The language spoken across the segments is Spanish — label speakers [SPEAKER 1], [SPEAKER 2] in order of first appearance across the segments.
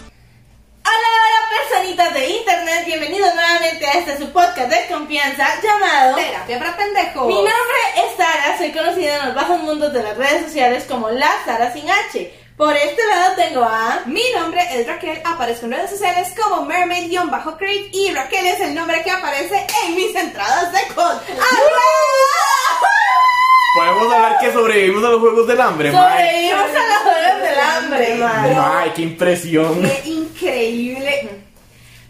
[SPEAKER 1] Hola, hola, personitas de internet. Bienvenidos nuevamente a este su podcast de confianza llamado
[SPEAKER 2] Terapia para pendejo.
[SPEAKER 1] Mi nombre es Sara. Soy conocida en los bajos mundos de las redes sociales como la Sara sin H. Por este lado tengo a.
[SPEAKER 2] Mi nombre es Raquel, aparezco en redes sociales como Mermaid-Creek y Raquel es el nombre que aparece en mis entradas de col.
[SPEAKER 3] Podemos hablar que sobrevivimos a los Juegos del Hambre, mae.
[SPEAKER 1] Sobrevivimos a las horas del hambre, madre.
[SPEAKER 3] Mae, qué impresión.
[SPEAKER 2] ¡Qué increíble!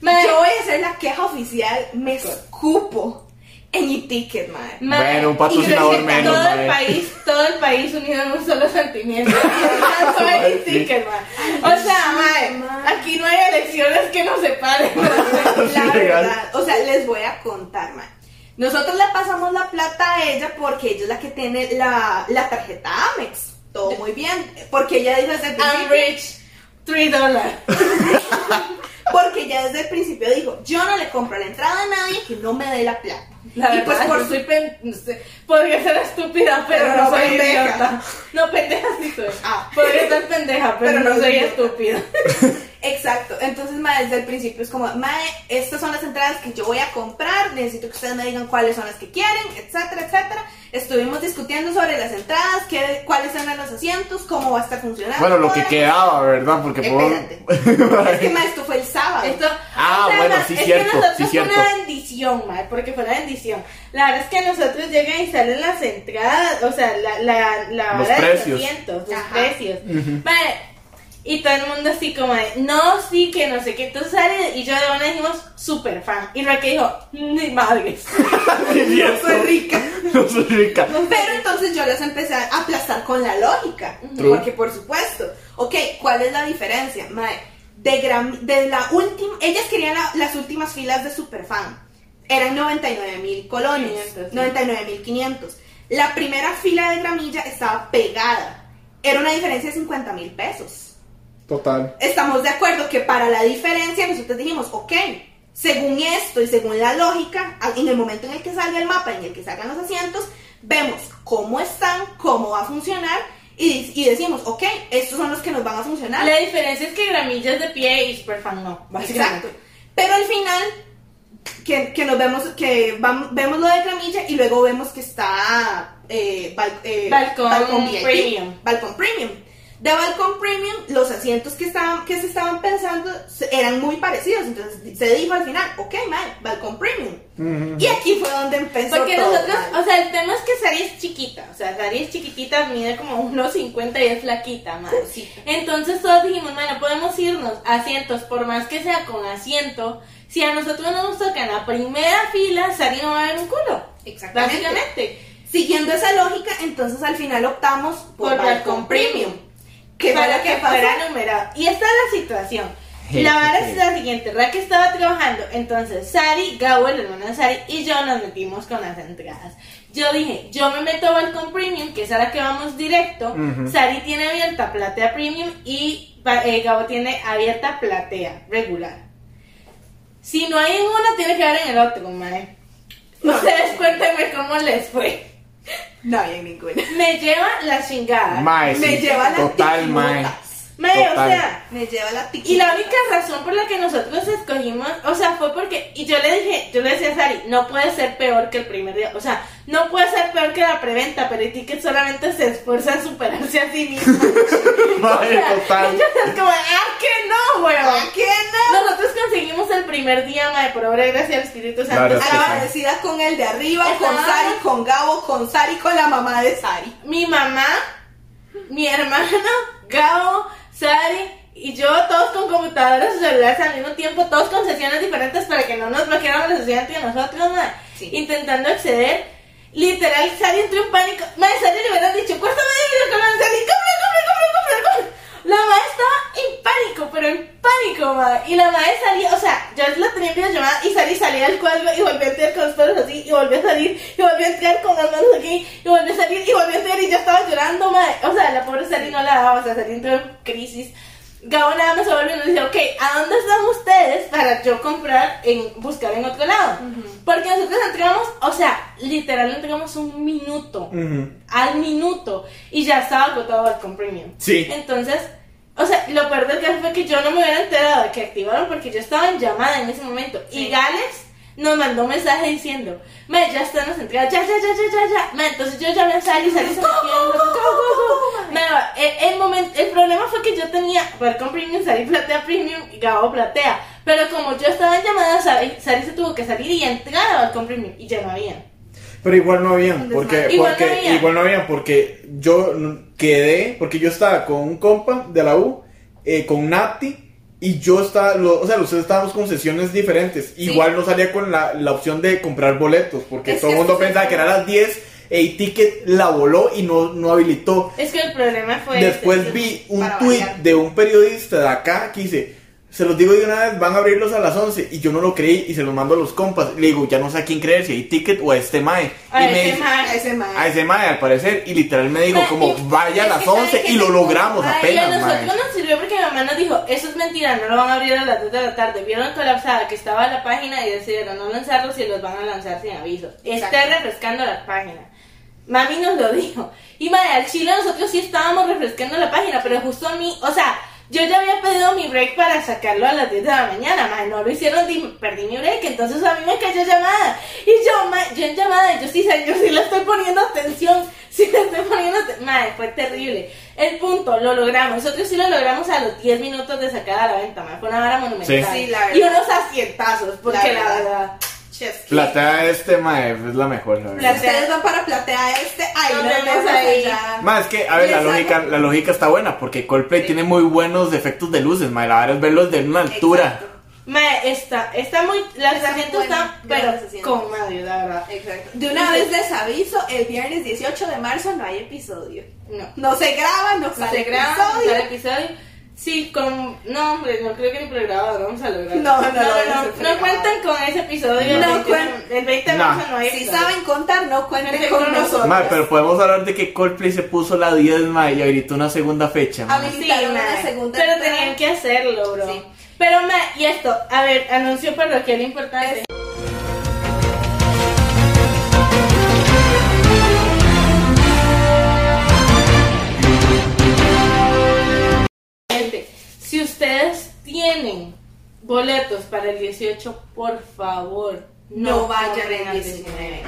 [SPEAKER 1] Mae.
[SPEAKER 2] Yo voy a hacer la queja oficial, me escupo en e-ticket, madre.
[SPEAKER 3] Bueno, un patrocinador
[SPEAKER 1] y creo que
[SPEAKER 3] menos,
[SPEAKER 1] Todo el
[SPEAKER 3] mae.
[SPEAKER 1] país, todo el país unido en un solo sentimiento. Un solo
[SPEAKER 3] Ay, sí.
[SPEAKER 1] sticker, mae. O sea, mae,
[SPEAKER 2] mae.
[SPEAKER 1] aquí no hay elecciones que nos separen.
[SPEAKER 3] Sí,
[SPEAKER 2] La
[SPEAKER 3] legal.
[SPEAKER 2] verdad, o sea, les voy a contar, man. Nosotros le pasamos la plata a ella porque ella es la que tiene la, la tarjeta Amex. Todo muy bien. Porque ella dijo desde el
[SPEAKER 1] I'm
[SPEAKER 2] principio.
[SPEAKER 1] rich. 3 dólares.
[SPEAKER 2] Porque ella desde el principio dijo, yo no le compro la entrada a nadie que no me dé la plata.
[SPEAKER 1] Y pues por soy pen... no sé, podría ser estúpida, pero, no, soy
[SPEAKER 2] pendeja.
[SPEAKER 1] idiota. No, pendeja sí soy.
[SPEAKER 2] Ah.
[SPEAKER 1] Podría ser pendeja, pero,
[SPEAKER 2] Pero
[SPEAKER 1] no,
[SPEAKER 2] no
[SPEAKER 1] soy
[SPEAKER 2] idiota.
[SPEAKER 1] estúpida.
[SPEAKER 2] Exacto. Entonces, ma, desde el principio es como, ma, estas son las entradas que yo voy a comprar, necesito que ustedes me digan cuáles son las que quieren, etcétera, etcétera. Estuvimos discutiendo sobre las entradas, qué, cuáles eran los asientos, cómo va a estar funcionando.
[SPEAKER 3] Bueno, lo que
[SPEAKER 2] todo.
[SPEAKER 3] quedaba, ¿verdad? Porque puedo...
[SPEAKER 2] Es que, ma, esto fue el sábado.
[SPEAKER 1] Esto,
[SPEAKER 3] Ah,
[SPEAKER 1] o sea,
[SPEAKER 3] bueno,
[SPEAKER 1] ma,
[SPEAKER 3] sí,
[SPEAKER 1] es
[SPEAKER 3] cierto,
[SPEAKER 1] que nosotros
[SPEAKER 3] sí,
[SPEAKER 1] fue una
[SPEAKER 3] cierto.
[SPEAKER 1] bendición, ma, porque fue una bendición. La verdad es que a nosotros llegan y salen las entradas, o sea, la, la, la
[SPEAKER 3] Los
[SPEAKER 1] vara de
[SPEAKER 3] precios.
[SPEAKER 1] los asientos, los
[SPEAKER 2] Ajá.
[SPEAKER 1] precios. Ma, y todo el mundo así como de, no, sí, que no sé qué, tú sales, y yo de una dijimos, super fan. Y Raquel dijo, ni madres.
[SPEAKER 3] no
[SPEAKER 2] soy rica.
[SPEAKER 3] No soy rica.
[SPEAKER 2] Pero entonces yo los empecé a aplastar con la lógica.
[SPEAKER 3] True.
[SPEAKER 2] Porque por supuesto. Ok, ¿cuál es la diferencia? Mae, de, Gram- de la última. Ellas querían la- las últimas filas de Superfan. Eran 99 mil colonias.
[SPEAKER 1] 500, sí.
[SPEAKER 2] 99 mil 500. La primera fila de gramilla estaba pegada. Era una diferencia de 50 mil pesos
[SPEAKER 3] Total.
[SPEAKER 2] estamos de acuerdo que para la diferencia nosotros dijimos, ok, según esto y según la lógica, al- en el momento en el que salga el mapa, en el que salgan los asientos, vemos cómo están, cómo va a funcionar y, y decimos, ok, estos son los que nos van a funcionar.
[SPEAKER 1] La diferencia es que Gramillas de pie y super fan no, básicamente.
[SPEAKER 2] Exacto. Pero al final, que, que nos vemos, que vam- vemos lo de Gramilla y luego vemos que está eh, bal- eh,
[SPEAKER 1] Balcón Premium.
[SPEAKER 2] Balcón Premium. De Balcón Premium, los asientos que, estaban, que se estaban pensando se- eran muy parecidos. Entonces se dijo al final, ok, mal, Balcón Premium. Y aquí fue donde empezó
[SPEAKER 1] Porque
[SPEAKER 2] todo,
[SPEAKER 1] nosotros,
[SPEAKER 2] mae.
[SPEAKER 1] o sea, el tema es que Sari es chiquita, o sea, Sari es chiquitita, mide como 1,50 y es flaquita, madre.
[SPEAKER 2] Cosita.
[SPEAKER 1] Entonces todos dijimos, bueno, podemos irnos asientos, por más que sea con asiento, si a nosotros no nos toca en la primera fila, Sari no va a ver un culo.
[SPEAKER 2] Exactamente.
[SPEAKER 1] Básicamente.
[SPEAKER 2] Siguiendo esa lógica, entonces al final optamos por,
[SPEAKER 1] Por
[SPEAKER 2] Balcón
[SPEAKER 1] Balcón
[SPEAKER 2] Premium. Que fue
[SPEAKER 1] para
[SPEAKER 2] lo
[SPEAKER 1] que
[SPEAKER 2] pasó.
[SPEAKER 1] fuera numerado. Y esta es la situación.
[SPEAKER 3] Jeje.
[SPEAKER 1] La verdad es la siguiente, Raquel estaba trabajando, entonces Sari, Gabo, el hermano de Sari y yo nos metimos con las entradas. Yo dije, yo me meto a Balcón Premium, que es a la que vamos directo,
[SPEAKER 3] Ujú.
[SPEAKER 1] Sari tiene abierta platea premium y ba- eh, Gabo tiene abierta platea regular. Si no hay en uno, tiene que haber en el otro, madre.
[SPEAKER 2] No.
[SPEAKER 1] Ustedes cuéntenme cómo les fue.
[SPEAKER 2] No hay en ninguna.
[SPEAKER 1] Me lleva la chingada.
[SPEAKER 3] Mae,
[SPEAKER 2] Me
[SPEAKER 3] sí.
[SPEAKER 2] lleva la
[SPEAKER 3] Total,
[SPEAKER 2] tiquimotas.
[SPEAKER 3] mae.
[SPEAKER 1] Mae, o
[SPEAKER 3] total.
[SPEAKER 1] sea,
[SPEAKER 2] Me lleva la tiquita.
[SPEAKER 1] Y la única razón por la que nosotros escogimos, o sea, fue porque, y yo le dije, yo le decía a Sari, no puede ser peor que el primer día, o sea, no puede ser peor que la preventa, pero el ticket solamente se esfuerza en superarse a sí mismo. O
[SPEAKER 3] Mae,
[SPEAKER 1] sea,
[SPEAKER 3] total.
[SPEAKER 1] ellos es como, ah, que no, weón.
[SPEAKER 2] ¿Qué no?
[SPEAKER 1] Nosotros conseguimos el primer día, madre, por obra y gracia del Espíritu Santo.
[SPEAKER 3] Claro, es que
[SPEAKER 1] Alaba-
[SPEAKER 3] sí.
[SPEAKER 2] Agradecida con el de arriba, con
[SPEAKER 1] Ajá.
[SPEAKER 2] Sari, con Gabo, con Sari, con la mamá de Sari.
[SPEAKER 1] Mi mamá, mi hermano, Gabo, Sari y yo, todos con computadoras y celulares al mismo tiempo, todos con sesiones diferentes para que no nos bloquearan la sociedad entre nosotros, ma,
[SPEAKER 2] Sí.
[SPEAKER 1] intentando acceder. Literal, Sari entró en pánico. Madre, Sari le hubieran dicho, cuesta medio video con la Sari, ¿cómo Y la madre salía, o sea, yo la tenía en videollamada y salí, salía del cuadro y volví a entrar con los pelos así, y volví a salir, y volví a entrar con las manos aquí, y volví a salir, y volví a entrar, y yo estaba llorando, madre. O sea, la pobre Sally no la daba, o sea, Sally entró en crisis. Gabo nada más se vuelve y nos dice, ok, ¿a dónde están ustedes para yo comprar, en buscar en otro lado? Porque nosotros entregamos, o sea, literal entregamos un minuto,
[SPEAKER 3] Ujú.
[SPEAKER 1] al minuto, y ya estaba agotado el comprimido.
[SPEAKER 3] Sí.
[SPEAKER 1] Entonces, o sea, lo peor del caso fue que yo no me hubiera enterado de que activaron porque yo estaba en llamada en ese momento. Y Gales nos mandó un mensaje diciendo, me ya están las entregas, ya, ya, ya, ya, ya, ya. Ma, entonces yo llamé a Sally, Sally se metió, no sé, go, go, go. Ma, el, el momento, el problema fue que yo tenía Welcome Premium, Sally Platea Premium y Gabo Platea. Pero como yo estaba en llamada, Sally, Sally se tuvo que salir y entrar a Welcome Premium y ya no había.
[SPEAKER 3] Pero igual no habían,
[SPEAKER 2] Un
[SPEAKER 3] porque,
[SPEAKER 1] desmadre. Igual no
[SPEAKER 3] porque,
[SPEAKER 1] habían.
[SPEAKER 3] igual no habían, porque yo n- quedé, porque yo estaba con un compa de la U, eh, con Nati, y yo estaba, lo- o sea, los tres estábamos con sesiones diferentes. Igual no salía con la, la opción de comprar boletos, porque
[SPEAKER 1] Es
[SPEAKER 3] todo el
[SPEAKER 1] que
[SPEAKER 3] mundo
[SPEAKER 1] esto es
[SPEAKER 3] pensaba que
[SPEAKER 1] el-
[SPEAKER 3] era a las 10, el ticket la voló y no, no habilitó.
[SPEAKER 1] Es que el problema fue... este,
[SPEAKER 3] Después
[SPEAKER 1] ese.
[SPEAKER 3] vi un
[SPEAKER 2] para
[SPEAKER 3] tweet
[SPEAKER 2] variar.
[SPEAKER 3] de un periodista de acá que dice, se los digo de una vez, van a abrirlos a las 11 y yo no lo creí y se los mando a los compas. Le digo, ya no sé a quién creer, si hay ticket o a este mae.
[SPEAKER 1] A
[SPEAKER 3] y
[SPEAKER 1] ese
[SPEAKER 3] dice,
[SPEAKER 1] mae.
[SPEAKER 2] A ese mae.
[SPEAKER 3] a ese mae al parecer y literal me dijo
[SPEAKER 1] Ma,
[SPEAKER 3] como,
[SPEAKER 1] y-
[SPEAKER 3] vaya a
[SPEAKER 1] es
[SPEAKER 3] las
[SPEAKER 1] que sabe
[SPEAKER 3] 11
[SPEAKER 1] que
[SPEAKER 3] y lo
[SPEAKER 1] te-
[SPEAKER 3] logramos
[SPEAKER 1] Ay, Y a
[SPEAKER 3] apenas, mae.
[SPEAKER 1] nosotros nos sirvió porque mi mamá nos dijo, eso es mentira, no lo van a abrir a las 2 de la tarde. Vieron colapsada que estaba la página y decidieron no lanzarlos y los van a lanzar sin aviso.
[SPEAKER 2] Exacto.
[SPEAKER 1] Está refrescando la página. Mami nos lo dijo. Y madre, al chile nosotros sí estábamos refrescando la página, pero justo a mí, o sea, yo ya había pedido mi break para sacarlo a las 10 de la mañana, madre, no lo hicieron, di- perdí mi break, entonces a mí me cayó llamada. Y yo, ma, yo en llamada, yo sí, sé- yo sí le estoy poniendo atención, sí le estoy poniendo atención, madre, fue terrible. El punto, lo logramos, nosotros sí lo logramos a los 10 minutos de sacar a la venta, madre, fue una vara monumental.
[SPEAKER 2] Sí. Sí, la verdad.
[SPEAKER 1] y unos asientazos, porque
[SPEAKER 2] La
[SPEAKER 1] la
[SPEAKER 2] verdad.
[SPEAKER 1] verdad
[SPEAKER 2] Chesky.
[SPEAKER 3] Platea este mae es la mejor, la
[SPEAKER 2] Si
[SPEAKER 3] verdad.
[SPEAKER 1] Platea.
[SPEAKER 2] ustedes van para platea este, ahí
[SPEAKER 1] Nos
[SPEAKER 2] nos
[SPEAKER 1] vemos
[SPEAKER 2] vemos
[SPEAKER 1] ahí.
[SPEAKER 2] allá.
[SPEAKER 3] Más que, a ver, la
[SPEAKER 2] Les
[SPEAKER 3] lógica,
[SPEAKER 2] hago-
[SPEAKER 3] la lógica está buena porque Coldplay tiene muy buenos efectos de luces, mae. La verdad es verlos de una altura.
[SPEAKER 2] Exacto,
[SPEAKER 1] Mae, está, está muy. Las
[SPEAKER 2] Está
[SPEAKER 1] asientos
[SPEAKER 2] muy
[SPEAKER 1] están,
[SPEAKER 2] buena,
[SPEAKER 1] pero
[SPEAKER 2] grandes asientos.
[SPEAKER 1] con madre, la verdad.
[SPEAKER 2] exacto. De una vez les aviso, el viernes 18 de marzo no hay episodio.
[SPEAKER 1] No.
[SPEAKER 2] No se graba, no
[SPEAKER 1] No
[SPEAKER 2] sale
[SPEAKER 1] se graba, no
[SPEAKER 2] episodio.
[SPEAKER 1] sale episodio. Sí, con. No, hombre, no creo que ni pregrabado lo vamos a lograr.
[SPEAKER 2] No, no,
[SPEAKER 1] no.
[SPEAKER 2] no,
[SPEAKER 1] No,
[SPEAKER 2] no se
[SPEAKER 1] no
[SPEAKER 2] pregraba.
[SPEAKER 1] cuentan con ese episodio.
[SPEAKER 2] No
[SPEAKER 1] el 20
[SPEAKER 2] cuen-
[SPEAKER 1] El 20 de
[SPEAKER 3] No.
[SPEAKER 1] marzo no hay
[SPEAKER 2] Si
[SPEAKER 1] episodio.
[SPEAKER 2] saben contar, no cuenten
[SPEAKER 1] Cuenten
[SPEAKER 2] con
[SPEAKER 1] con
[SPEAKER 2] nosotros.
[SPEAKER 3] Mae, pero podemos hablar de que Coldplay se puso la 10 mae y habilitó una segunda fecha. mae.
[SPEAKER 2] Habili-
[SPEAKER 1] Sí,
[SPEAKER 2] Quitaron una
[SPEAKER 1] mae,
[SPEAKER 2] segunda
[SPEAKER 1] Pero
[SPEAKER 2] entrada.
[SPEAKER 1] tenían que hacerlo, bro.
[SPEAKER 2] Sí.
[SPEAKER 1] Pero, mae, y esto, a ver, anuncio parroquial importante. Gente, si ustedes tienen boletos para el 18, por favor,
[SPEAKER 2] no,
[SPEAKER 1] no,
[SPEAKER 2] vayan
[SPEAKER 1] compren
[SPEAKER 2] el
[SPEAKER 1] al
[SPEAKER 2] 19.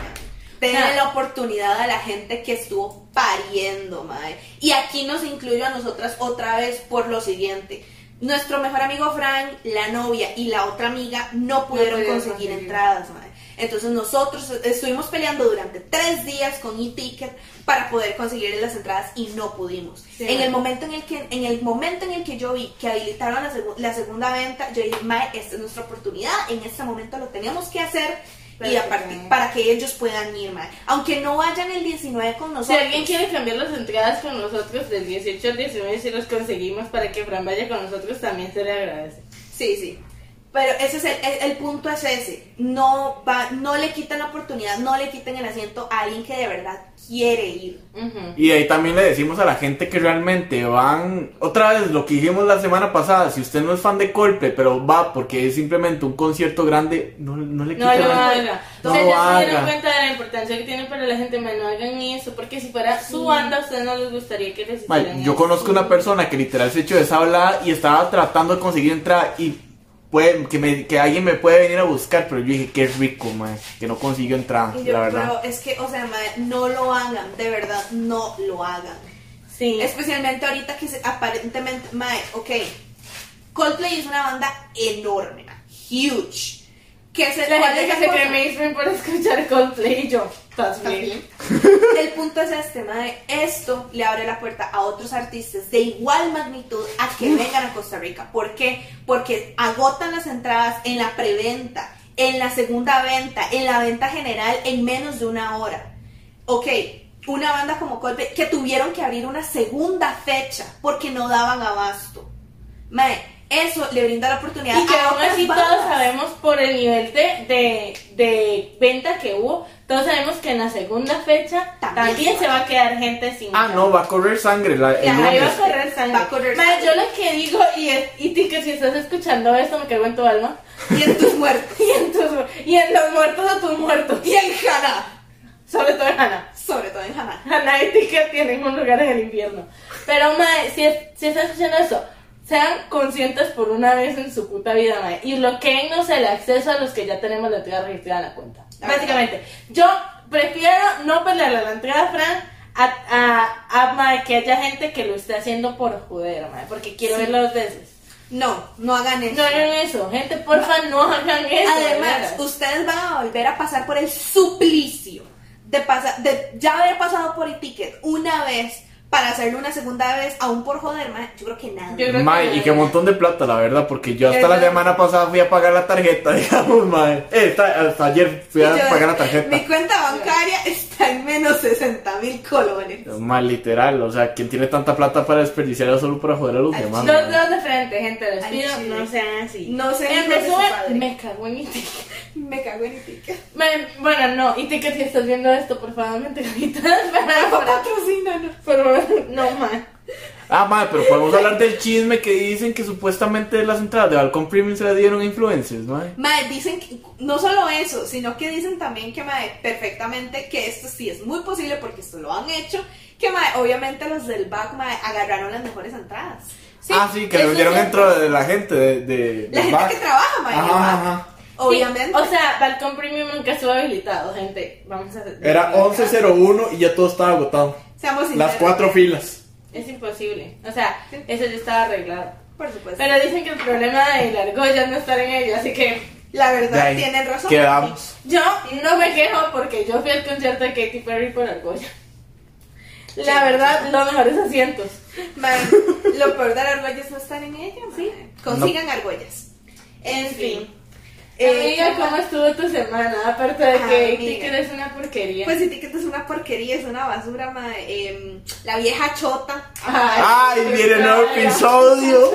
[SPEAKER 2] Denle
[SPEAKER 1] Claro.
[SPEAKER 2] la oportunidad a la gente que estuvo pariendo, mae. Y aquí nos incluyo a nosotras otra vez por lo siguiente. Nuestro mejor amigo Frank, la novia y la otra amiga no pudieron
[SPEAKER 1] pudieron
[SPEAKER 2] conseguir
[SPEAKER 1] conseguir.
[SPEAKER 2] entradas, mae. Entonces nosotros estuvimos peleando durante tres días con e-ticket para poder conseguir las entradas y no pudimos.
[SPEAKER 1] Sí,
[SPEAKER 2] en
[SPEAKER 1] mae.
[SPEAKER 2] el momento en el que en el momento en el que yo vi que habilitaron la, segu- la segunda venta, yo dije, mae, esta es nuestra oportunidad, en este momento lo tenemos que hacer y
[SPEAKER 1] Pero
[SPEAKER 2] a partir-
[SPEAKER 1] que no.
[SPEAKER 2] para que ellos puedan ir, mae. Aunque no vayan el 19 con
[SPEAKER 1] Si
[SPEAKER 2] nosotros.
[SPEAKER 1] alguien quiere cambiar las entradas con nosotros del 18 al 19, si los conseguimos para que Fran vaya con nosotros, también se le agradece.
[SPEAKER 2] Sí, sí. Pero ese es el, el- el punto es ese. No va, no le quiten la oportunidad, no le quiten el asiento a alguien que de verdad quiere ir.
[SPEAKER 1] Ujú.
[SPEAKER 3] Y ahí también le decimos a la gente que realmente van, otra vez lo que dijimos la semana pasada, si usted no es fan de Coldplay, pero va porque es simplemente un concierto grande, no, no le
[SPEAKER 1] No
[SPEAKER 3] quita
[SPEAKER 1] lo
[SPEAKER 3] la-
[SPEAKER 1] haga.
[SPEAKER 3] No
[SPEAKER 1] Ustedes
[SPEAKER 3] lo
[SPEAKER 1] ya se dieron
[SPEAKER 3] haga.
[SPEAKER 1] cuenta de la importancia que tiene para la gente, ma, no hagan eso, porque si fuera su banda, a ustedes no les gustaría que les
[SPEAKER 3] Mae,
[SPEAKER 1] hicieran
[SPEAKER 3] yo
[SPEAKER 1] eso.
[SPEAKER 3] conozco una persona que literal se echó de esa hablada y estaba tratando de conseguir entrar y puede, que, me- que alguien me puede venir a buscar, pero yo dije, qué rico, mae, que no consiguió entrar,
[SPEAKER 2] Y yo,
[SPEAKER 3] la verdad.
[SPEAKER 2] pero es que, o sea, mae, no lo hagan, de verdad, no lo hagan.
[SPEAKER 1] Sí.
[SPEAKER 2] Especialmente ahorita que se- aparentemente, mae, ok, Coldplay es una banda enorme, mae, huge. Que se,
[SPEAKER 1] la
[SPEAKER 2] ¿cuál
[SPEAKER 1] gente
[SPEAKER 2] es
[SPEAKER 1] que se
[SPEAKER 2] cosa?
[SPEAKER 1] cree mainstream por escuchar Coldplay y yo, estás bien.
[SPEAKER 2] El punto es este, mae, esto le abre la puerta a otros artistas de igual magnitud a que vengan a Costa Rica. ¿Por qué? Porque agotan las entradas en la preventa, en la segunda venta, en la venta general en menos de una hora. Ok, una banda como Coldplay que tuvieron que abrir una segunda fecha porque no daban abasto. Mae, eso le brinda la oportunidad
[SPEAKER 1] Y que
[SPEAKER 2] a
[SPEAKER 1] aún
[SPEAKER 2] otras
[SPEAKER 1] así
[SPEAKER 2] bandas.
[SPEAKER 1] todos sabemos por el nivel de, de, de venta que hubo, todos sabemos que en la segunda fecha
[SPEAKER 2] También
[SPEAKER 1] también,
[SPEAKER 2] se
[SPEAKER 1] se va a quedar gente sin
[SPEAKER 3] Ah, no, va a correr sangre la, el
[SPEAKER 2] Ya,
[SPEAKER 1] Ahí va a
[SPEAKER 3] lunes.
[SPEAKER 1] correr sangre.
[SPEAKER 2] Va a correr
[SPEAKER 1] Ma,
[SPEAKER 2] sangre.
[SPEAKER 1] yo lo que digo, y, es, y Tica, si estás escuchando esto, me cago en tu alma.
[SPEAKER 2] Y en tus muertos.
[SPEAKER 1] Y en, tus- y en los muertos de tus muertos.
[SPEAKER 2] Y en Hannah.
[SPEAKER 1] Sobre todo en Hannah.
[SPEAKER 2] Sobre todo en Hannah.
[SPEAKER 1] Hannah y Tika tienen un lugar en el infierno. Pero, mae, si, es- si estás escuchando eso, sean conscientes por una vez en su puta vida, mae. Y bloqueennos el acceso a los que ya tenemos la entrada registrada en la cuenta.
[SPEAKER 2] La
[SPEAKER 1] Básicamente, yo prefiero no pelearle la entrada a Fran a, a, a, mae, que haya gente que lo esté haciendo por joder, mae. Porque quiero
[SPEAKER 2] Sí.
[SPEAKER 1] ver los veces.
[SPEAKER 2] No, no hagan eso.
[SPEAKER 1] No hagan eso, gente, porfa, no hagan eso.
[SPEAKER 2] Además,
[SPEAKER 1] de veras.
[SPEAKER 2] ustedes van a volver a pasar por el suplicio de, pasar, de ya haber pasado por el ticket una vez para hacerlo una segunda vez, aún por joder, ma, yo creo que nada.
[SPEAKER 1] Yo creo que no.
[SPEAKER 3] Mae, y qué montón de plata, la verdad, porque yo hasta
[SPEAKER 1] Es
[SPEAKER 3] la
[SPEAKER 1] verdad.
[SPEAKER 3] semana pasada fui a pagar la tarjeta, digamos, mae. Eh, esta- hasta ayer fui a
[SPEAKER 2] Y yo,
[SPEAKER 3] pagar la tarjeta.
[SPEAKER 2] Mi cuenta bancaria está en menos 60 mil colones.
[SPEAKER 3] Mae, literal, o sea, ¿quién tiene tanta plata para desperdiciarla solo para joder a los
[SPEAKER 2] Ay,
[SPEAKER 3] demás?
[SPEAKER 2] no,
[SPEAKER 1] Dos
[SPEAKER 3] mae?
[SPEAKER 1] dedos de frente, gente, les
[SPEAKER 2] Al
[SPEAKER 1] pido,
[SPEAKER 2] chile.
[SPEAKER 1] no sean así.
[SPEAKER 2] No sean
[SPEAKER 1] En
[SPEAKER 2] hijos de su
[SPEAKER 1] resumen,
[SPEAKER 2] padre.
[SPEAKER 1] me cago en Itica.
[SPEAKER 2] Me cago en el ticket.
[SPEAKER 1] Me- Bueno, no, Itica, si estás viendo esto, por favor, no te gritas.
[SPEAKER 2] Pero
[SPEAKER 1] Por
[SPEAKER 2] patrocínanos.
[SPEAKER 1] favor, no más.
[SPEAKER 3] Ah, mae, pero podemos hablar del chisme que dicen que supuestamente las entradas de Balcón Premium se las dieron a influencers, mae.
[SPEAKER 2] Mae, dicen, que- no solo eso, sino que dicen también que, mae, perfectamente que esto sí es muy posible porque esto lo han hecho, que, mae, obviamente los del back, mae, agarraron las mejores entradas.
[SPEAKER 3] ah, sí, que
[SPEAKER 1] eso
[SPEAKER 3] lo dieron
[SPEAKER 1] sí.
[SPEAKER 3] dentro de la gente, de... de
[SPEAKER 2] La
[SPEAKER 3] del
[SPEAKER 2] gente
[SPEAKER 3] bar.
[SPEAKER 2] que trabaja, mae, en el
[SPEAKER 3] Ajá,
[SPEAKER 2] back.
[SPEAKER 3] ajá.
[SPEAKER 2] Obviamente.
[SPEAKER 1] Sí, o sea, Balcón Premium nunca estuvo habilitado, gente. Vamos a hacer.
[SPEAKER 3] Era 11.01 y ya todo estaba agotado.
[SPEAKER 2] seamos sinceros.
[SPEAKER 3] Las cuatro filas.
[SPEAKER 1] Es imposible. O sea,
[SPEAKER 2] Sí.
[SPEAKER 1] eso ya estaba arreglado.
[SPEAKER 2] Por supuesto.
[SPEAKER 1] Pero dicen que el problema de la argolla es no estar en ella, así que
[SPEAKER 2] la
[SPEAKER 3] De
[SPEAKER 2] verdad,
[SPEAKER 3] ahí
[SPEAKER 2] tienen razón.
[SPEAKER 3] Quedamos.
[SPEAKER 1] Yo no me quejo porque yo fui al concierto de Katy Perry por Argolla. La verdad, los mejores asientos.
[SPEAKER 2] Mae, lo peor de las argollas no estar en ella, sí. Consigan argollas.
[SPEAKER 1] En fin.
[SPEAKER 2] Eh,
[SPEAKER 1] Amiga, ¿cómo estuvo tu semana? Aparte de
[SPEAKER 2] Ah,
[SPEAKER 1] que
[SPEAKER 2] amiga.
[SPEAKER 1] Katy eres una porquería.
[SPEAKER 2] Pues sí, que esto es una porquería, es una basura, mae. em, la vieja chota.
[SPEAKER 3] ¡Ay, viene el nuevo
[SPEAKER 1] ay,
[SPEAKER 3] episodio!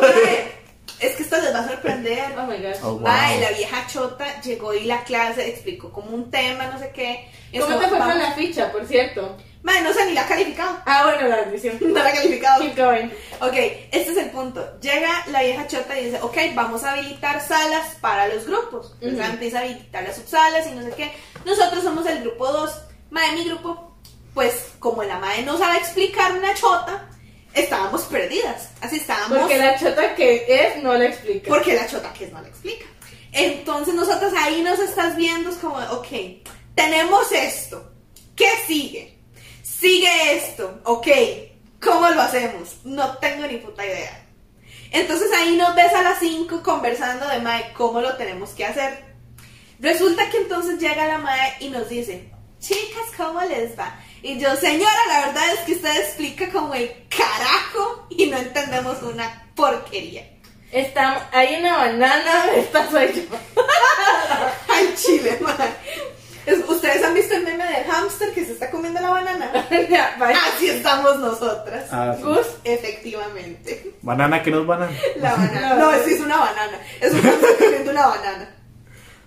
[SPEAKER 2] Mae, es que esto les va a sorprender.
[SPEAKER 1] Oh my gosh.
[SPEAKER 3] Oh, wow.
[SPEAKER 2] Mae, la vieja chota llegó y la clase explicó como un tema, no sé qué. Es
[SPEAKER 1] ¿Cómo te
[SPEAKER 2] como,
[SPEAKER 1] fue
[SPEAKER 2] va-
[SPEAKER 1] con la ficha, por cierto?
[SPEAKER 2] Mae, no sé, ni la ha calificado.
[SPEAKER 1] Ah, bueno, la audición.
[SPEAKER 2] No la ha calificado.
[SPEAKER 1] Keep going.
[SPEAKER 2] Ok, este es el punto. Llega la vieja chota y dice, ok, vamos a habilitar salas para los grupos. Entonces
[SPEAKER 1] Ujú.
[SPEAKER 2] empieza a habilitar las subsalas y no sé qué. Nosotros somos el grupo 2. Mae, mi grupo, pues como la madre no sabe explicar una chota, estábamos perdidas. Así estábamos.
[SPEAKER 1] Porque la chota que es no la explica.
[SPEAKER 2] Porque la chota que es no la explica. Entonces nosotros ahí nos estás viendo es como, ok, tenemos esto. ¿Qué sigue? Sigue esto. Ok, ¿cómo lo hacemos? No tengo ni puta idea. Entonces ahí nos ves a las 5 conversando de Mae, ¿cómo lo tenemos que hacer? Resulta que entonces llega la Mae y nos dice, chicas, ¿cómo les va? Y yo, señora, la verdad es que usted explica como el carajo y no entendemos una porquería.
[SPEAKER 1] Está, hay una banana, esta soy yo.
[SPEAKER 2] Al chile, madre. Es- Ustedes han visto el meme del hámster que se está comiendo la banana.
[SPEAKER 1] Ya, bye.
[SPEAKER 2] Así estamos nosotras.
[SPEAKER 3] Ah, sí.
[SPEAKER 1] Gus,
[SPEAKER 2] Efectivamente.
[SPEAKER 3] Banana que no es banana.
[SPEAKER 2] La banana. No, es, es una banana. Es un hámster comiendo una banana.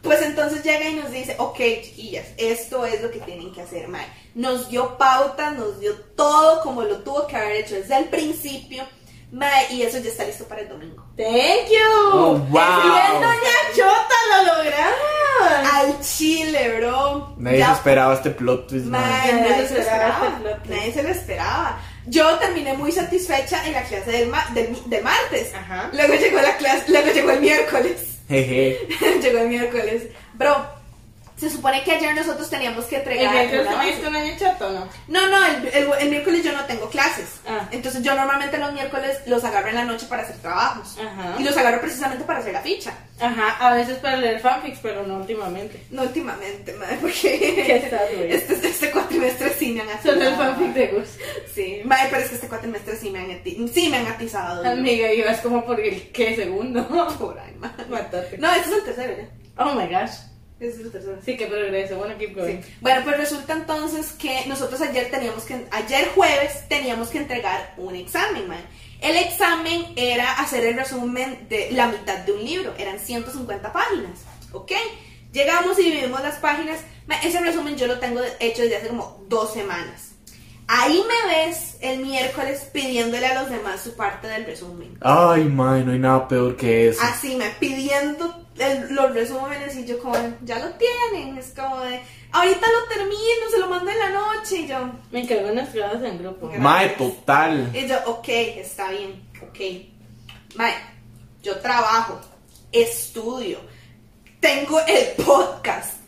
[SPEAKER 2] Pues entonces llega y nos dice, ok, chiquillas, esto es lo que tienen que hacer, Mae. Nos dio pautas, nos dio todo como lo tuvo que haber hecho desde el principio, Mae, y eso ya está listo para el domingo.
[SPEAKER 1] Thank you.
[SPEAKER 3] Oh, wow. Ah,
[SPEAKER 1] Bien, doña Chota, lo logramos.
[SPEAKER 2] Al chile, bro.
[SPEAKER 3] Nadie se
[SPEAKER 2] Ya
[SPEAKER 3] esperaba este plot twist. mae.
[SPEAKER 2] Mae, nadie se lo esperaba.
[SPEAKER 1] Nadie se lo esperaba.
[SPEAKER 2] Nadie se lo esperaba. Yo terminé muy satisfecha en la clase del, ma- del, mi- de martes.
[SPEAKER 1] Ajá.
[SPEAKER 2] Luego llegó la clase, luego llegó el miércoles.
[SPEAKER 3] Jeje.
[SPEAKER 2] llegó el miércoles. Bro, se supone que ayer nosotros teníamos que
[SPEAKER 1] ¿El
[SPEAKER 2] entregar.
[SPEAKER 1] miércoles
[SPEAKER 2] una
[SPEAKER 1] también
[SPEAKER 2] base.
[SPEAKER 1] está un año chato o no?
[SPEAKER 2] No, no, el, el- el miércoles yo no tengo clases.
[SPEAKER 1] Ah.
[SPEAKER 2] Entonces yo normalmente los miércoles los agarro en la noche para hacer trabajos.
[SPEAKER 1] Ajá.
[SPEAKER 2] Y los agarro precisamente para hacer la ficha.
[SPEAKER 1] Ajá, a veces para leer fanfics, pero no últimamente.
[SPEAKER 2] No últimamente, madre,
[SPEAKER 1] Qué
[SPEAKER 2] porque
[SPEAKER 1] sad, güey.
[SPEAKER 2] este, este cuatrimestre sí me han
[SPEAKER 1] Son el
[SPEAKER 2] atinado.
[SPEAKER 1] fanfic de Gus.
[SPEAKER 2] Sí, mae, pero es que este cuatrimestre sí me han, ati- sí me han atizado. duro.
[SPEAKER 3] Ah.
[SPEAKER 1] Amiga, y vas como por el qué segundo.
[SPEAKER 2] Por ahí, mae.
[SPEAKER 1] Matate.
[SPEAKER 2] No, este es el tercero ya.
[SPEAKER 1] Oh my gosh. Ese es el tercero. Sí, que progreso. Bueno, keep going.
[SPEAKER 2] Sí. Bueno, pues resulta entonces que nosotros ayer teníamos que, ayer jueves teníamos que entregar un examen, man. El examen era hacer el resumen de la mitad de un libro, eran 150 páginas, ¿ok? Llegamos y dividimos las páginas, ma, ese resumen yo lo tengo hecho desde hace como dos semanas. Ahí me ves el miércoles pidiéndole a los demás su parte del resumen.
[SPEAKER 3] Ay, mae, no hay nada peor que eso.
[SPEAKER 2] Así, me pidiendo el- los resúmenes y yo como, ya lo tienen, es como de, ahorita lo termino, se lo mando en la noche y yo,
[SPEAKER 1] Me encargó unas clases en grupo.
[SPEAKER 3] Mae, total.
[SPEAKER 2] y yo, ok, está bien, ok. Mae, yo trabajo, estudio, tengo el podcast.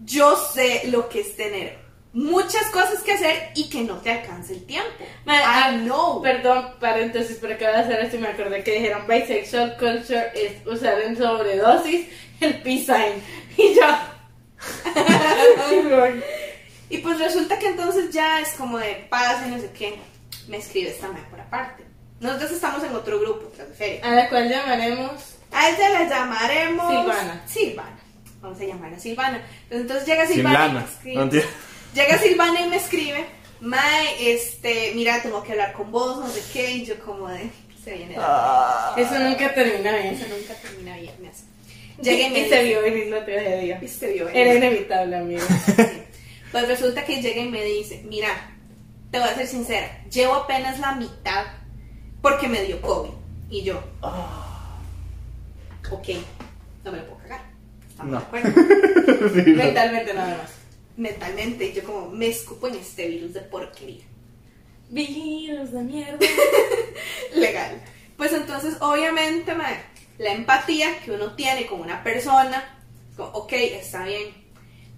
[SPEAKER 2] Yo sé lo que es tener muchas cosas que hacer y que no te alcance el tiempo.
[SPEAKER 1] Mae,
[SPEAKER 2] I
[SPEAKER 1] ah,
[SPEAKER 2] know.
[SPEAKER 1] Perdón, paréntesis, pero acabo de hacer esto y me acordé que dijeron bisexual culture es usar en sobredosis el peace sign. Y yo. Keep going.
[SPEAKER 2] Y pues resulta que entonces ya es como de paz y no sé qué. Me escribe esta mae por aparte. Nosotros estamos en otro grupo, tras de feria.
[SPEAKER 1] a la cual llamaremos.
[SPEAKER 2] A ella la llamaremos
[SPEAKER 1] Silvana.
[SPEAKER 2] Silvana. Vamos a llamarla Silvana. Entonces llega
[SPEAKER 3] Sin
[SPEAKER 2] Silvana. y me
[SPEAKER 3] lana.
[SPEAKER 2] escribe-
[SPEAKER 3] No entiendo.
[SPEAKER 2] Llega Silvana y me escribe, Mae, este, mira, tengo que hablar con vos, no sé qué, y yo como de, se viene
[SPEAKER 1] Ah.
[SPEAKER 2] la...
[SPEAKER 1] Eso nunca termina
[SPEAKER 2] Eso
[SPEAKER 1] bien.
[SPEAKER 2] nunca termina bien, me hace. Llegué
[SPEAKER 1] Llegué
[SPEAKER 2] y
[SPEAKER 1] y
[SPEAKER 2] me
[SPEAKER 1] se
[SPEAKER 2] dice-
[SPEAKER 1] vio venir la tragedia.
[SPEAKER 2] y se vio
[SPEAKER 1] Era
[SPEAKER 2] venir.
[SPEAKER 1] inevitable, amigo.
[SPEAKER 2] Pues resulta que llega y me dice, mira, te voy a ser sincera, llevo apenas la mitad porque me dio COVID. Y yo, ok, no me lo puedo cagar. Estamos
[SPEAKER 3] No.
[SPEAKER 2] de acuerdo.
[SPEAKER 1] Mentalmente nada más.
[SPEAKER 2] Mentalmente, yo como me escupo en este virus de porquería.
[SPEAKER 1] Virus de mierda.
[SPEAKER 2] legal. Pues entonces, obviamente, mae, la empatía que uno tiene con una persona, como, ok, está bien.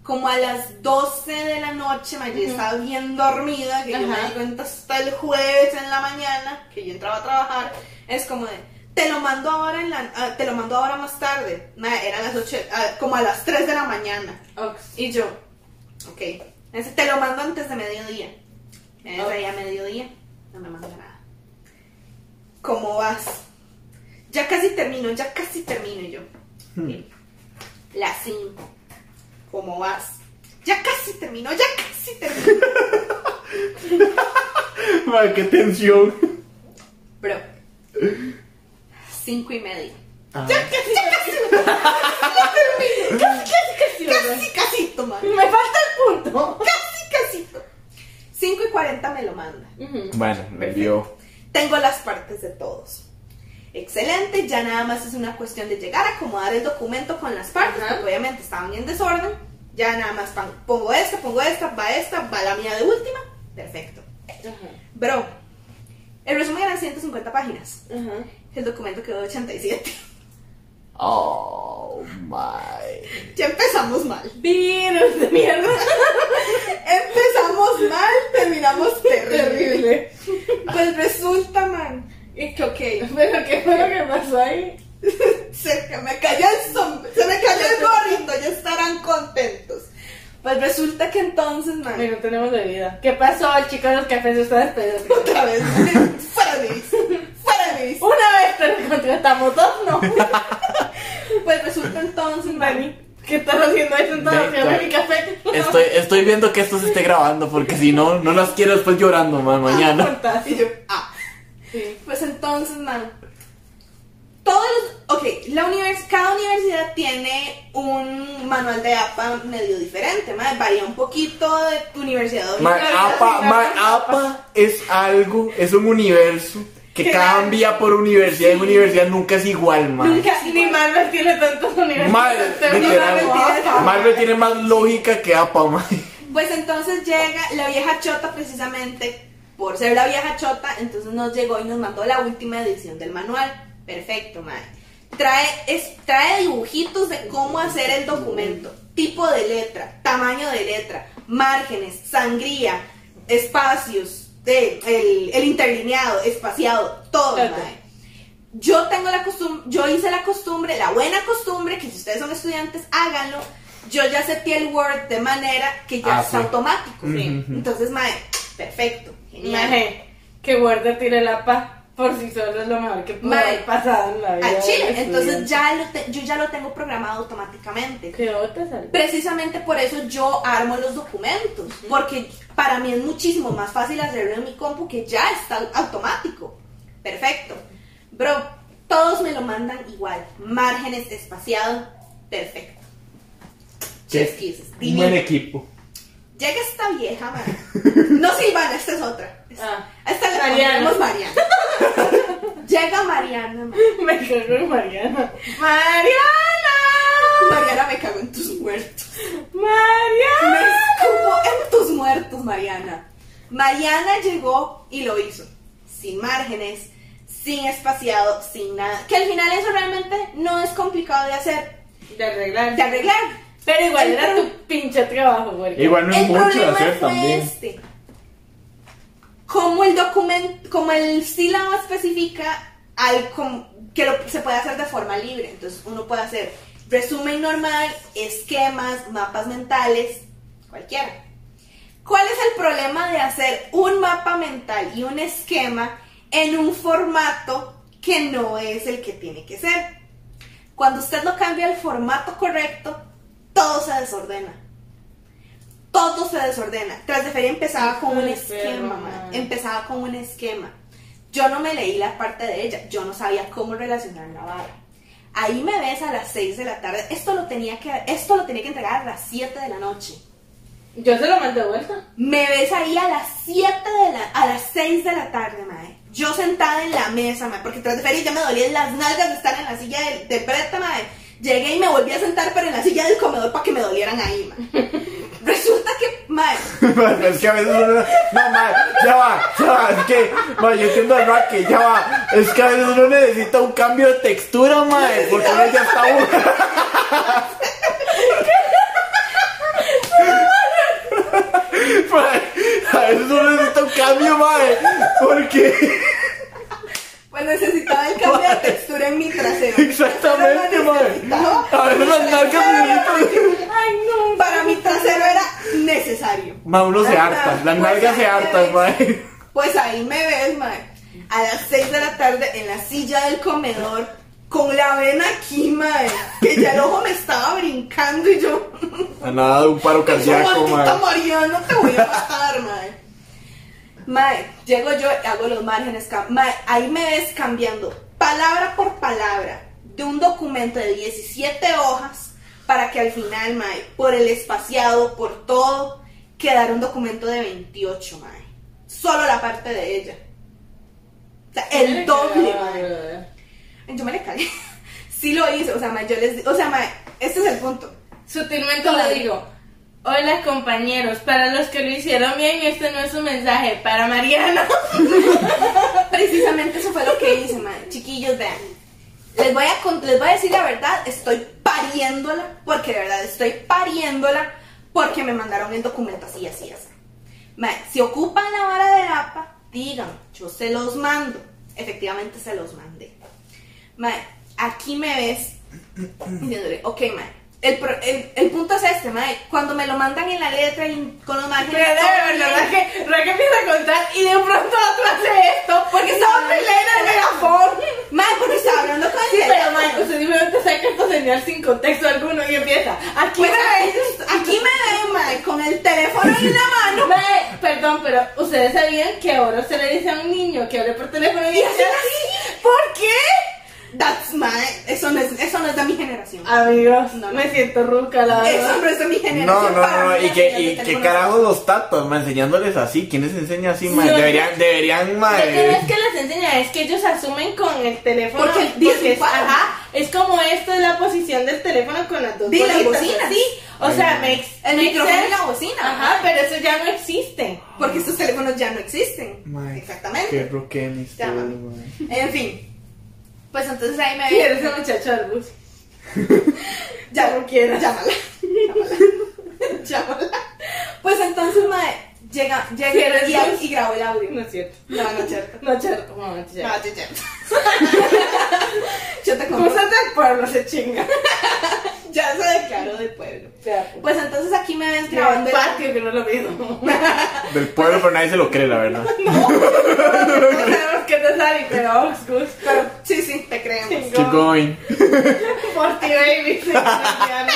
[SPEAKER 2] Como a las 12 de la noche, mae, yo
[SPEAKER 1] Ujú.
[SPEAKER 2] estaba bien dormida, que yo me
[SPEAKER 1] Ajá.
[SPEAKER 2] di cuenta hasta el jueves en la mañana, que yo entraba a trabajar, es como de, te lo mando ahora, en la- ah, te lo mando ahora más tarde. Mae, eran las 8, ah, como a las 3 de la mañana.
[SPEAKER 1] Ox.
[SPEAKER 2] Y yo, ok, ese te lo mando antes de mediodía. Me
[SPEAKER 1] Ok.
[SPEAKER 2] traía a mediodía, no me manda nada. ¿Cómo vas? Ya casi termino, ya casi termino Y yo. Las 5. ¿Cómo vas? Ya casi termino, ya casi termino.
[SPEAKER 3] Mae, qué tensión.
[SPEAKER 2] Bro. Cinco y media.
[SPEAKER 3] Ah.
[SPEAKER 2] Ya casi, ya casi. Ya termino. Casi, casi,
[SPEAKER 1] ¿verdad?
[SPEAKER 2] casi, casi, toma.
[SPEAKER 1] Me falta el punto.
[SPEAKER 2] Casi, casi. 5 y 40 me lo manda.
[SPEAKER 1] Ujú.
[SPEAKER 3] Bueno, me dio.
[SPEAKER 2] Tengo las partes de todos. Excelente, ya nada más es una cuestión de llegar a acomodar el documento con las partes,
[SPEAKER 1] Ajá.
[SPEAKER 2] porque obviamente estaban en desorden. Ya nada más pan- pongo esta, pongo esta, va esta, va la mía de última. Perfecto.
[SPEAKER 1] Ajá.
[SPEAKER 2] Bro, el resumen eran 150 páginas.
[SPEAKER 1] Ajá.
[SPEAKER 2] El documento quedó de 87.
[SPEAKER 3] Oh, my.
[SPEAKER 2] ya empezamos mal.
[SPEAKER 1] Virus de mierda.
[SPEAKER 2] Empezamos mal, terminamos terrible.
[SPEAKER 1] Terrible.
[SPEAKER 2] Pues resulta, man, que ok,
[SPEAKER 1] Pero qué fue lo que pasó ahí.
[SPEAKER 2] Se que me cayó el som- se me cayó el gorrito, ya estarán contentos. Pues resulta que entonces, man,
[SPEAKER 1] Ay, no tenemos bebida. ¿Qué pasó, chicos? Los cafés están despedidos.
[SPEAKER 2] otra vez, fuera de mis, fuera de mis.
[SPEAKER 1] Una vez te lo contratamos, dos no.
[SPEAKER 2] Pues resulta entonces, man,
[SPEAKER 1] Dani, ¿qué estás haciendo ahí sentado
[SPEAKER 3] Neta.
[SPEAKER 1] haciendo mi café?
[SPEAKER 3] Estoy, estoy viendo que esto se esté grabando porque si no, no las quiero después llorando, mae, mañana.
[SPEAKER 1] Fantástico.
[SPEAKER 2] y yo, ah,
[SPEAKER 1] Sí.
[SPEAKER 2] pues entonces, man, todos los, ok, la univers, cada universidad tiene un manual de APA medio diferente, man, varía un poquito de tu universidad. a
[SPEAKER 3] Mae,
[SPEAKER 2] universidad.
[SPEAKER 3] APA, mae, APA es algo, es un universo que cambia por universidad en universidad, nunca es igual, mae.
[SPEAKER 1] Nunca, ni Marvel tiene tantos universos.
[SPEAKER 3] Mal,
[SPEAKER 1] Pero
[SPEAKER 3] literal.
[SPEAKER 1] Marvel tiene-
[SPEAKER 3] Marvel tiene más lógica que APA, mae.
[SPEAKER 2] Pues entonces llega la vieja chota precisamente, por ser la vieja chota, entonces nos llegó y nos mandó la última edición del manual. Perfecto, madre. Trae, es- trae dibujitos de cómo hacer el documento, tipo de letra, tamaño de letra, márgenes, sangría, espacios, de- el, el interlineado, espaciado,
[SPEAKER 1] Todo.
[SPEAKER 2] todo, mae. Yo tengo la costumbre, yo hice la costumbre, la buena costumbre, que si ustedes son estudiantes, háganlo. Yo ya seté el Word de manera que ya
[SPEAKER 3] Ah,
[SPEAKER 2] es
[SPEAKER 3] sí.
[SPEAKER 2] automático.
[SPEAKER 3] Ujú.
[SPEAKER 2] Entonces, mae, perfecto, genial.
[SPEAKER 1] Maje, que guarda tire la pa. por sí solo es lo mejor que puede
[SPEAKER 2] Mae,
[SPEAKER 1] haber pasado en la vida.
[SPEAKER 2] a
[SPEAKER 1] del
[SPEAKER 2] Chile. Entonces
[SPEAKER 1] estudiante.
[SPEAKER 2] ya lo te- yo ya lo tengo programado automáticamente.
[SPEAKER 1] ¿Qué otra salió?
[SPEAKER 2] Precisamente por eso yo armo los documentos, porque para mí es muchísimo más fácil hacerlo en mi compu que ya está automático. Perfecto. Bro, todos me lo mandan igual. Márgenes espaciados, perfecto. Chef's kisses,
[SPEAKER 3] Un
[SPEAKER 2] divino.
[SPEAKER 3] buen equipo.
[SPEAKER 2] Llega esta vieja, madre. No, Silvana, esta es otra.
[SPEAKER 1] Ah.
[SPEAKER 2] A Esta le
[SPEAKER 1] Mariana.
[SPEAKER 2] ponemos Mariana. Llega Mariana, madre.
[SPEAKER 1] Me cago en Mariana.
[SPEAKER 2] ¡Mariana! Mariana, me cago en tus muertos. Me
[SPEAKER 1] ¡Mariana!
[SPEAKER 2] escupo en tus muertos, Mariana. Mariana llegó y lo hizo. Sin márgenes, sin espaciado, sin nada. Que al final eso realmente no es complicado de hacer,
[SPEAKER 1] De arreglar.
[SPEAKER 2] de arreglar.
[SPEAKER 1] Pero igual era tu pinche trabajo, porque.
[SPEAKER 3] Igual no es
[SPEAKER 2] el
[SPEAKER 3] mucho de
[SPEAKER 2] problema
[SPEAKER 3] hacer
[SPEAKER 2] fue
[SPEAKER 3] también.
[SPEAKER 2] este. Como el documento, como el sílabo especifica al com- que lo- se puede hacer de forma libre. Entonces uno puede hacer resumen normal, esquemas, mapas mentales, cualquiera. ¿Cuál es el problema de hacer un mapa mental y un esquema en un formato que no es el que tiene que ser? Cuando usted lo cambia al formato correcto, todo se desordena todo se desordena. Tras de feria empezaba con un
[SPEAKER 1] Ay,
[SPEAKER 2] esquema,
[SPEAKER 1] perro,
[SPEAKER 2] ma.
[SPEAKER 1] man.
[SPEAKER 2] empezaba con un esquema. Yo no me leí la parte de ella, yo no sabía cómo relacionar la barra. Ahí me ves a las 6 de la tarde. Esto lo tenía que esto lo tenía que entregar a las 7 de la noche.
[SPEAKER 1] Yo se lo mandé de vuelta.
[SPEAKER 2] Me ves ahí a las 7 de la a las 6 de la tarde, mae. Yo sentada en la mesa, mae, porque tras de feria ya me dolían las nalgas de estar en la silla del- de, preta, mae. Llegué y me volví a sentar pero en la silla del comedor para que me dolieran ahí, mae. Resulta que, mae,
[SPEAKER 3] es que a veces uno. No, ma, ya va, ya va. Es que, ma, yo entiendo a Raque, ya va. Es que a veces uno necesita un cambio de textura, ma, porque uno ya está aburrido. Ma, A veces uno necesita un cambio, ma, porque.
[SPEAKER 2] Pues necesitaba el cambio de textura en mi trasero.
[SPEAKER 3] Exactamente,
[SPEAKER 2] Eso no
[SPEAKER 3] ma.
[SPEAKER 2] lo necesitaba.
[SPEAKER 3] A veces las nalgas necesitan.
[SPEAKER 1] Ay, no.
[SPEAKER 2] Para mi trasero era necesario.
[SPEAKER 3] Ma, uno se harta, las nalgas se hartan, ma.
[SPEAKER 2] Pues ahí me ves, mae. A las 6 de la tarde en la silla del comedor, con la vena aquí, mae. Que ya el ojo me estaba brincando y yo.
[SPEAKER 3] A nada de un paro
[SPEAKER 2] Pues,
[SPEAKER 3] cardíaco, ma.
[SPEAKER 2] Maldita Mariana, te voy a matar, mae. Mae, llego yo y hago los márgenes. cam- Mae, ahí me ves cambiando palabra por palabra de un documento de 17 hojas para que al final, mae, por el espaciado, por todo, quedara un documento de 28, mae. Solo la parte de ella. O sea, el doble, mae. Yo me le cagué. Sí lo hice, o sea, mae, yo les... di- O sea, mae, este es el punto.
[SPEAKER 1] Sutilmente lo digo. Hola compañeros, para los que lo hicieron bien, este no es un mensaje para Mariana.
[SPEAKER 2] Precisamente eso fue lo que hice, madre. Chiquillos, vean. Les voy, a, cont- les voy a decir la verdad, estoy pariéndola, porque de verdad estoy pariéndola, porque me mandaron el documento así, así, así. Mae, si ocupan la vara de APA, digan, yo se los mando. Efectivamente se los mandé. Mae, aquí me ves diciéndole, ok, mae, el, pro- el, el punto es este, mae, cuando me lo mandan en la letra y con los márgenes...
[SPEAKER 1] Pero de verdad que Raquel empieza a contar y de pronto otra hace esto porque estaba peleando en el megafón.
[SPEAKER 2] Mae, porque estaba hablando con
[SPEAKER 1] Sí,
[SPEAKER 2] el
[SPEAKER 1] pero
[SPEAKER 2] teléfono.
[SPEAKER 1] man, pues, usted simplemente saca esta señal sin contexto alguno y empieza. Aquí
[SPEAKER 2] Pues
[SPEAKER 1] me ves.
[SPEAKER 2] aquí me ven, mae, con el teléfono en la mano.
[SPEAKER 1] Mae, perdón, pero ustedes sabían que ahora se le dice a un niño que hable por teléfono y
[SPEAKER 2] Y
[SPEAKER 1] dice
[SPEAKER 2] hacen
[SPEAKER 1] así. ¿Por qué?
[SPEAKER 2] That's my. Eso no es, eso no es de mi generación.
[SPEAKER 1] Ah. Amigos,
[SPEAKER 2] No, no.
[SPEAKER 1] me siento ruca, la
[SPEAKER 2] Eso
[SPEAKER 1] verdad.
[SPEAKER 2] no es de mi generación.
[SPEAKER 3] No, no,
[SPEAKER 2] Para mí
[SPEAKER 3] no, no. y
[SPEAKER 2] la
[SPEAKER 3] que,
[SPEAKER 2] señal de
[SPEAKER 3] y que
[SPEAKER 2] teléfono-
[SPEAKER 3] carajo los tatas, ma, enseñándoles así, ¿quién les enseña así, ma?
[SPEAKER 1] Sí, oye.
[SPEAKER 3] Deberían, deberían, ma,
[SPEAKER 1] Lo que
[SPEAKER 3] eh,
[SPEAKER 1] es que les enseña es que ellos asumen con el teléfono
[SPEAKER 2] Porque el
[SPEAKER 1] porque es,
[SPEAKER 2] 14,
[SPEAKER 1] ajá, es como esta es la posición del teléfono con las dos
[SPEAKER 2] Di, las
[SPEAKER 1] bolitas,
[SPEAKER 2] bocinas.
[SPEAKER 1] así. o sea, me ex-
[SPEAKER 2] El
[SPEAKER 1] me
[SPEAKER 2] micrófono
[SPEAKER 1] excel-
[SPEAKER 2] y la bocina.
[SPEAKER 1] ajá, pero eso ya no existe.
[SPEAKER 2] Porque estos teléfonos ya no existen.
[SPEAKER 3] Mae, Qué
[SPEAKER 2] Exactamente.
[SPEAKER 3] roquenis,
[SPEAKER 2] Ya,
[SPEAKER 3] todo,
[SPEAKER 2] mami.
[SPEAKER 3] ma.
[SPEAKER 2] En fin. Pues entonces ahí me
[SPEAKER 1] Sí,
[SPEAKER 2] ven.
[SPEAKER 1] eres el muchacho del bus.
[SPEAKER 2] Ya
[SPEAKER 1] Como quieras.
[SPEAKER 2] Llámala. Llámala. Llámala. Pues entonces, mae, llega,
[SPEAKER 1] Sí,
[SPEAKER 2] llega
[SPEAKER 1] eres
[SPEAKER 2] y,
[SPEAKER 1] vos.
[SPEAKER 2] y grabó el audio.
[SPEAKER 1] No es cierto.
[SPEAKER 2] No, no es cierto.
[SPEAKER 1] No es cierto. No, no es
[SPEAKER 2] No,
[SPEAKER 1] cierto.
[SPEAKER 2] yo te- Yo te compro.
[SPEAKER 1] Cosas del pueblo se chinga.
[SPEAKER 2] Ya se declaró de pueblo. Pues entonces aquí me ves
[SPEAKER 1] Grabando
[SPEAKER 2] grabando el
[SPEAKER 1] patio que no lo mismo.
[SPEAKER 3] Del pueblo, pero nadie se lo cree, la verdad.
[SPEAKER 1] No sabemos qué te sale baby, pero old school.
[SPEAKER 2] Pero sí, sí, te creemos.
[SPEAKER 3] Keep going.
[SPEAKER 1] Forty baby. se llama.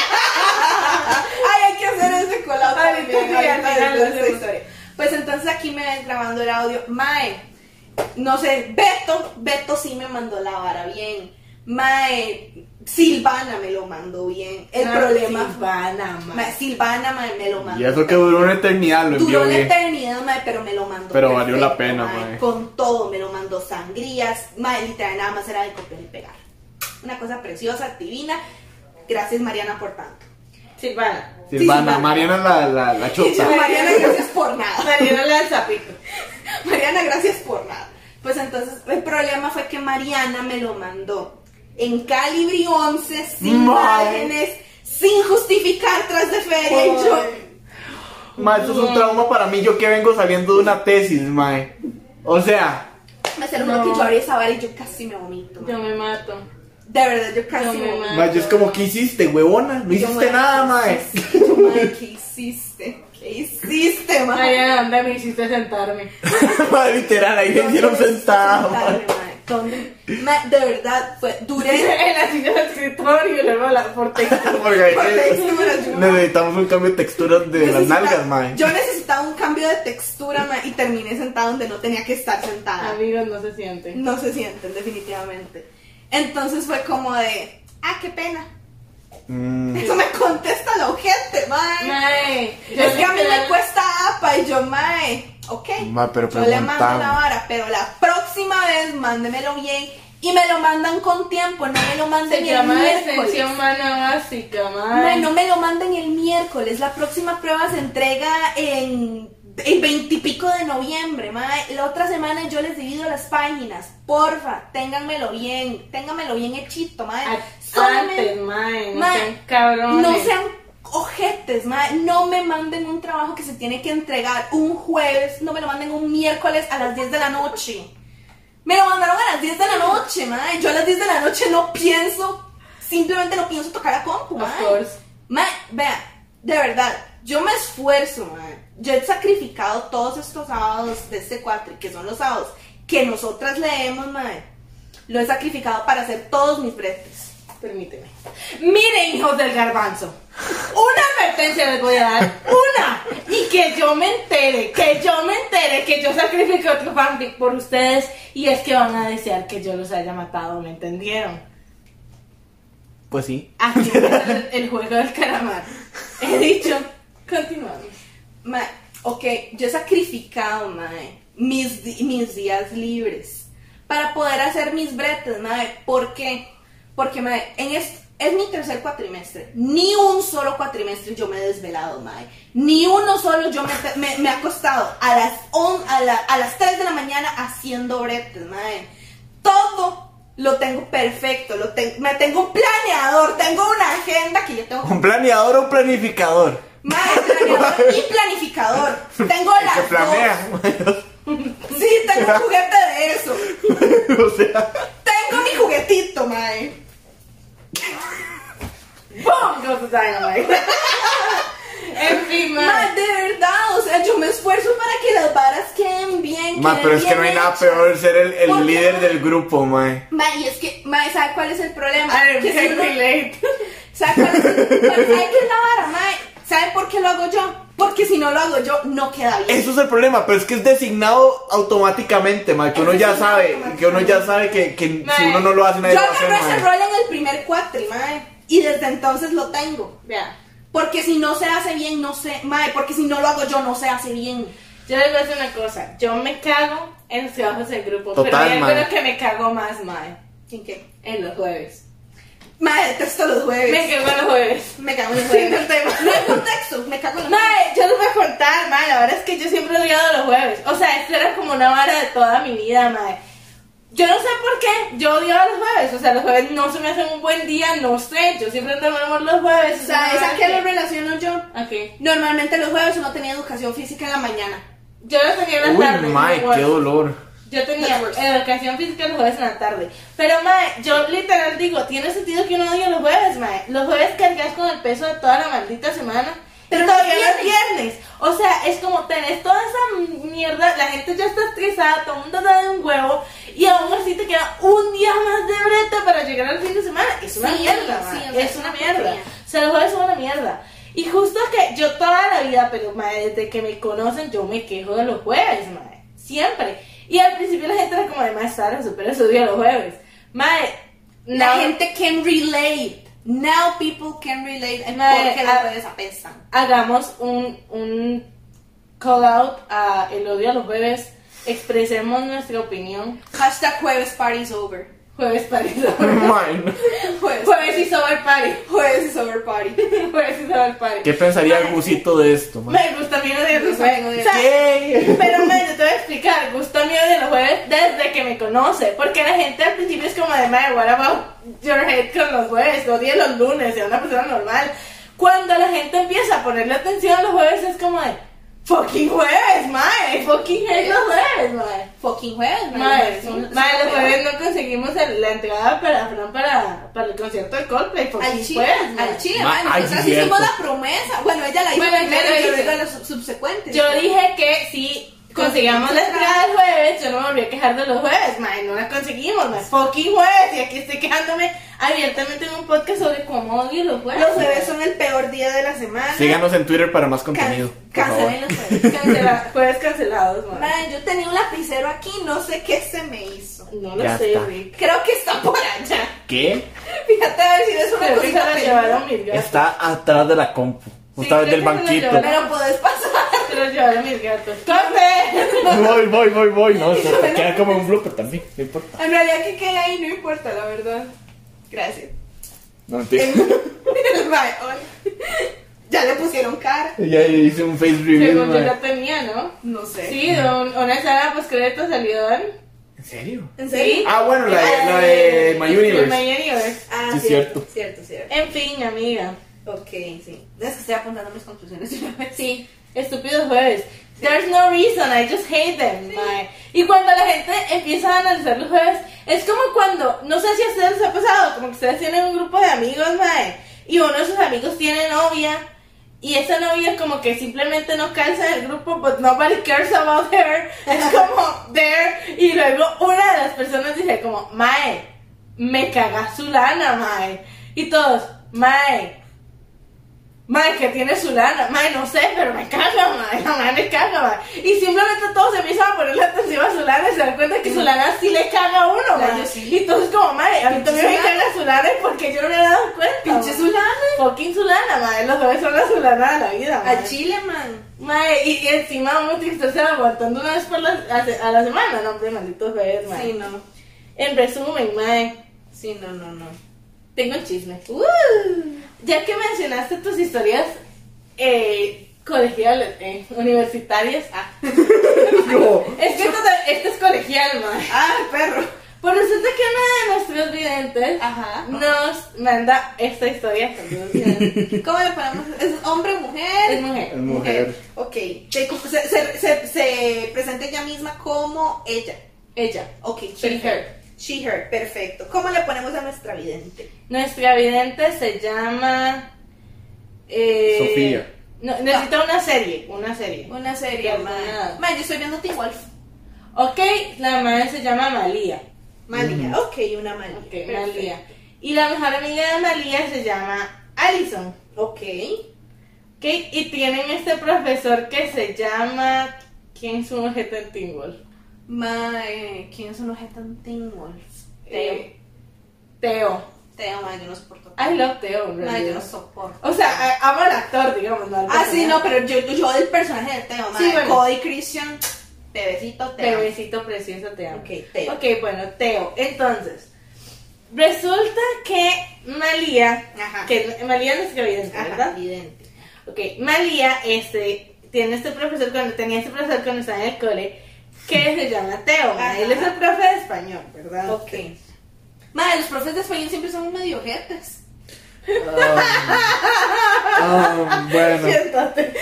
[SPEAKER 2] Ay, hay que hacer ese colado
[SPEAKER 1] Ay,
[SPEAKER 2] también,
[SPEAKER 1] sí,
[SPEAKER 2] ahorita
[SPEAKER 1] al final
[SPEAKER 2] después
[SPEAKER 1] lo
[SPEAKER 2] de esta
[SPEAKER 1] hacemos.
[SPEAKER 2] historia. Pues entonces aquí me ven grabando el audio. Mae, no sé, Beto, Beto sí me mandó la vara bien. Mae, Silvana me lo mandó bien. El
[SPEAKER 1] Ah,
[SPEAKER 2] problema fue-
[SPEAKER 1] Silvana, ma.
[SPEAKER 2] Mae, Silvana mae, me lo mandó.
[SPEAKER 3] Y eso que duró una eternidad lo envió
[SPEAKER 2] Duró la
[SPEAKER 3] bien.
[SPEAKER 2] eternidad, mae, pero me lo mandó.
[SPEAKER 3] Pero valió la pena, mae.
[SPEAKER 2] Con todo, me lo mandó sangrías, mae, literal, nada más era de copiar y pegar. Una cosa preciosa, divina. Gracias, Mariana, por tanto.
[SPEAKER 1] Silvana.
[SPEAKER 3] Silvana,
[SPEAKER 2] Silvana.
[SPEAKER 3] Mariana la, la, la chota.
[SPEAKER 1] Sí,
[SPEAKER 2] Mariana, gracias por nada.
[SPEAKER 1] Mariana la del sapito.
[SPEAKER 2] Mariana, gracias por nada. Pues entonces, el problema fue que Mariana me lo mandó en Calibri 11, sin
[SPEAKER 3] Mae.
[SPEAKER 2] márgenes, sin justificar tras de feria. Y yo,
[SPEAKER 3] Ma, esto es un trauma para mí, yo que vengo saliendo de una tesis, mae. O sea,
[SPEAKER 2] me cerró
[SPEAKER 1] No.
[SPEAKER 2] que yo abrí esa vara y yo casi me vomito.
[SPEAKER 1] Yo
[SPEAKER 2] mae.
[SPEAKER 1] me mato.
[SPEAKER 2] De verdad, yo casi
[SPEAKER 1] No,
[SPEAKER 2] me
[SPEAKER 1] mi
[SPEAKER 2] vomito.
[SPEAKER 3] ma, yo es como, ¿qué hiciste, huevona? No
[SPEAKER 2] Yo,
[SPEAKER 3] hiciste
[SPEAKER 2] mae,
[SPEAKER 3] nada, mae.
[SPEAKER 2] sí, sí, yo, mae, ¿Qué hiciste? ¿Qué hiciste, mae?
[SPEAKER 1] Mariana, ¿dónde me hiciste sentarme?
[SPEAKER 3] Ma, literal, ahí me hicieron
[SPEAKER 2] ¿Dónde me
[SPEAKER 3] sentada,
[SPEAKER 2] sentarme,
[SPEAKER 3] mae.
[SPEAKER 2] mae? ¿Dónde? Mae, de verdad, fue, duré
[SPEAKER 1] En la silla del escritorio, luego la por texto.
[SPEAKER 3] Porque ahí
[SPEAKER 2] por texturas, yo, mae.
[SPEAKER 3] necesitamos un cambio de texturas de las
[SPEAKER 2] Necesita-
[SPEAKER 3] nalgas, mae.
[SPEAKER 2] Yo necesitaba un cambio de textura, mae, y terminé sentada donde no tenía que estar sentada.
[SPEAKER 1] Amigos, no se sienten.
[SPEAKER 2] No se sienten, definitivamente. Entonces fue como de, ah, qué pena.
[SPEAKER 3] Mm.
[SPEAKER 2] Eso me contesta la gente, mae.
[SPEAKER 1] Mae, yo
[SPEAKER 2] Es que a mí me
[SPEAKER 1] literal-
[SPEAKER 2] cuesta APA y yo, mae, ok.
[SPEAKER 3] Mae, pero
[SPEAKER 2] yo le mando
[SPEAKER 3] preguntame.
[SPEAKER 2] la vara, pero la próxima vez mándemelo bien y me lo mandan con tiempo, no me lo manden
[SPEAKER 1] Se
[SPEAKER 2] el
[SPEAKER 1] llama
[SPEAKER 2] miércoles.
[SPEAKER 1] extensión humana básica, mae.
[SPEAKER 2] Mae, no me lo manden el miércoles. La próxima prueba se entrega en el veintipico de noviembre, mae. La otra semana yo les divido las páginas. Porfa, ténganmelo bien. Ténganmelo bien hechito, mae.
[SPEAKER 1] Antes,
[SPEAKER 2] Solamente-
[SPEAKER 1] mae. No
[SPEAKER 2] Mae,
[SPEAKER 1] sean cabrones.
[SPEAKER 2] No sean ojetes, mae. No me manden un trabajo que se tiene que entregar un jueves. No me lo manden un miércoles a las 10 de la noche. Me lo mandaron a las 10 de la noche, mae. Yo a las 10 de la noche no pienso. Simplemente no pienso tocar la compu,
[SPEAKER 1] Of
[SPEAKER 2] mae.
[SPEAKER 1] course.
[SPEAKER 2] Ma, vea, de verdad, yo me esfuerzo, ma. Yo he sacrificado todos estos sábados de este cuatri, que son los sábados que nosotras leemos, ma. Lo he sacrificado para hacer todos mis bretes.
[SPEAKER 1] Permíteme. Miren, hijos del garbanzo. Una advertencia les voy a dar. Una. Y que yo me entere, que yo me entere, que yo sacrifique otro fanfic por ustedes. Y es que van a desear que yo los haya matado, ¿me entendieron?
[SPEAKER 3] Pues sí.
[SPEAKER 1] Así es el, el juego del calamar. He dicho, continuamos.
[SPEAKER 2] Ma, ok, yo he sacrificado, ma, mis, di- mis días libres para poder hacer mis bretes, ma. ¿Por qué? Porque, ma, en es, es mi tercer cuatrimestre. Ni un solo cuatrimestre yo me he desvelado, ma. Ni uno solo yo me, te- me, me he acostado a las, on- a, la- a las 3 de la mañana haciendo bretes, ma. Todo lo tengo perfecto, lo ten- me tengo un planeador, tengo una agenda que yo tengo que
[SPEAKER 3] ¿Un planeador o un planificador?
[SPEAKER 2] Mae, planeador y planificador. Tengo
[SPEAKER 3] El que
[SPEAKER 2] las
[SPEAKER 3] planea.
[SPEAKER 2] dos. Sí, tengo un juguete de eso.
[SPEAKER 3] o sea,
[SPEAKER 2] Tengo mi juguetito, mae.
[SPEAKER 1] Bongos Dynamite. en fin, mae.
[SPEAKER 2] Mae, de verdad, o sea, yo me esfuerzo para que las varas queden bien.
[SPEAKER 3] ma,
[SPEAKER 2] queden
[SPEAKER 3] pero es que
[SPEAKER 2] bien
[SPEAKER 3] no hay nada
[SPEAKER 2] hechas.
[SPEAKER 3] peor ser el, el
[SPEAKER 2] ¿Por qué,
[SPEAKER 3] líder
[SPEAKER 2] mae?
[SPEAKER 3] del grupo, mae.
[SPEAKER 2] Mae, y es que, mae, ¿sabe cuál es el problema?
[SPEAKER 1] A ver,
[SPEAKER 2] que si
[SPEAKER 1] can
[SPEAKER 2] uno-
[SPEAKER 1] relate.
[SPEAKER 2] ¿Sabe cuál es el problema? ¿Sabe qué es la vara, mae? ¿Sabe por qué lo hago yo? Porque si no lo hago yo, no queda bien.
[SPEAKER 3] Eso es el problema, pero es que es designado automáticamente, mae. Que uno
[SPEAKER 2] Es
[SPEAKER 3] ya
[SPEAKER 2] designado
[SPEAKER 3] sabe, que uno ya sabe que, que si
[SPEAKER 1] Mae,
[SPEAKER 3] uno no lo hace, nadie
[SPEAKER 2] yo
[SPEAKER 3] lo va a hacer,
[SPEAKER 2] agarré ese
[SPEAKER 3] mae.
[SPEAKER 2] rol en el primer cuatri, mae. Y desde entonces lo tengo.
[SPEAKER 1] Vea.
[SPEAKER 2] Porque si no se hace bien, no sé, mae, porque si no lo hago yo, no se hace bien.
[SPEAKER 1] Yo les voy a decir una cosa, yo me cago en los bajos del grupo,
[SPEAKER 3] Total,
[SPEAKER 1] pero
[SPEAKER 3] mae.
[SPEAKER 1] hay algo que me cago más, mae,
[SPEAKER 2] ¿En qué?
[SPEAKER 1] en los jueves.
[SPEAKER 2] Mae, detesto los jueves.
[SPEAKER 1] Me cago en los jueves.
[SPEAKER 2] Me cago en los jueves. No hay contexto, me cago en los jueves.
[SPEAKER 1] Mae, yo les voy a contar, mae, la verdad es que yo siempre he odiado los jueves. O sea, esto era como una vara de toda mi vida, mae. Yo no sé por qué, yo odiaba los jueves, o sea, los jueves no se me hacen un buen día, no sé, yo siempre ando en amor los jueves.
[SPEAKER 2] O sea, es a qué lo
[SPEAKER 1] que...
[SPEAKER 2] relaciono yo.
[SPEAKER 1] Ok.
[SPEAKER 2] Normalmente los jueves uno tenía educación física en la mañana.
[SPEAKER 1] Yo los tenía en la tarde.
[SPEAKER 3] Uy, mae,
[SPEAKER 1] no work.
[SPEAKER 3] qué dolor.
[SPEAKER 1] Yo tenía
[SPEAKER 2] That's worse.
[SPEAKER 1] educación física los jueves en la tarde. Pero, mae, yo literal digo, tiene sentido que uno odie los jueves, mae. Los jueves cargas con el peso de toda la maldita semana. Pero
[SPEAKER 2] Pero no
[SPEAKER 1] todavía los
[SPEAKER 2] viernes.
[SPEAKER 1] viernes. O sea, es como tenés toda esa mierda. La gente ya está estresada, todo el mundo da de un huevo. Y aún entregar el fin de semana. Es una
[SPEAKER 2] Sí,
[SPEAKER 1] mierda,
[SPEAKER 2] sí,
[SPEAKER 1] ma,
[SPEAKER 2] o sea,
[SPEAKER 1] es
[SPEAKER 2] es
[SPEAKER 1] una
[SPEAKER 2] una
[SPEAKER 1] mierda.
[SPEAKER 2] porquería.
[SPEAKER 1] O sea, los jueves son una mierda. Y justo que yo toda la vida, pero ma, desde que me conocen, yo me quejo de los jueves, ma, siempre. Y al principio la gente era como, además, Sara, supera su día los jueves. Madre,
[SPEAKER 2] La gente can relate. Now people can relate.
[SPEAKER 1] Mae,
[SPEAKER 2] porque
[SPEAKER 1] ah,
[SPEAKER 2] las redes apestan.
[SPEAKER 1] hagamos un, un call out a el odio a los jueves, expresemos nuestra opinión.
[SPEAKER 2] Hashtag jueves party's over.
[SPEAKER 1] Jueves party sober.
[SPEAKER 4] Man,
[SPEAKER 2] Jueves,
[SPEAKER 1] Jueves y sober party.
[SPEAKER 2] jueves is over party.
[SPEAKER 1] Jueves y sober party.
[SPEAKER 4] ¿Qué pensaría Gusito de esto, man?
[SPEAKER 1] Me gusta mi odio los jueves. O sea,
[SPEAKER 4] ¿Qué?
[SPEAKER 1] pero me te voy a explicar, gusta mi odio los jueves desde que me conoce. Porque la gente al principio es como de madre, what about your head con los jueves, odia los lunes, es una persona normal. Cuando la gente empieza a ponerle atención a los jueves es como de fucking jueves, mae, fucking hate los jueves, mae.
[SPEAKER 2] Fucking jueves,
[SPEAKER 1] Madre,
[SPEAKER 2] son- son
[SPEAKER 1] madre, los
[SPEAKER 2] peor.
[SPEAKER 1] jueves no conseguimos el- la entrada para Fran para, para el concierto de Coldplay. Porque
[SPEAKER 2] Al chile,
[SPEAKER 1] jueves, madre.
[SPEAKER 2] al chile, pues,
[SPEAKER 4] Ma-
[SPEAKER 2] madre.
[SPEAKER 4] ay,
[SPEAKER 2] Nosotras
[SPEAKER 4] cierto.
[SPEAKER 2] hicimos la promesa. Bueno, ella la hizo
[SPEAKER 1] Bueno,
[SPEAKER 2] primero
[SPEAKER 1] yo la
[SPEAKER 2] y yo
[SPEAKER 1] hice.
[SPEAKER 2] digo la sub- subsecuente.
[SPEAKER 1] Yo dije que si conseguíamos la entrada el jueves, yo no me volví a quejar de los jueves, madre, no la conseguimos, madre, fucking jueves, y aquí estoy quejándome abiertamente en un podcast sobre cómo odio los jueves.
[SPEAKER 2] Los jueves son el peor día de la semana.
[SPEAKER 4] Síganos en Twitter para más contenido.
[SPEAKER 2] Can-
[SPEAKER 4] por favor.
[SPEAKER 2] Cancelen los jueves.
[SPEAKER 1] Cancela- jueves cancelados, madre.
[SPEAKER 2] Madre, yo tenía un lapicero aquí, no sé qué se me hizo.
[SPEAKER 1] No lo
[SPEAKER 4] Ya
[SPEAKER 1] sé,
[SPEAKER 4] está.
[SPEAKER 1] Rick.
[SPEAKER 2] Creo que está por allá.
[SPEAKER 4] ¿Qué?
[SPEAKER 2] Fíjate a ver si es una
[SPEAKER 1] Creo que se
[SPEAKER 2] cosita
[SPEAKER 1] la llevaron
[SPEAKER 2] peluda.
[SPEAKER 1] mis gatos.
[SPEAKER 4] Está atrás de la compu.
[SPEAKER 1] Sí,
[SPEAKER 4] Otra vez
[SPEAKER 1] creo
[SPEAKER 4] del
[SPEAKER 1] que se lo
[SPEAKER 4] banquito.
[SPEAKER 1] llevaron.
[SPEAKER 2] Pero podés pasar.
[SPEAKER 1] Se los llevaron mis gatos. ¡Corte!
[SPEAKER 4] Voy, voy, voy, voy. No, se te queda como un blooper también. No importa.
[SPEAKER 2] En realidad que quede ahí no importa, la verdad. Gracias.
[SPEAKER 4] No, mentira.
[SPEAKER 2] Mae, hoy. Ya le pusieron cara.
[SPEAKER 4] Ya hice un face review.
[SPEAKER 1] Según yo la tenía, ¿no?
[SPEAKER 2] No sé.
[SPEAKER 1] Sí, don, una escena post crédito salió en
[SPEAKER 4] ¿En serio?
[SPEAKER 2] ¿En serio?
[SPEAKER 4] Ah, bueno, la de, la de My
[SPEAKER 1] en
[SPEAKER 4] Universe.
[SPEAKER 1] My Universe.
[SPEAKER 2] Ah,
[SPEAKER 4] Sí,
[SPEAKER 2] Cierto, cierto.
[SPEAKER 1] En fin, amiga.
[SPEAKER 2] Ok, sí. Es que estoy apuntando mis conclusiones de una vez.
[SPEAKER 1] Sí, estúpidos jueves. There's no reason, I just hate them. mae. Y cuando la gente empieza a analizar los jueves, es como cuando, no sé si a ustedes les ha pasado, como que ustedes tienen un grupo de amigos, mae, y uno de sus amigos tiene novia, y esa novia como que simplemente no calza en el grupo, but nobody cares about her. Es como there, y luego una de las personas dice como, mae, me caga su lana, mae. Y todos, mae, Mae, que tiene su lana. Mae, no sé, pero me caga, mae. La mae me caga, mae. Y simplemente todos empiezan a ponerle atención a su lana y se dan cuenta que su lana sí le caga a uno,
[SPEAKER 2] Claro,
[SPEAKER 1] mae.
[SPEAKER 2] sí.
[SPEAKER 1] Y todos como, mae, a mí también me
[SPEAKER 2] Zulana.
[SPEAKER 1] caga su lana porque yo no me he dado cuenta.
[SPEAKER 2] Pinche
[SPEAKER 1] mae.
[SPEAKER 2] Zulana.
[SPEAKER 1] Fucking su lana, mae. Los jueves son la su lana de la vida, mae.
[SPEAKER 2] A Chile, man.
[SPEAKER 1] Mae, y, y encima uno tiene que estarse aguantando una vez por la, a, se- a la semana. No, hombre, malditos jueves, mae.
[SPEAKER 2] Sí, no.
[SPEAKER 1] En resumen, mae.
[SPEAKER 2] Sí, no, no, no.
[SPEAKER 1] Tengo un chisme.
[SPEAKER 2] Uh,
[SPEAKER 1] Ya que mencionaste tus historias eh, colegiales, eh, universitarias, ah, es que esto, ta- esto es colegial, ma.
[SPEAKER 2] ah, perro.
[SPEAKER 1] Por resulta que una de nuestros videntes ah,
[SPEAKER 2] Ajá.
[SPEAKER 1] nos manda esta historia. saludos, vidente.
[SPEAKER 2] ¿Cómo le ponemos? ¿Es hombre o
[SPEAKER 1] es
[SPEAKER 2] mujer?
[SPEAKER 1] mujer.
[SPEAKER 3] Es mujer.
[SPEAKER 2] Ok. Se, se, se, se, se presenta ella misma como ella.
[SPEAKER 1] Ella.
[SPEAKER 2] Ok,
[SPEAKER 1] She,
[SPEAKER 2] perfecto.
[SPEAKER 1] her.
[SPEAKER 2] She, her. Perfecto. ¿Cómo le ponemos a nuestra vidente?
[SPEAKER 1] Nuestra vidente se llama. eh,
[SPEAKER 3] Sofía.
[SPEAKER 1] no, necesita una serie. Una serie.
[SPEAKER 2] Una serie,
[SPEAKER 1] Perdón.
[SPEAKER 2] man. Man, yo estoy viendo Teen Wolf.
[SPEAKER 1] Ok, la madre se llama Malia.
[SPEAKER 2] Malia. Ok, una Malia.
[SPEAKER 1] Ok,
[SPEAKER 2] Perfecto.
[SPEAKER 1] Malia. Y la mejor amiga de Malia se llama Allison.
[SPEAKER 2] Ok.
[SPEAKER 1] Ok, y tienen este profesor que se llama. ¿Quién es un objeto en Teen Wolf?
[SPEAKER 2] Mae, ¿quiénes son los tan Teen Wolf? Eh,
[SPEAKER 1] Teo. Teo.
[SPEAKER 2] Teo, mae, yo no soporto.
[SPEAKER 1] I love Teo, en
[SPEAKER 2] Mae, yo
[SPEAKER 1] realidad.
[SPEAKER 2] no soporto.
[SPEAKER 1] O sea, a- amo al actor, digamos. No al
[SPEAKER 2] Ah,
[SPEAKER 1] personaje.
[SPEAKER 2] sí, no, pero yo, yo, yo del personaje de Teo, mae.
[SPEAKER 1] Sí, bueno.
[SPEAKER 2] Cody Christian, bebecito Teo.
[SPEAKER 1] Bebecito precioso, te amo.
[SPEAKER 2] Ok, Teo.
[SPEAKER 1] Ok, bueno, Teo. Entonces, resulta que Malia,
[SPEAKER 2] Ajá.
[SPEAKER 1] que Malia no es evidente,
[SPEAKER 2] Ajá,
[SPEAKER 1] ¿verdad?
[SPEAKER 2] evidente.
[SPEAKER 1] Ok, Malia este, tiene este profesor, cuando tenía este profesor cuando estaba en el cole, que se llama Teo. ma,
[SPEAKER 2] Ajá.
[SPEAKER 1] Él es el profe de español, ¿verdad?
[SPEAKER 2] Ok. Mae, los profes de español siempre son medio ojetes.
[SPEAKER 5] Um,
[SPEAKER 3] Ah, bueno.
[SPEAKER 1] Siéntate.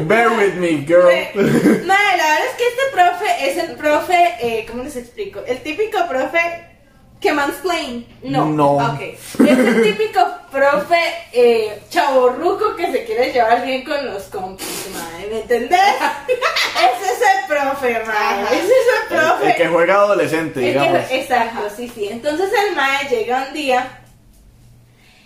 [SPEAKER 4] Bear with me, girl.
[SPEAKER 1] Madre, la verdad es que este profe es el profe, eh, ¿cómo les explico? El típico profe,
[SPEAKER 2] Que mansplain.
[SPEAKER 1] no.
[SPEAKER 4] No.
[SPEAKER 1] Ah, ok. Es el típico profe eh, chaborruco que se quiere llevar bien con los compas, madre. ¿Me entendés? Ese es el profe, mae.
[SPEAKER 2] Ajá.
[SPEAKER 1] Ese es el profe.
[SPEAKER 5] El que juega adolescente,
[SPEAKER 1] Es que-
[SPEAKER 5] digamos.
[SPEAKER 1] exacto, sí, sí. Entonces el mae llega un día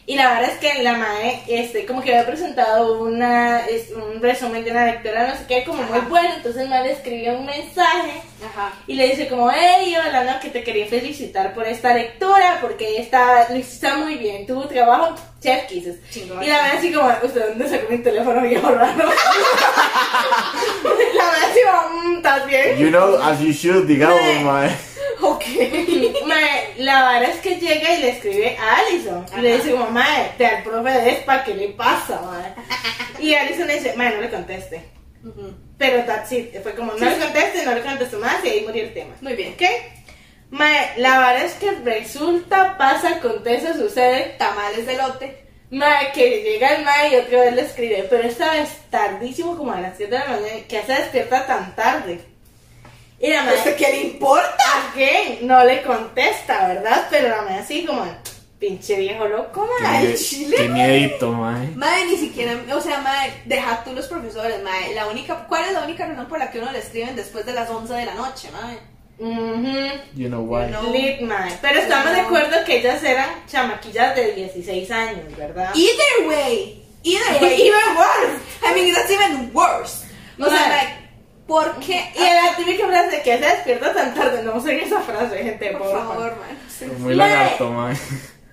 [SPEAKER 1] y la verdad es que la mae, este, como que había presentado una, es- un resumen de una lectura, no sé qué, como muy
[SPEAKER 2] Ajá.
[SPEAKER 1] bueno. Entonces el mae le escribió un mensaje
[SPEAKER 2] Ajá.
[SPEAKER 1] y le dice como, hey, hola, no, que te quería felicitar por esta lectura, porque está, lo hiciste muy bien, tu trabajo, chef, kisses.
[SPEAKER 2] Chingón.
[SPEAKER 1] Y la verdad así como, ¿usted dónde sacó mi teléfono viejo raro? la verdad así como, "Mm, ¿estás bien?
[SPEAKER 5] You know, as you should, digamos,
[SPEAKER 1] Sí.
[SPEAKER 5] mae.
[SPEAKER 2] Ok.
[SPEAKER 1] Mae, la vara es que llega y le escribe a Allison. Y le
[SPEAKER 2] Ajá.
[SPEAKER 1] dice, como, mae, te al profe de ESPA, ¿qué le pasa, mae? Y Allison le dice, mae, no le conteste.
[SPEAKER 2] Ujú.
[SPEAKER 1] Pero that's it. Fue como, no le conteste, no le conteste más, y ahí murió el tema.
[SPEAKER 2] Muy bien.
[SPEAKER 1] ¿Ok? Mae, la vara es que resulta, pasa, acontece, sucede.
[SPEAKER 2] Tamales de lote.
[SPEAKER 1] Mae, que llega el mae y otra vez le escribe. Pero esta vez tardísimo, como a las 7 de la mañana. ¿Qué hace despierta tan tarde? Y la mae-
[SPEAKER 2] ¿Este qué le importa?
[SPEAKER 1] Again, no le contesta, ¿verdad? Pero la madre así como, pinche viejo loco, madre.
[SPEAKER 2] Ay,
[SPEAKER 4] Qué-
[SPEAKER 2] chile,
[SPEAKER 4] Qué
[SPEAKER 2] mae.
[SPEAKER 4] miedito, mae.
[SPEAKER 2] Madre, ni siquiera, o sea, madre, deja tú los profesores, madre. La única, ¿cuál es la única razón por la que uno le escriben después de las 11 de la noche, madre?
[SPEAKER 1] Ujú.
[SPEAKER 4] You know why.
[SPEAKER 2] No.
[SPEAKER 1] Lit, madre. Pero estamos de acuerdo que ellas eran chamaquillas de 16 años, ¿verdad?
[SPEAKER 2] Either way, either way, even worse. I mean, that's even worse. O sea,
[SPEAKER 1] Mae.
[SPEAKER 2] madre, ¿por qué?
[SPEAKER 1] y era la típica frase de que se despierta tan tarde, no usen esa frase, gente,
[SPEAKER 2] por favor, madre. sí.
[SPEAKER 4] Muy
[SPEAKER 1] Mae.
[SPEAKER 4] lagarto, mae.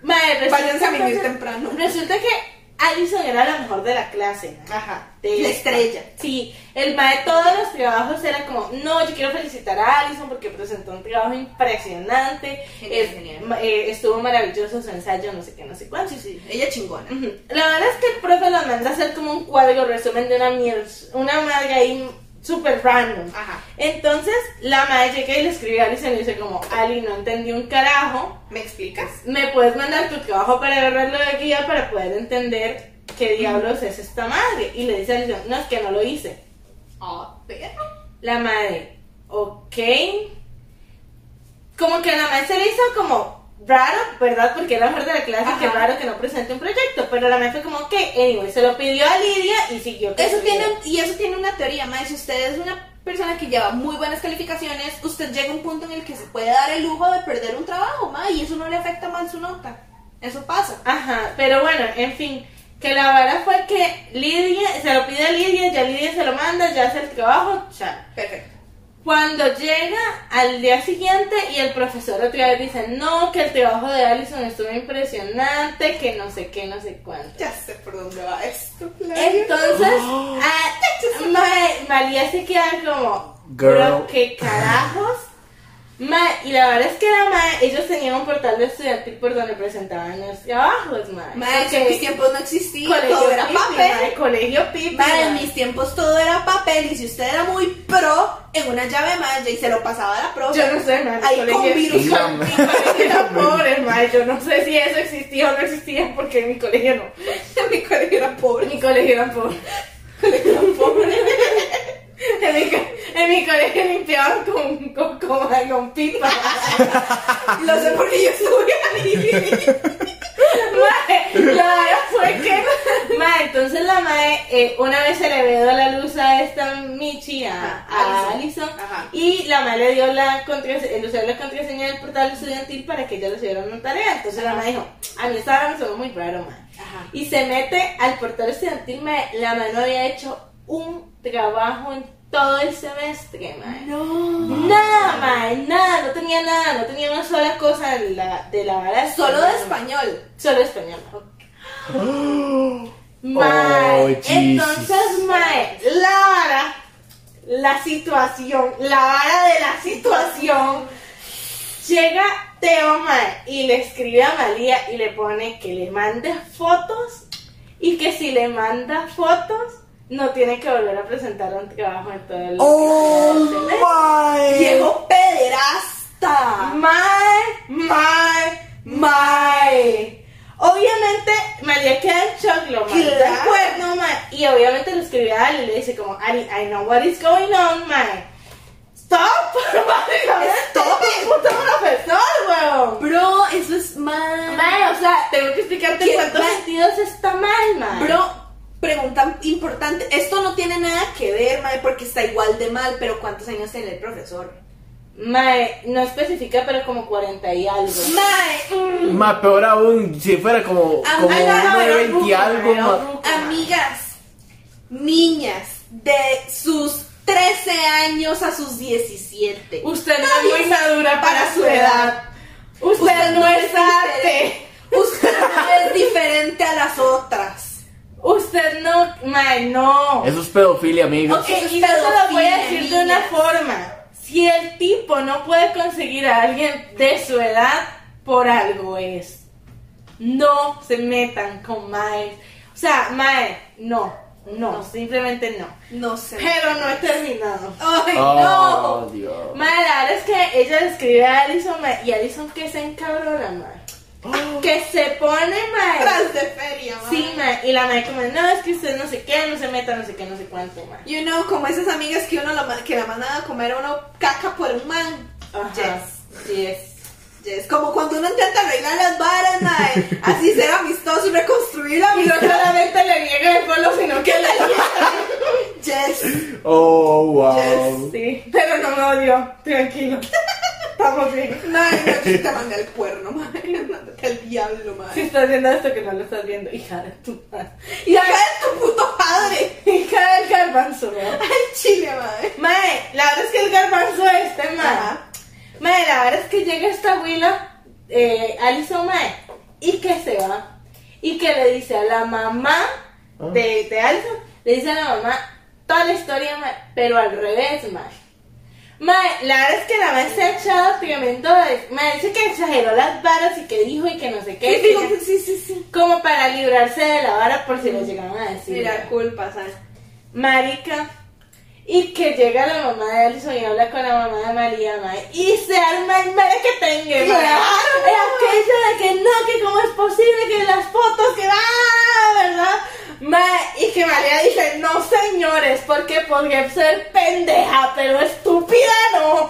[SPEAKER 1] Madre, resulta,
[SPEAKER 2] Váyanse a vivir temprano.
[SPEAKER 1] Resulta que Alison era la mejor de la clase, mae.
[SPEAKER 2] Ajá.
[SPEAKER 1] de-
[SPEAKER 2] La estrella.
[SPEAKER 1] Sí, el mae de todos los trabajos era como, no, yo quiero felicitar a Alison porque presentó un trabajo impresionante,
[SPEAKER 2] Genial,
[SPEAKER 1] es-
[SPEAKER 2] genial.
[SPEAKER 1] ma- eh, estuvo maravilloso su ensayo, no sé qué, no sé cuánto.
[SPEAKER 2] Sí, sí, ella chingona.
[SPEAKER 1] Ujú. La verdad es que el profe los manda a hacer como un cuadro resumen de una mierda, una madre ahí súper random.
[SPEAKER 2] Ajá.
[SPEAKER 1] Entonces la madre llega y le escribe a Alison y dice como, Ali, no entendí un carajo,
[SPEAKER 2] ¿Me explicas?
[SPEAKER 1] me puedes mandar tu trabajo para agarrarlo de guía para poder entender qué diablos es esta madre. Y le dice a Alison, no, es que no lo hice.
[SPEAKER 2] Ah, perro.
[SPEAKER 1] La madre, ok. Como que la madre se le hizo como raro, ¿verdad? Porque era mejor de la clase,
[SPEAKER 2] Ajá.
[SPEAKER 1] que raro que no presente un proyecto. Pero la madre fue como, ok, anyway, se lo pidió a Lidia y siguió. con
[SPEAKER 2] Eso
[SPEAKER 1] su
[SPEAKER 2] tiene,
[SPEAKER 1] vida.
[SPEAKER 2] y eso tiene una teoría, mae. Si usted es una persona que lleva muy buenas calificaciones, usted llega a un punto en el que se puede dar el lujo de perder un trabajo, mae, y eso no le afecta mal su nota. Eso pasa.
[SPEAKER 1] Ajá, pero bueno, en fin. Que la vara fue que Lidia, se lo pide a Lidia, ya Lidia se lo manda, ya hace el trabajo, chao.
[SPEAKER 2] Perfecto.
[SPEAKER 1] Cuando llega al día siguiente y el profesor otra vez dice, no, que el trabajo de Allison estuvo impresionante, que no sé qué, no sé cuánto.
[SPEAKER 2] Ya sé por dónde va esto,
[SPEAKER 1] Entonces, ah, ma- María se queda como,
[SPEAKER 5] Girl.
[SPEAKER 1] "Pero ¿qué carajos? Ma- y la verdad es que la ma- ellos tenían un portal de estudiantil por donde presentaban los trabajos, ma.
[SPEAKER 2] Mae,
[SPEAKER 1] Porque
[SPEAKER 2] en mis tiempos no existía,
[SPEAKER 1] colegio
[SPEAKER 2] todo era
[SPEAKER 1] pipi, ma,
[SPEAKER 2] papel.
[SPEAKER 1] colegio pipi,
[SPEAKER 2] Mae, en
[SPEAKER 1] ma.
[SPEAKER 2] mis tiempos todo era papel, y si usted era muy pro en una llave maya y se lo pasaba a la pro,
[SPEAKER 1] Yo no sé, ma, mi
[SPEAKER 2] ahí con
[SPEAKER 1] colegio-
[SPEAKER 2] virus.
[SPEAKER 5] No,
[SPEAKER 1] mi colegio era pobre, ma. Yo no sé si eso existía o no existía porque en mi colegio no.
[SPEAKER 2] mi colegio era pobre.
[SPEAKER 1] En mi colegio era pobre. En mi, co- en mi colegio limpiaban con, con, con, con pipa.
[SPEAKER 2] Lo sé porque yo estuve ahí.
[SPEAKER 1] Mae, la verdad fue que. Mae, entonces la mae, eh, una vez se le vedó la luz a esta Michi, a, Ah, a
[SPEAKER 2] Ajá, Alison.
[SPEAKER 1] Alison,
[SPEAKER 2] Ajá.
[SPEAKER 1] y la mae le dio la contraseña, el usuario la contraseña del portal estudiantil para que ella le hiciera una tarea. Entonces la mae dijo: A mí esta hora me sonó muy raro, mae.
[SPEAKER 2] Ajá.
[SPEAKER 1] Y se mete al portal estudiantil, mae, la mae no había hecho un trabajo en todo el semestre, mae.
[SPEAKER 2] No.
[SPEAKER 1] Nada, mae, nada, no tenía nada, no tenía una sola cosa de la, de la vara.
[SPEAKER 2] Solo de
[SPEAKER 1] Mae.
[SPEAKER 2] español.
[SPEAKER 1] Solo español. Mae,
[SPEAKER 4] Oh, Jesus.
[SPEAKER 1] entonces, Mae, la vara, la situación, la vara de la situación. Llega Teo, Mae, y le escribe a María y le pone que le mande fotos y que si le manda fotos, no tiene que volver a presentar un trabajo en todo el Eh.
[SPEAKER 2] Viejo pederasta.
[SPEAKER 1] Mae, mae, mae. Obviamente, María queda en shock, lo manda al
[SPEAKER 2] Claro.
[SPEAKER 1] cuerno, mae. Y obviamente le escribe a Ali y le dice como, Ali, I know what is going on, mae. Stop, básicamente.
[SPEAKER 2] Stop it.
[SPEAKER 1] puto profesor, weón.
[SPEAKER 2] Bro, eso es mal.
[SPEAKER 1] Mae, o sea, tengo que explicarte
[SPEAKER 2] ¿Qué?
[SPEAKER 1] en cuántos
[SPEAKER 2] Mae.
[SPEAKER 1] sentidos está mal, mae.
[SPEAKER 2] Bro, pregunta importante. Esto no tiene nada que ver, mae, porque está igual de mal, pero ¿cuántos años tiene el profesor?
[SPEAKER 1] Mae, no especifica, pero como 40 y algo.
[SPEAKER 2] Mae,
[SPEAKER 5] Más peor aún, si fuera como,
[SPEAKER 2] Ah,
[SPEAKER 5] como
[SPEAKER 2] ah, no,
[SPEAKER 5] uno de
[SPEAKER 1] no,
[SPEAKER 5] 20 y
[SPEAKER 1] no,
[SPEAKER 5] algo.
[SPEAKER 1] no,
[SPEAKER 5] ma-
[SPEAKER 1] no.
[SPEAKER 2] amigas, niñas de sus 13 años a sus 17.
[SPEAKER 1] Usted no es muy madura para su edad.
[SPEAKER 2] Usted,
[SPEAKER 1] no es arte.
[SPEAKER 2] diferente. Usted no es diferente a las otras.
[SPEAKER 1] Usted no, mae, no.
[SPEAKER 5] Eso es pedofilia, amigos.
[SPEAKER 1] Ok,
[SPEAKER 2] Eso es
[SPEAKER 1] y yo se lo voy a
[SPEAKER 2] pedofilia,
[SPEAKER 1] decir de una
[SPEAKER 2] niñas.
[SPEAKER 1] forma. Si el tipo no puede conseguir a alguien de su edad, por algo es. No se metan con Mae. O sea, Mae, no, no,
[SPEAKER 2] No.
[SPEAKER 1] simplemente no.
[SPEAKER 2] No sé.
[SPEAKER 1] Pero no he terminado.
[SPEAKER 2] Ay,
[SPEAKER 5] Oh,
[SPEAKER 2] no.
[SPEAKER 5] Dios.
[SPEAKER 1] Mae, la verdad es que ella le escribe a Allison mae, y Allison que se encabrona, Mae.
[SPEAKER 2] Oh.
[SPEAKER 1] Que se pone, Mae.
[SPEAKER 2] Tras de feria, mae.
[SPEAKER 1] Sí, Mae. Y la Mae como, no, es que usted no se qué, no se meta, no sé qué, no sé cuánto, Mae.
[SPEAKER 2] You know, como esas amigas que uno la, ma- que la mandan a comer a uno caca por un man.
[SPEAKER 1] Ajá.
[SPEAKER 2] Yes.
[SPEAKER 1] Yes.
[SPEAKER 2] Yes. Como cuando uno intenta arreglar las varas, mae. Así ser amistoso y reconstruir la
[SPEAKER 1] Y no
[SPEAKER 2] amistad.
[SPEAKER 1] solamente le niega el polo, sino que la
[SPEAKER 2] Yes.
[SPEAKER 3] Oh,
[SPEAKER 2] Yes.
[SPEAKER 3] wow.
[SPEAKER 1] Sí, pero no me odio, tranquilo. Estamos bien.
[SPEAKER 2] Mae, no yo te mandé al cuerno, mae. Mándate al diablo,
[SPEAKER 1] Si
[SPEAKER 2] mae.
[SPEAKER 1] estás viendo esto que no lo estás viendo, hija de tu madre.
[SPEAKER 2] Y acá es tu puto padre.
[SPEAKER 1] Hija del garbanzo, ¿no?
[SPEAKER 2] Ay, chile, mae.
[SPEAKER 1] Mae, la verdad es que el garbanzo este, mae.
[SPEAKER 2] Ajá.
[SPEAKER 1] Mae, la verdad es que llega esta abuela, eh, Alison, mae, y que se va. Y que le dice a la mamá
[SPEAKER 2] Ah.
[SPEAKER 1] de, de Alison, le dice a la mamá toda la historia, mae, pero al revés, mae. Mae, la verdad es que la madre se ha echado tremendo. de- Mae, dice que exageró las varas y que dijo y que no sé qué.
[SPEAKER 2] Sí,
[SPEAKER 1] y que-
[SPEAKER 2] sí, sí, sí, sí.
[SPEAKER 1] como para librarse de la vara por si le llegaban a decir.
[SPEAKER 2] Mira, culpa, ¿sabes?
[SPEAKER 1] Marica. Y que llega la mamá de Alison y habla con la mamá de María, mae. Y se arma el mere que tenga, mae.
[SPEAKER 2] Claro.
[SPEAKER 1] Aquello de que no, que cómo es posible que las fotos que va, ¿verdad? Mae, y que María dice, no señores, porque podría ser pendeja, pero estúpida no.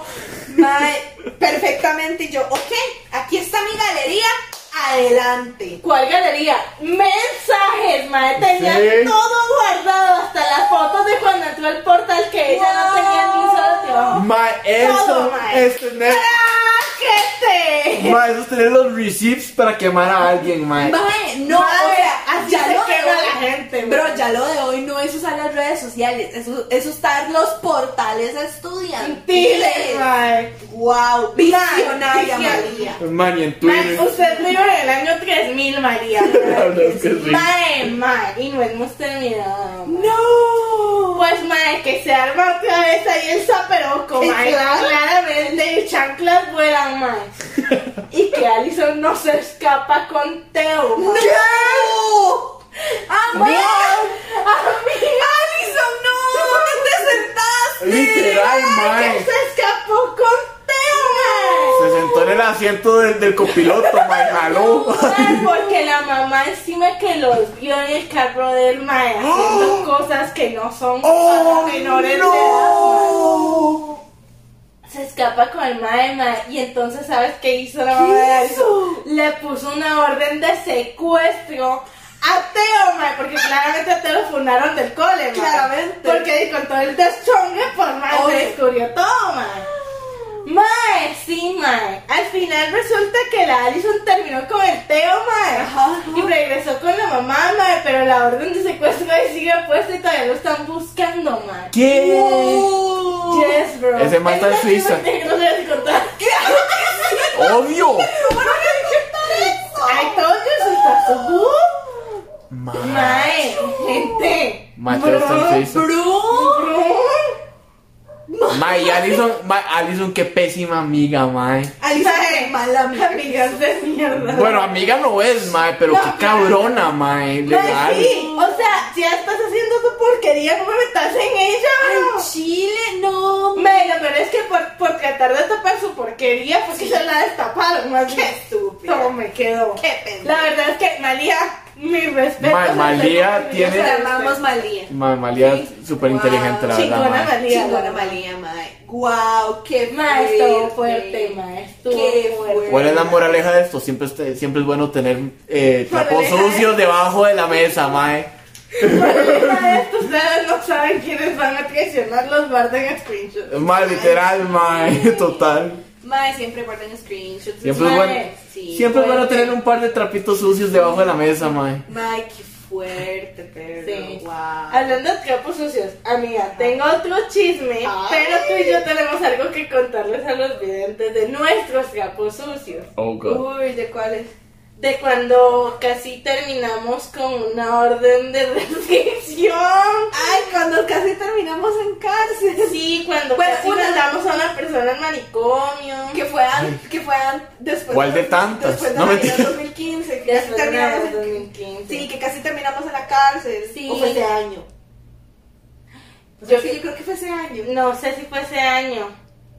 [SPEAKER 2] Mae, perfectamente. Y yo, ok, aquí está mi galería. Adelante.
[SPEAKER 1] ¿Cuál galería? Mensajes, mae. Tenía
[SPEAKER 3] Sí.
[SPEAKER 1] todo guardado, hasta las fotos de cuando entró al portal que ella no tenía ni un solo tío.
[SPEAKER 3] Ma,
[SPEAKER 1] Todo,
[SPEAKER 3] eso
[SPEAKER 1] ma.
[SPEAKER 3] es tener.
[SPEAKER 1] ¡Cáquete!
[SPEAKER 5] Ma, eso es tener los receipts para quemar a alguien, ma.
[SPEAKER 2] Mae, no,
[SPEAKER 1] Mae,
[SPEAKER 2] o sea,
[SPEAKER 1] así
[SPEAKER 2] ya
[SPEAKER 1] se
[SPEAKER 2] lo de
[SPEAKER 1] quema
[SPEAKER 2] hoy-
[SPEAKER 1] la gente, mae.
[SPEAKER 2] Bro, ya lo de hoy no es usar las redes sociales, es, u- es usar los portales estudiantiles.
[SPEAKER 1] Diles, mae.
[SPEAKER 2] Wow,
[SPEAKER 1] visionaria.
[SPEAKER 2] visionaria María.
[SPEAKER 3] Ma, ni en
[SPEAKER 1] Mae,
[SPEAKER 3] Twitter.
[SPEAKER 1] usted vive en el año 3000, María.
[SPEAKER 3] La verdad es que sí.
[SPEAKER 1] Mae, mae, y no hemos terminado. mae.
[SPEAKER 2] No.
[SPEAKER 1] Pues mae, que se arma otra vez ahí el zaperoco,
[SPEAKER 2] Sí,
[SPEAKER 1] mae.
[SPEAKER 2] claro.
[SPEAKER 1] Claramente, y chanclas vuelan, mae. y que Allison no se escapa con Teo, mae. Ah,
[SPEAKER 2] No.
[SPEAKER 1] Mae,
[SPEAKER 2] Amiga,
[SPEAKER 1] Ah,
[SPEAKER 2] Alison, no, ¿dónde te sentaste?
[SPEAKER 3] Literal, ma.
[SPEAKER 1] que se escapó con Teo,
[SPEAKER 5] Se sentó en el asiento del, del copiloto, ma, y jaló.
[SPEAKER 1] mae. Mae, Porque la mamá encima que los vio en el carro del mae haciendo cosas que no son
[SPEAKER 5] ¡Oh,
[SPEAKER 1] para menores de edad, mae.
[SPEAKER 3] Oh.
[SPEAKER 1] se escapa con el mae, mae, y entonces sabes qué hizo la mamá de Alison? Le puso una orden de secuestro a Teo, mae, porque claramente a Teo lo funaron del cole, mae.
[SPEAKER 2] Claramente.
[SPEAKER 1] Porque con todo el deschongue, pues mae,
[SPEAKER 2] Obvio.
[SPEAKER 1] se descubrió todo, mae. Mae, sí, mae. Al final resulta que la Allison terminó con el Teo, mae.
[SPEAKER 2] Ajá, ajá.
[SPEAKER 1] Y regresó con la mamá, mae, pero la orden de secuestro ahí sigue puesta y todavía lo están buscando, mae.
[SPEAKER 5] ¿Qué?
[SPEAKER 1] Yes, bro.
[SPEAKER 5] Ese mae está en
[SPEAKER 1] Esta sí me
[SPEAKER 5] Suiza.
[SPEAKER 1] tiene que No se las contar.
[SPEAKER 5] ¡Obvio!
[SPEAKER 1] I told you, eso está su-
[SPEAKER 5] Ma,
[SPEAKER 2] Uh.
[SPEAKER 1] Mae, gente.
[SPEAKER 5] ma, Teo está en Suiza.
[SPEAKER 2] Bro,
[SPEAKER 1] Bro.
[SPEAKER 5] Ma, y Alison, ma, Alison, qué pésima amiga, ma.
[SPEAKER 2] Alison, qué mala amiga.
[SPEAKER 1] Amigas de mierda.
[SPEAKER 5] Bueno, amiga no es, ma, pero
[SPEAKER 1] No,
[SPEAKER 5] qué cabrona, ma.
[SPEAKER 1] Mae,
[SPEAKER 5] Legal.
[SPEAKER 1] sí. O sea, si ya estás haciendo tu porquería, ¿cómo me estás en ella, bro?
[SPEAKER 2] Ay, Chile, no.
[SPEAKER 1] Mae, lo peor es que por, por tratar de tapar su porquería, pues que se la destaparon. Más
[SPEAKER 2] Qué
[SPEAKER 1] bien.
[SPEAKER 2] estúpida.
[SPEAKER 1] Todo me quedó.
[SPEAKER 2] Qué pendeja.
[SPEAKER 1] La verdad es que Malía, mi respeto.
[SPEAKER 5] Mae, Malía
[SPEAKER 2] Nos
[SPEAKER 5] tiene-
[SPEAKER 2] llamamos Malía.
[SPEAKER 5] Ma, Malia, súper inteligente, la verdad,
[SPEAKER 1] Chingona
[SPEAKER 5] ma.
[SPEAKER 1] Malía.
[SPEAKER 2] Chingona Malía, mae. Guau, qué
[SPEAKER 1] Mae, estuvo fuerte, mae, estuvo
[SPEAKER 2] Qué
[SPEAKER 1] fuerte.
[SPEAKER 2] fuerte.
[SPEAKER 5] ¿Cuál es la moraleja de esto? Siempre, este- siempre es bueno tener eh, trapos
[SPEAKER 1] Moraleja de-
[SPEAKER 5] sucios debajo de la mesa, mae.
[SPEAKER 1] Problema de esto, ustedes no saben quiénes van a traicionar, los guarden screenshots.
[SPEAKER 5] Más literal, mae, total.
[SPEAKER 2] Mae, siempre guardan screenshots.
[SPEAKER 5] Siempre es
[SPEAKER 1] Mae,
[SPEAKER 5] bueno,
[SPEAKER 2] sí,
[SPEAKER 5] siempre es
[SPEAKER 2] puede
[SPEAKER 5] bueno tener un par de trapitos sucios debajo de la mesa, mae.
[SPEAKER 2] Mae, qué fuerte, pero.
[SPEAKER 1] Sí.
[SPEAKER 2] Wow.
[SPEAKER 1] Hablando de trapos sucios, amiga, tengo otro chisme,
[SPEAKER 2] Ay.
[SPEAKER 1] pero tú y yo tenemos algo que contarles a los videntes de nuestros trapos sucios.
[SPEAKER 5] Oh, God.
[SPEAKER 2] Uy, ¿de cuáles?
[SPEAKER 1] De cuando casi terminamos con una orden de restricción.
[SPEAKER 2] Ay, cuando casi terminamos en cárcel.
[SPEAKER 1] Sí, cuando
[SPEAKER 2] Bueno,
[SPEAKER 1] casi
[SPEAKER 2] Pues una-
[SPEAKER 1] mandamos a una persona al manicomio.
[SPEAKER 2] Que fue, an- que fue an- después
[SPEAKER 5] ¿Cuál de
[SPEAKER 2] dos-
[SPEAKER 5] tantas?
[SPEAKER 2] Después de
[SPEAKER 5] No,
[SPEAKER 2] Navidad
[SPEAKER 5] mentira.
[SPEAKER 2] 2015. Que casi
[SPEAKER 1] Después de una
[SPEAKER 2] terminamos
[SPEAKER 1] orden
[SPEAKER 2] en,
[SPEAKER 1] 2015.
[SPEAKER 2] sí, que casi terminamos en la cárcel.
[SPEAKER 1] Sí.
[SPEAKER 2] O fue ese año.
[SPEAKER 1] Yo-
[SPEAKER 2] Yo, yo creo que fue ese año.
[SPEAKER 1] No sé si fue ese año.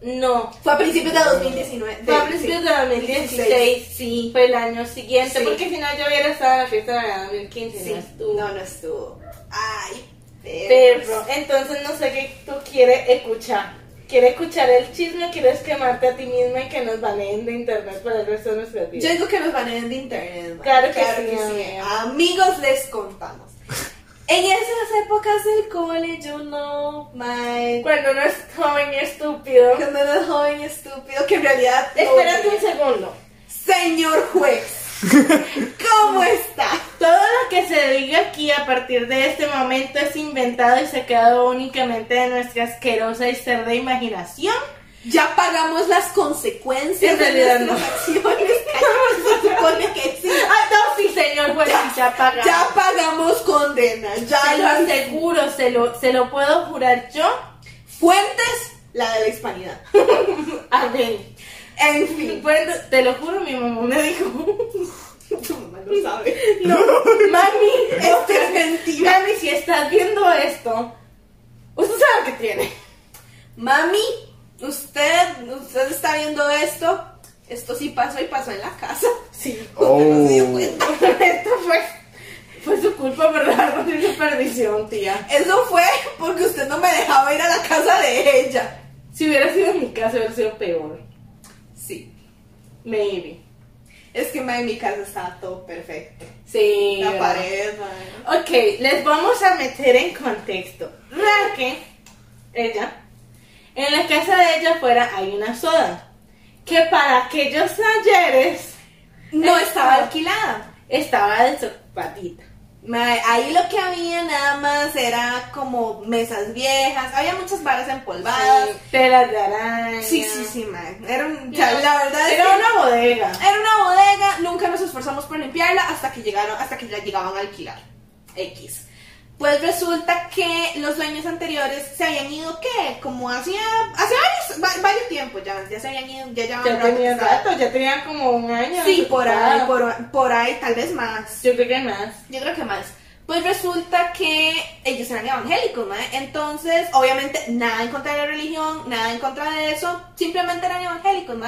[SPEAKER 1] No.
[SPEAKER 2] Fue a principios de 2019.
[SPEAKER 1] Fue a principios de 2016.
[SPEAKER 2] Sí.
[SPEAKER 1] Fue el año siguiente,
[SPEAKER 2] Sí.
[SPEAKER 1] porque si no yo hubiera estado en la fiesta de Navidad 2015.
[SPEAKER 2] Sí.
[SPEAKER 1] No estuvo.
[SPEAKER 2] No, no estuvo. Ay,
[SPEAKER 1] Perro, entonces no sé qué tú quieres escuchar. ¿Quieres escuchar el chisme o quieres quemarte a ti misma y que nos baneen de internet para el resto de nuestras
[SPEAKER 2] Yo
[SPEAKER 1] vidas?
[SPEAKER 2] digo que nos baneen de internet. man.
[SPEAKER 1] Claro que sí, amiga.
[SPEAKER 2] Amigos, les contamos. En esas épocas del cole, yo no, mae.
[SPEAKER 1] Cuando uno es joven y estúpido.
[SPEAKER 2] Cuando era joven y estúpido, que en realidad. no-
[SPEAKER 1] Espérate un segundo.
[SPEAKER 2] Señor juez, ¿cómo está?
[SPEAKER 1] Todo lo que se diga aquí a partir de este momento es inventado y sacado únicamente de nuestra asquerosa y cerda imaginación.
[SPEAKER 2] Ya pagamos las consecuencias
[SPEAKER 1] En realidad
[SPEAKER 2] de
[SPEAKER 1] no.
[SPEAKER 2] nuestras acciones. Ay, Se supone que sí.
[SPEAKER 1] Ah, no, sí, señor juez, sí, ya pagamos.
[SPEAKER 2] Ya pagamos condena. Ya
[SPEAKER 1] Se lo
[SPEAKER 2] las
[SPEAKER 1] aseguro, se lo, se lo puedo jurar yo.
[SPEAKER 2] fuentes, la de la hispanidad.
[SPEAKER 1] Amén.
[SPEAKER 2] En fin,
[SPEAKER 1] Bueno, te lo juro, mi mamá me dijo.
[SPEAKER 2] tu mamá lo sabe.
[SPEAKER 1] No, mami, eh,
[SPEAKER 2] Esto Este es mentira.
[SPEAKER 1] mami, si estás viendo esto, usted sabe lo que tiene.
[SPEAKER 2] Mami, usted, usted está viendo esto. Esto sí pasó y pasó en la casa.
[SPEAKER 1] Sí.
[SPEAKER 2] Usted no se dio
[SPEAKER 5] Oh.
[SPEAKER 2] cuenta.
[SPEAKER 1] Esto fue, fue su culpa por la de su perdición, tía.
[SPEAKER 2] Eso fue porque usted no me dejaba ir a la casa de ella.
[SPEAKER 1] Si hubiera sido en mi casa, hubiera sido peor.
[SPEAKER 2] Sí.
[SPEAKER 1] Maybe.
[SPEAKER 2] Es que ma, en mi casa estaba todo perfecto.
[SPEAKER 1] Sí.
[SPEAKER 2] La
[SPEAKER 1] ¿verdad?
[SPEAKER 2] pared, ma.
[SPEAKER 1] Ok, les vamos a meter en contexto. Raquel, ella, en la casa de ella afuera hay una soda. Que para aquellos ayeres
[SPEAKER 2] No
[SPEAKER 1] Eh,
[SPEAKER 2] estaba
[SPEAKER 1] ah.
[SPEAKER 2] alquilada.
[SPEAKER 1] estaba desocupadita.
[SPEAKER 2] Ma, ahí lo que había nada más era como mesas viejas. Había muchas varas empolvadas.
[SPEAKER 1] Telas de araña.
[SPEAKER 2] Sí, sí, sí, ma. Era un- o sea, la verdad es
[SPEAKER 1] Era
[SPEAKER 2] que-
[SPEAKER 1] una bodega.
[SPEAKER 2] Era una bodega, nunca nos esforzamos por limpiarla hasta que llegaron, hasta que la llegaban a alquilar. X. Pues resulta que los dueños anteriores se habían ido, ¿qué? Como hacía, hace varios, va- varios tiempo ya, ya se habían ido, ya llevaban
[SPEAKER 1] Ya
[SPEAKER 2] rato que
[SPEAKER 1] tenían
[SPEAKER 2] estaba-
[SPEAKER 1] rato, ya tenían como un año.
[SPEAKER 2] Sí, por ahí,
[SPEAKER 1] desocupada.
[SPEAKER 2] por, por ahí, tal vez más.
[SPEAKER 1] Yo creo que más.
[SPEAKER 2] Yo creo que más. Pues resulta que ellos eran evangélicos, ¿no? Entonces, obviamente, nada en contra de la religión, nada en contra de eso, simplemente eran evangélicos, ¿no?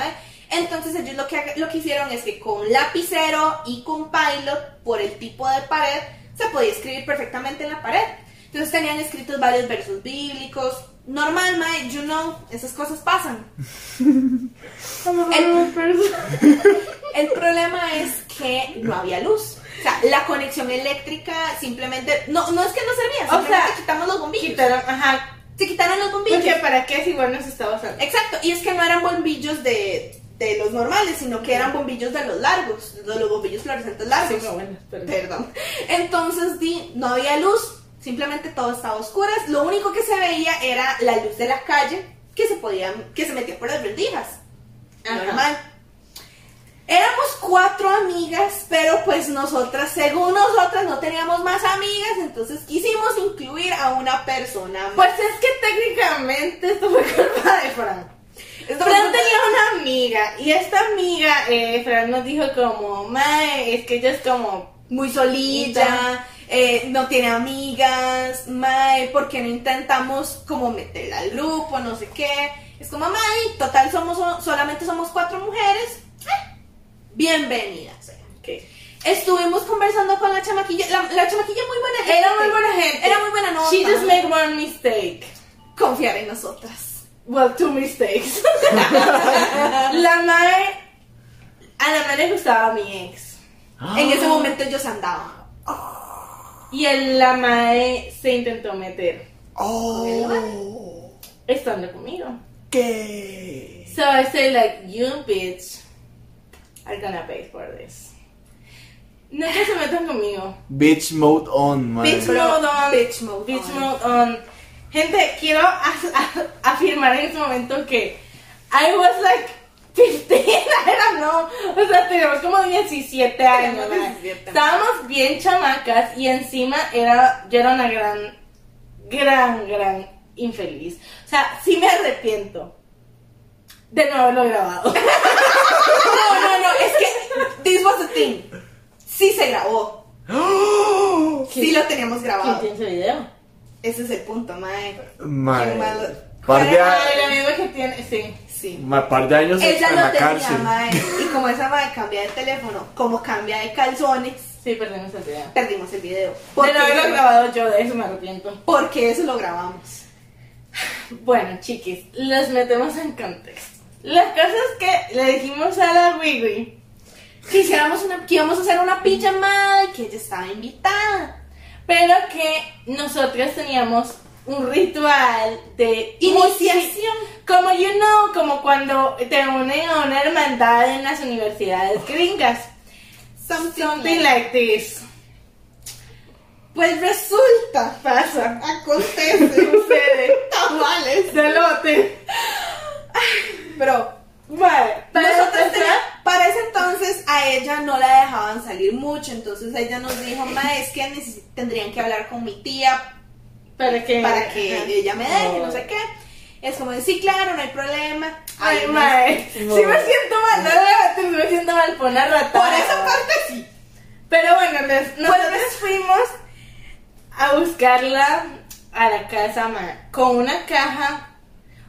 [SPEAKER 2] Entonces ellos lo que, lo que hicieron es que con lapicero y con pilot, por el tipo de pared, se podía escribir perfectamente en la pared. Entonces tenían escritos varios versos bíblicos, normal, mae, you know, esas cosas pasan.
[SPEAKER 1] Ah,
[SPEAKER 2] El- el problema es que no había luz. O sea, la conexión eléctrica simplemente. No, no es que no servía,
[SPEAKER 1] O
[SPEAKER 2] simplemente
[SPEAKER 1] sea,
[SPEAKER 2] quitamos los bombillos.
[SPEAKER 1] Quitaron, ajá.
[SPEAKER 2] Se quitaron los bombillos.
[SPEAKER 1] Porque para qué si igual nos estaba usando.
[SPEAKER 2] Exacto, y es que no eran bombillos de, de los normales, sino que eran bombillos de los largos, de los bombillos fluorescentes
[SPEAKER 1] Sí,
[SPEAKER 2] largos.
[SPEAKER 1] no, bueno, pero-
[SPEAKER 2] Perdón. Entonces di, no había luz, simplemente todo estaba a oscuras. Lo único que se veía era la luz de la calle que se podía, que se metía por las rendijas.
[SPEAKER 1] Ajá.
[SPEAKER 2] Normal. Éramos cuatro amigas, pero pues nosotras, según nosotras, no teníamos más amigas, entonces quisimos incluir a una persona más.
[SPEAKER 1] Pues es que técnicamente esto fue culpa de Fran.
[SPEAKER 2] Esto fue
[SPEAKER 1] Fran
[SPEAKER 2] culpa-
[SPEAKER 1] tenía una amiga y esta amiga, eh, Fran nos dijo como, mae, es que ella es como,
[SPEAKER 2] muy solilla, eh, no tiene amigas, mae, porque no intentamos como meterla al grupo, no sé qué? Es como, mae, total, somos, so- solamente somos cuatro mujeres, ah, bienvenidas.
[SPEAKER 1] ¿qué?
[SPEAKER 2] Estuvimos conversando con la chamaquilla, la, la chamaquilla muy buena gente.
[SPEAKER 1] Era muy buena gente.
[SPEAKER 2] Era muy buena nota.
[SPEAKER 1] She just made one mistake.
[SPEAKER 2] Confiar en nosotras.
[SPEAKER 1] Well, two mistakes. la madre, a la madre le gustaba a mi ex.
[SPEAKER 2] En ese momento ellos andaban.
[SPEAKER 1] Y el, la mae se intentó meter
[SPEAKER 3] Oh,
[SPEAKER 1] estando conmigo.
[SPEAKER 3] ¿qué?
[SPEAKER 1] So I say like, you bitch are gonna pay for this. Nunca se metan conmigo.
[SPEAKER 5] Bitch mode on, man.
[SPEAKER 1] Bitch mode on.
[SPEAKER 2] Bitch mode
[SPEAKER 1] Bitch
[SPEAKER 2] on.
[SPEAKER 1] mode on. Gente, quiero as- a- afirmar en este momento que I was like 15, I don't know. O sea, teníamos como 17 años.
[SPEAKER 2] Teníamos
[SPEAKER 1] ¿verdad?
[SPEAKER 2] 17.
[SPEAKER 1] Estábamos bien chamacas y encima era, yo era una gran, gran, gran infeliz. O sea, sí me arrepiento de no haberlo grabado.
[SPEAKER 2] No, no, no, es que this was the thing. Sí se grabó. Sí lo teníamos
[SPEAKER 1] ¿Quién
[SPEAKER 2] grabado.
[SPEAKER 1] tiene ese video?
[SPEAKER 2] Ese es el punto, mae.
[SPEAKER 5] Mae.
[SPEAKER 2] Qué malo.
[SPEAKER 5] Par de, a-
[SPEAKER 1] Ay, la misma que tiene, sí.
[SPEAKER 2] Sí.
[SPEAKER 5] ma- par de años en
[SPEAKER 2] Ella
[SPEAKER 5] en
[SPEAKER 2] lo
[SPEAKER 5] la
[SPEAKER 2] tenía,
[SPEAKER 5] cárcel.
[SPEAKER 2] mae. Y como esa mae cambia de teléfono, como cambia de calzones,
[SPEAKER 1] Sí, perdimos el video.
[SPEAKER 2] perdimos el video.
[SPEAKER 1] De no haberlo grabado yo, de eso me arrepiento.
[SPEAKER 2] Porque eso lo grabamos.
[SPEAKER 1] Bueno, chiquis, los metemos en contexto. La cosa es que le dijimos a la Wiwi,
[SPEAKER 2] Que hiciéramos una, que íbamos a hacer una pijamada y que ella estaba invitada.
[SPEAKER 1] pero que nosotros teníamos un ritual de
[SPEAKER 2] Iniciación.
[SPEAKER 1] Como you know, como cuando te unen a una hermandad en las universidades gringas.
[SPEAKER 2] Something,
[SPEAKER 1] Something like this.
[SPEAKER 2] Pues resulta,
[SPEAKER 1] Pasa.
[SPEAKER 2] acontece,
[SPEAKER 1] Sucede.
[SPEAKER 2] tamales.
[SPEAKER 1] Delote.
[SPEAKER 2] Pero
[SPEAKER 1] Vale. para
[SPEAKER 2] Nosotros
[SPEAKER 1] empezar-
[SPEAKER 2] tenía- para ese entonces a ella no la dejaban salir mucho, entonces ella nos dijo, ma, es que neces- tendrían que hablar con mi tía
[SPEAKER 1] Para que.
[SPEAKER 2] para que
[SPEAKER 1] Ajá. Oh.
[SPEAKER 2] ella me deje, no
[SPEAKER 1] Ay.
[SPEAKER 2] sé qué. Es como, de, sí, claro, no hay problema.
[SPEAKER 1] Ay,
[SPEAKER 2] Ahí
[SPEAKER 1] mae. Sí me siento mal, no levantes, me siento mal por una
[SPEAKER 2] nos-
[SPEAKER 1] rata.
[SPEAKER 2] Por esa parte sí.
[SPEAKER 1] Pero bueno, Pues nos- nosotros fuimos a buscarla a la casa ma, con una caja.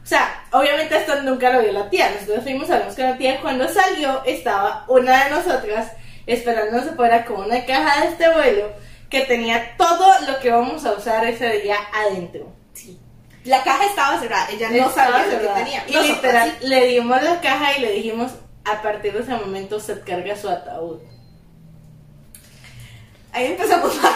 [SPEAKER 1] O sea, obviamente esto nunca lo vio la tía. Nosotros fuimos a buscar a la tía. Cuando salió, estaba una de nosotras esperándonos afuera con una caja de este vuelo que tenía todo lo que vamos a usar ese día adentro.
[SPEAKER 2] La caja estaba cerrada, ella no
[SPEAKER 1] Estaba
[SPEAKER 2] sabía lo que
[SPEAKER 1] cerrada.
[SPEAKER 2] tenía.
[SPEAKER 1] Y
[SPEAKER 2] Nosotras
[SPEAKER 1] literal,
[SPEAKER 2] sí.
[SPEAKER 1] le dimos la caja y le dijimos, a partir de ese momento se carga su ataúd.
[SPEAKER 2] Ahí empezamos mal.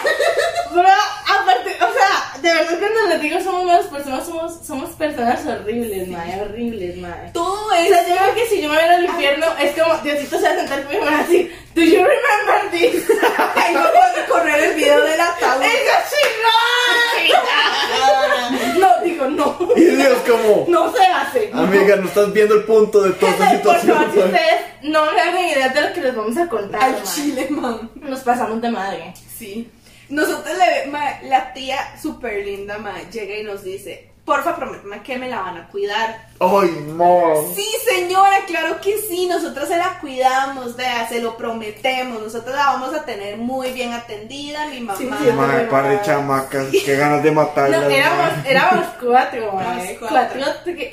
[SPEAKER 1] Pero aparte, o sea, de verdad cuando les digo somos malas personas, somos, somos personas horribles, mae, horribles, mae.
[SPEAKER 2] Todo
[SPEAKER 1] O sea,
[SPEAKER 2] eso.
[SPEAKER 1] yo creo que si yo me voy al infierno, es como, Diosito se va a sentar conmigo y me va a decir, ¿Do you remember this?
[SPEAKER 2] Tengo que correr el video del ataúd.
[SPEAKER 1] ¡Eso No, digo, no,
[SPEAKER 3] Y Dios, como,
[SPEAKER 1] no se hace.
[SPEAKER 3] amiga, no estás viendo el punto de toda esta
[SPEAKER 1] Gente, por
[SPEAKER 3] situación.
[SPEAKER 1] favor, si
[SPEAKER 3] mae.
[SPEAKER 1] ustedes no me hagan idea de lo que les vamos a contar,
[SPEAKER 2] Al
[SPEAKER 1] mae.
[SPEAKER 2] chile, mam.
[SPEAKER 1] Nos pasamos de madre.
[SPEAKER 2] Sí. Nosotros le ma, la tía super linda ma, llega y nos dice, porfa, prométeme que me la van a cuidar.
[SPEAKER 3] Ay, no.
[SPEAKER 2] Sí, señora, claro que sí, nosotros se la cuidamos, vea, se lo prometemos, nosotros la vamos a tener muy bien atendida, mi mamá.
[SPEAKER 1] Sí, sí,
[SPEAKER 2] Éramos
[SPEAKER 3] Madre, par de chamacas, qué ganas de matarlas.
[SPEAKER 1] No, éramos,
[SPEAKER 3] mae.
[SPEAKER 1] éramos cuatro, mae.
[SPEAKER 2] Éramos cuatro.
[SPEAKER 1] Cuatro,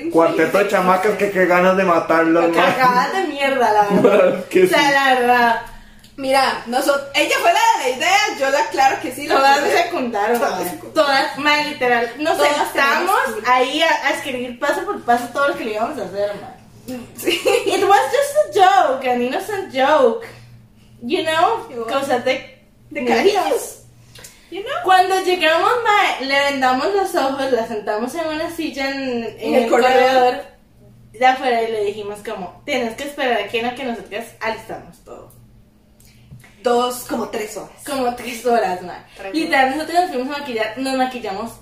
[SPEAKER 1] cuatro
[SPEAKER 3] Cuarteto de chamacas, que qué ganas de matarlas. mae.
[SPEAKER 1] cagadas de mierda, la verdad.
[SPEAKER 3] Que
[SPEAKER 1] O sea,
[SPEAKER 3] sí.
[SPEAKER 1] la verdad.
[SPEAKER 2] Mira, nosotros, ella fue la de la idea, yo la claro que sí, la
[SPEAKER 1] Todas me
[SPEAKER 2] puse-
[SPEAKER 1] secundaron.
[SPEAKER 2] Todas
[SPEAKER 1] mae.
[SPEAKER 2] se contaron.
[SPEAKER 1] Todas, más literal. Nos
[SPEAKER 2] Todas
[SPEAKER 1] sentamos
[SPEAKER 2] tenemos que-
[SPEAKER 1] ahí a, a escribir paso por paso todo lo que le íbamos a hacer, man.
[SPEAKER 2] Sí.
[SPEAKER 1] It was just a joke, an innocent joke. You know?
[SPEAKER 2] Igual.
[SPEAKER 1] Cosas de,
[SPEAKER 2] De
[SPEAKER 1] niños.
[SPEAKER 2] cariños. You know?
[SPEAKER 1] Cuando llegamos, mae, le vendamos los ojos, la sentamos en una silla en, en
[SPEAKER 2] el
[SPEAKER 1] el,
[SPEAKER 2] corredor.
[SPEAKER 1] corredor. de afuera y le dijimos como, tienes que esperar aquí en la que nosotras alistamos todo.
[SPEAKER 2] Dos, como tres horas.
[SPEAKER 1] Como tres horas, más.
[SPEAKER 2] Tres
[SPEAKER 1] Y tal, nosotros nos fuimos a maquillar, nos maquillamos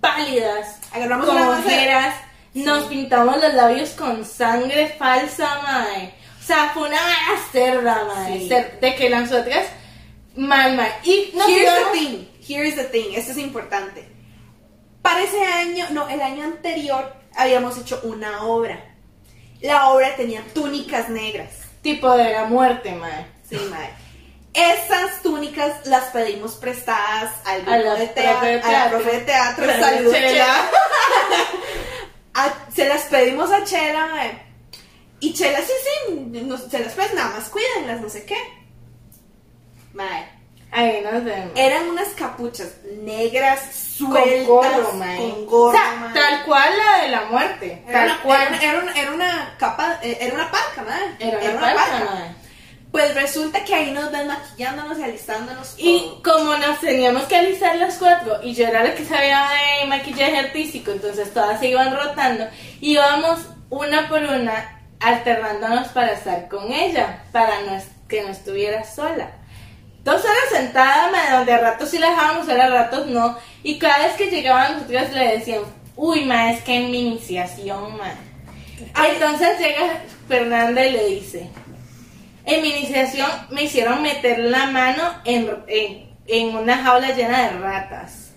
[SPEAKER 1] pálidas,
[SPEAKER 2] Agarramos
[SPEAKER 1] con
[SPEAKER 2] una macera.
[SPEAKER 1] ojeras, nos pintamos los labios con sangre falsa, mae. O sea, fue una vara cerda, mae.
[SPEAKER 2] Sí.
[SPEAKER 1] cer- De que nosotras, mal, mae. Y nos
[SPEAKER 2] Here's
[SPEAKER 1] íbamos-
[SPEAKER 2] the thing. Here's the thing. Esto es importante. Para ese año, no, el año anterior habíamos hecho una obra. La obra tenía túnicas negras.
[SPEAKER 1] tipo de la muerte, mae.
[SPEAKER 2] Sí, madre. Esas túnicas las pedimos prestadas al
[SPEAKER 1] A la
[SPEAKER 2] grupo
[SPEAKER 1] profe
[SPEAKER 2] de
[SPEAKER 1] de
[SPEAKER 2] teatro, a la
[SPEAKER 1] teatro.
[SPEAKER 2] profe de teatro.
[SPEAKER 1] Claro,
[SPEAKER 2] Saludos,
[SPEAKER 1] Chela.
[SPEAKER 2] Chela. A- se las pedimos a Chela, madre. Y Chela, sí, sí, nos- se las pues nada más cuídenlas, no sé qué. Madre.
[SPEAKER 1] Ahí nos vemos.
[SPEAKER 2] Eran unas capuchas negras,
[SPEAKER 1] Con
[SPEAKER 2] Eh, sueltas,
[SPEAKER 1] gorro, mae.
[SPEAKER 2] con gorro,
[SPEAKER 1] o sea,
[SPEAKER 2] mae.
[SPEAKER 1] tal cual la de la muerte.
[SPEAKER 2] Era
[SPEAKER 1] Tal
[SPEAKER 2] una,
[SPEAKER 1] cual.
[SPEAKER 2] era una- era una- era una capa, eh, era una parca, mae.
[SPEAKER 1] Era una palma, mae.
[SPEAKER 2] Pues resulta que ahí nos ven maquillándonos y alistándonos.
[SPEAKER 1] Y
[SPEAKER 2] todo.
[SPEAKER 1] como nos teníamos que alistar las cuatro, y yo era la que sabía de maquillaje artístico, entonces todas se iban rotando, íbamos una por una alternándonos para estar con ella, para no es- que no estuviera sola. Dos horas sentada, ma- donde a ratos sí la dejábamos, ahora a ratos no, y cada vez que llegaban nosotras le decían, uy, ma, es que en mi iniciación, ma. Entonces llega Fernanda y le dice, en mi iniciación me hicieron meter la mano en, en- en una jaula llena de ratas.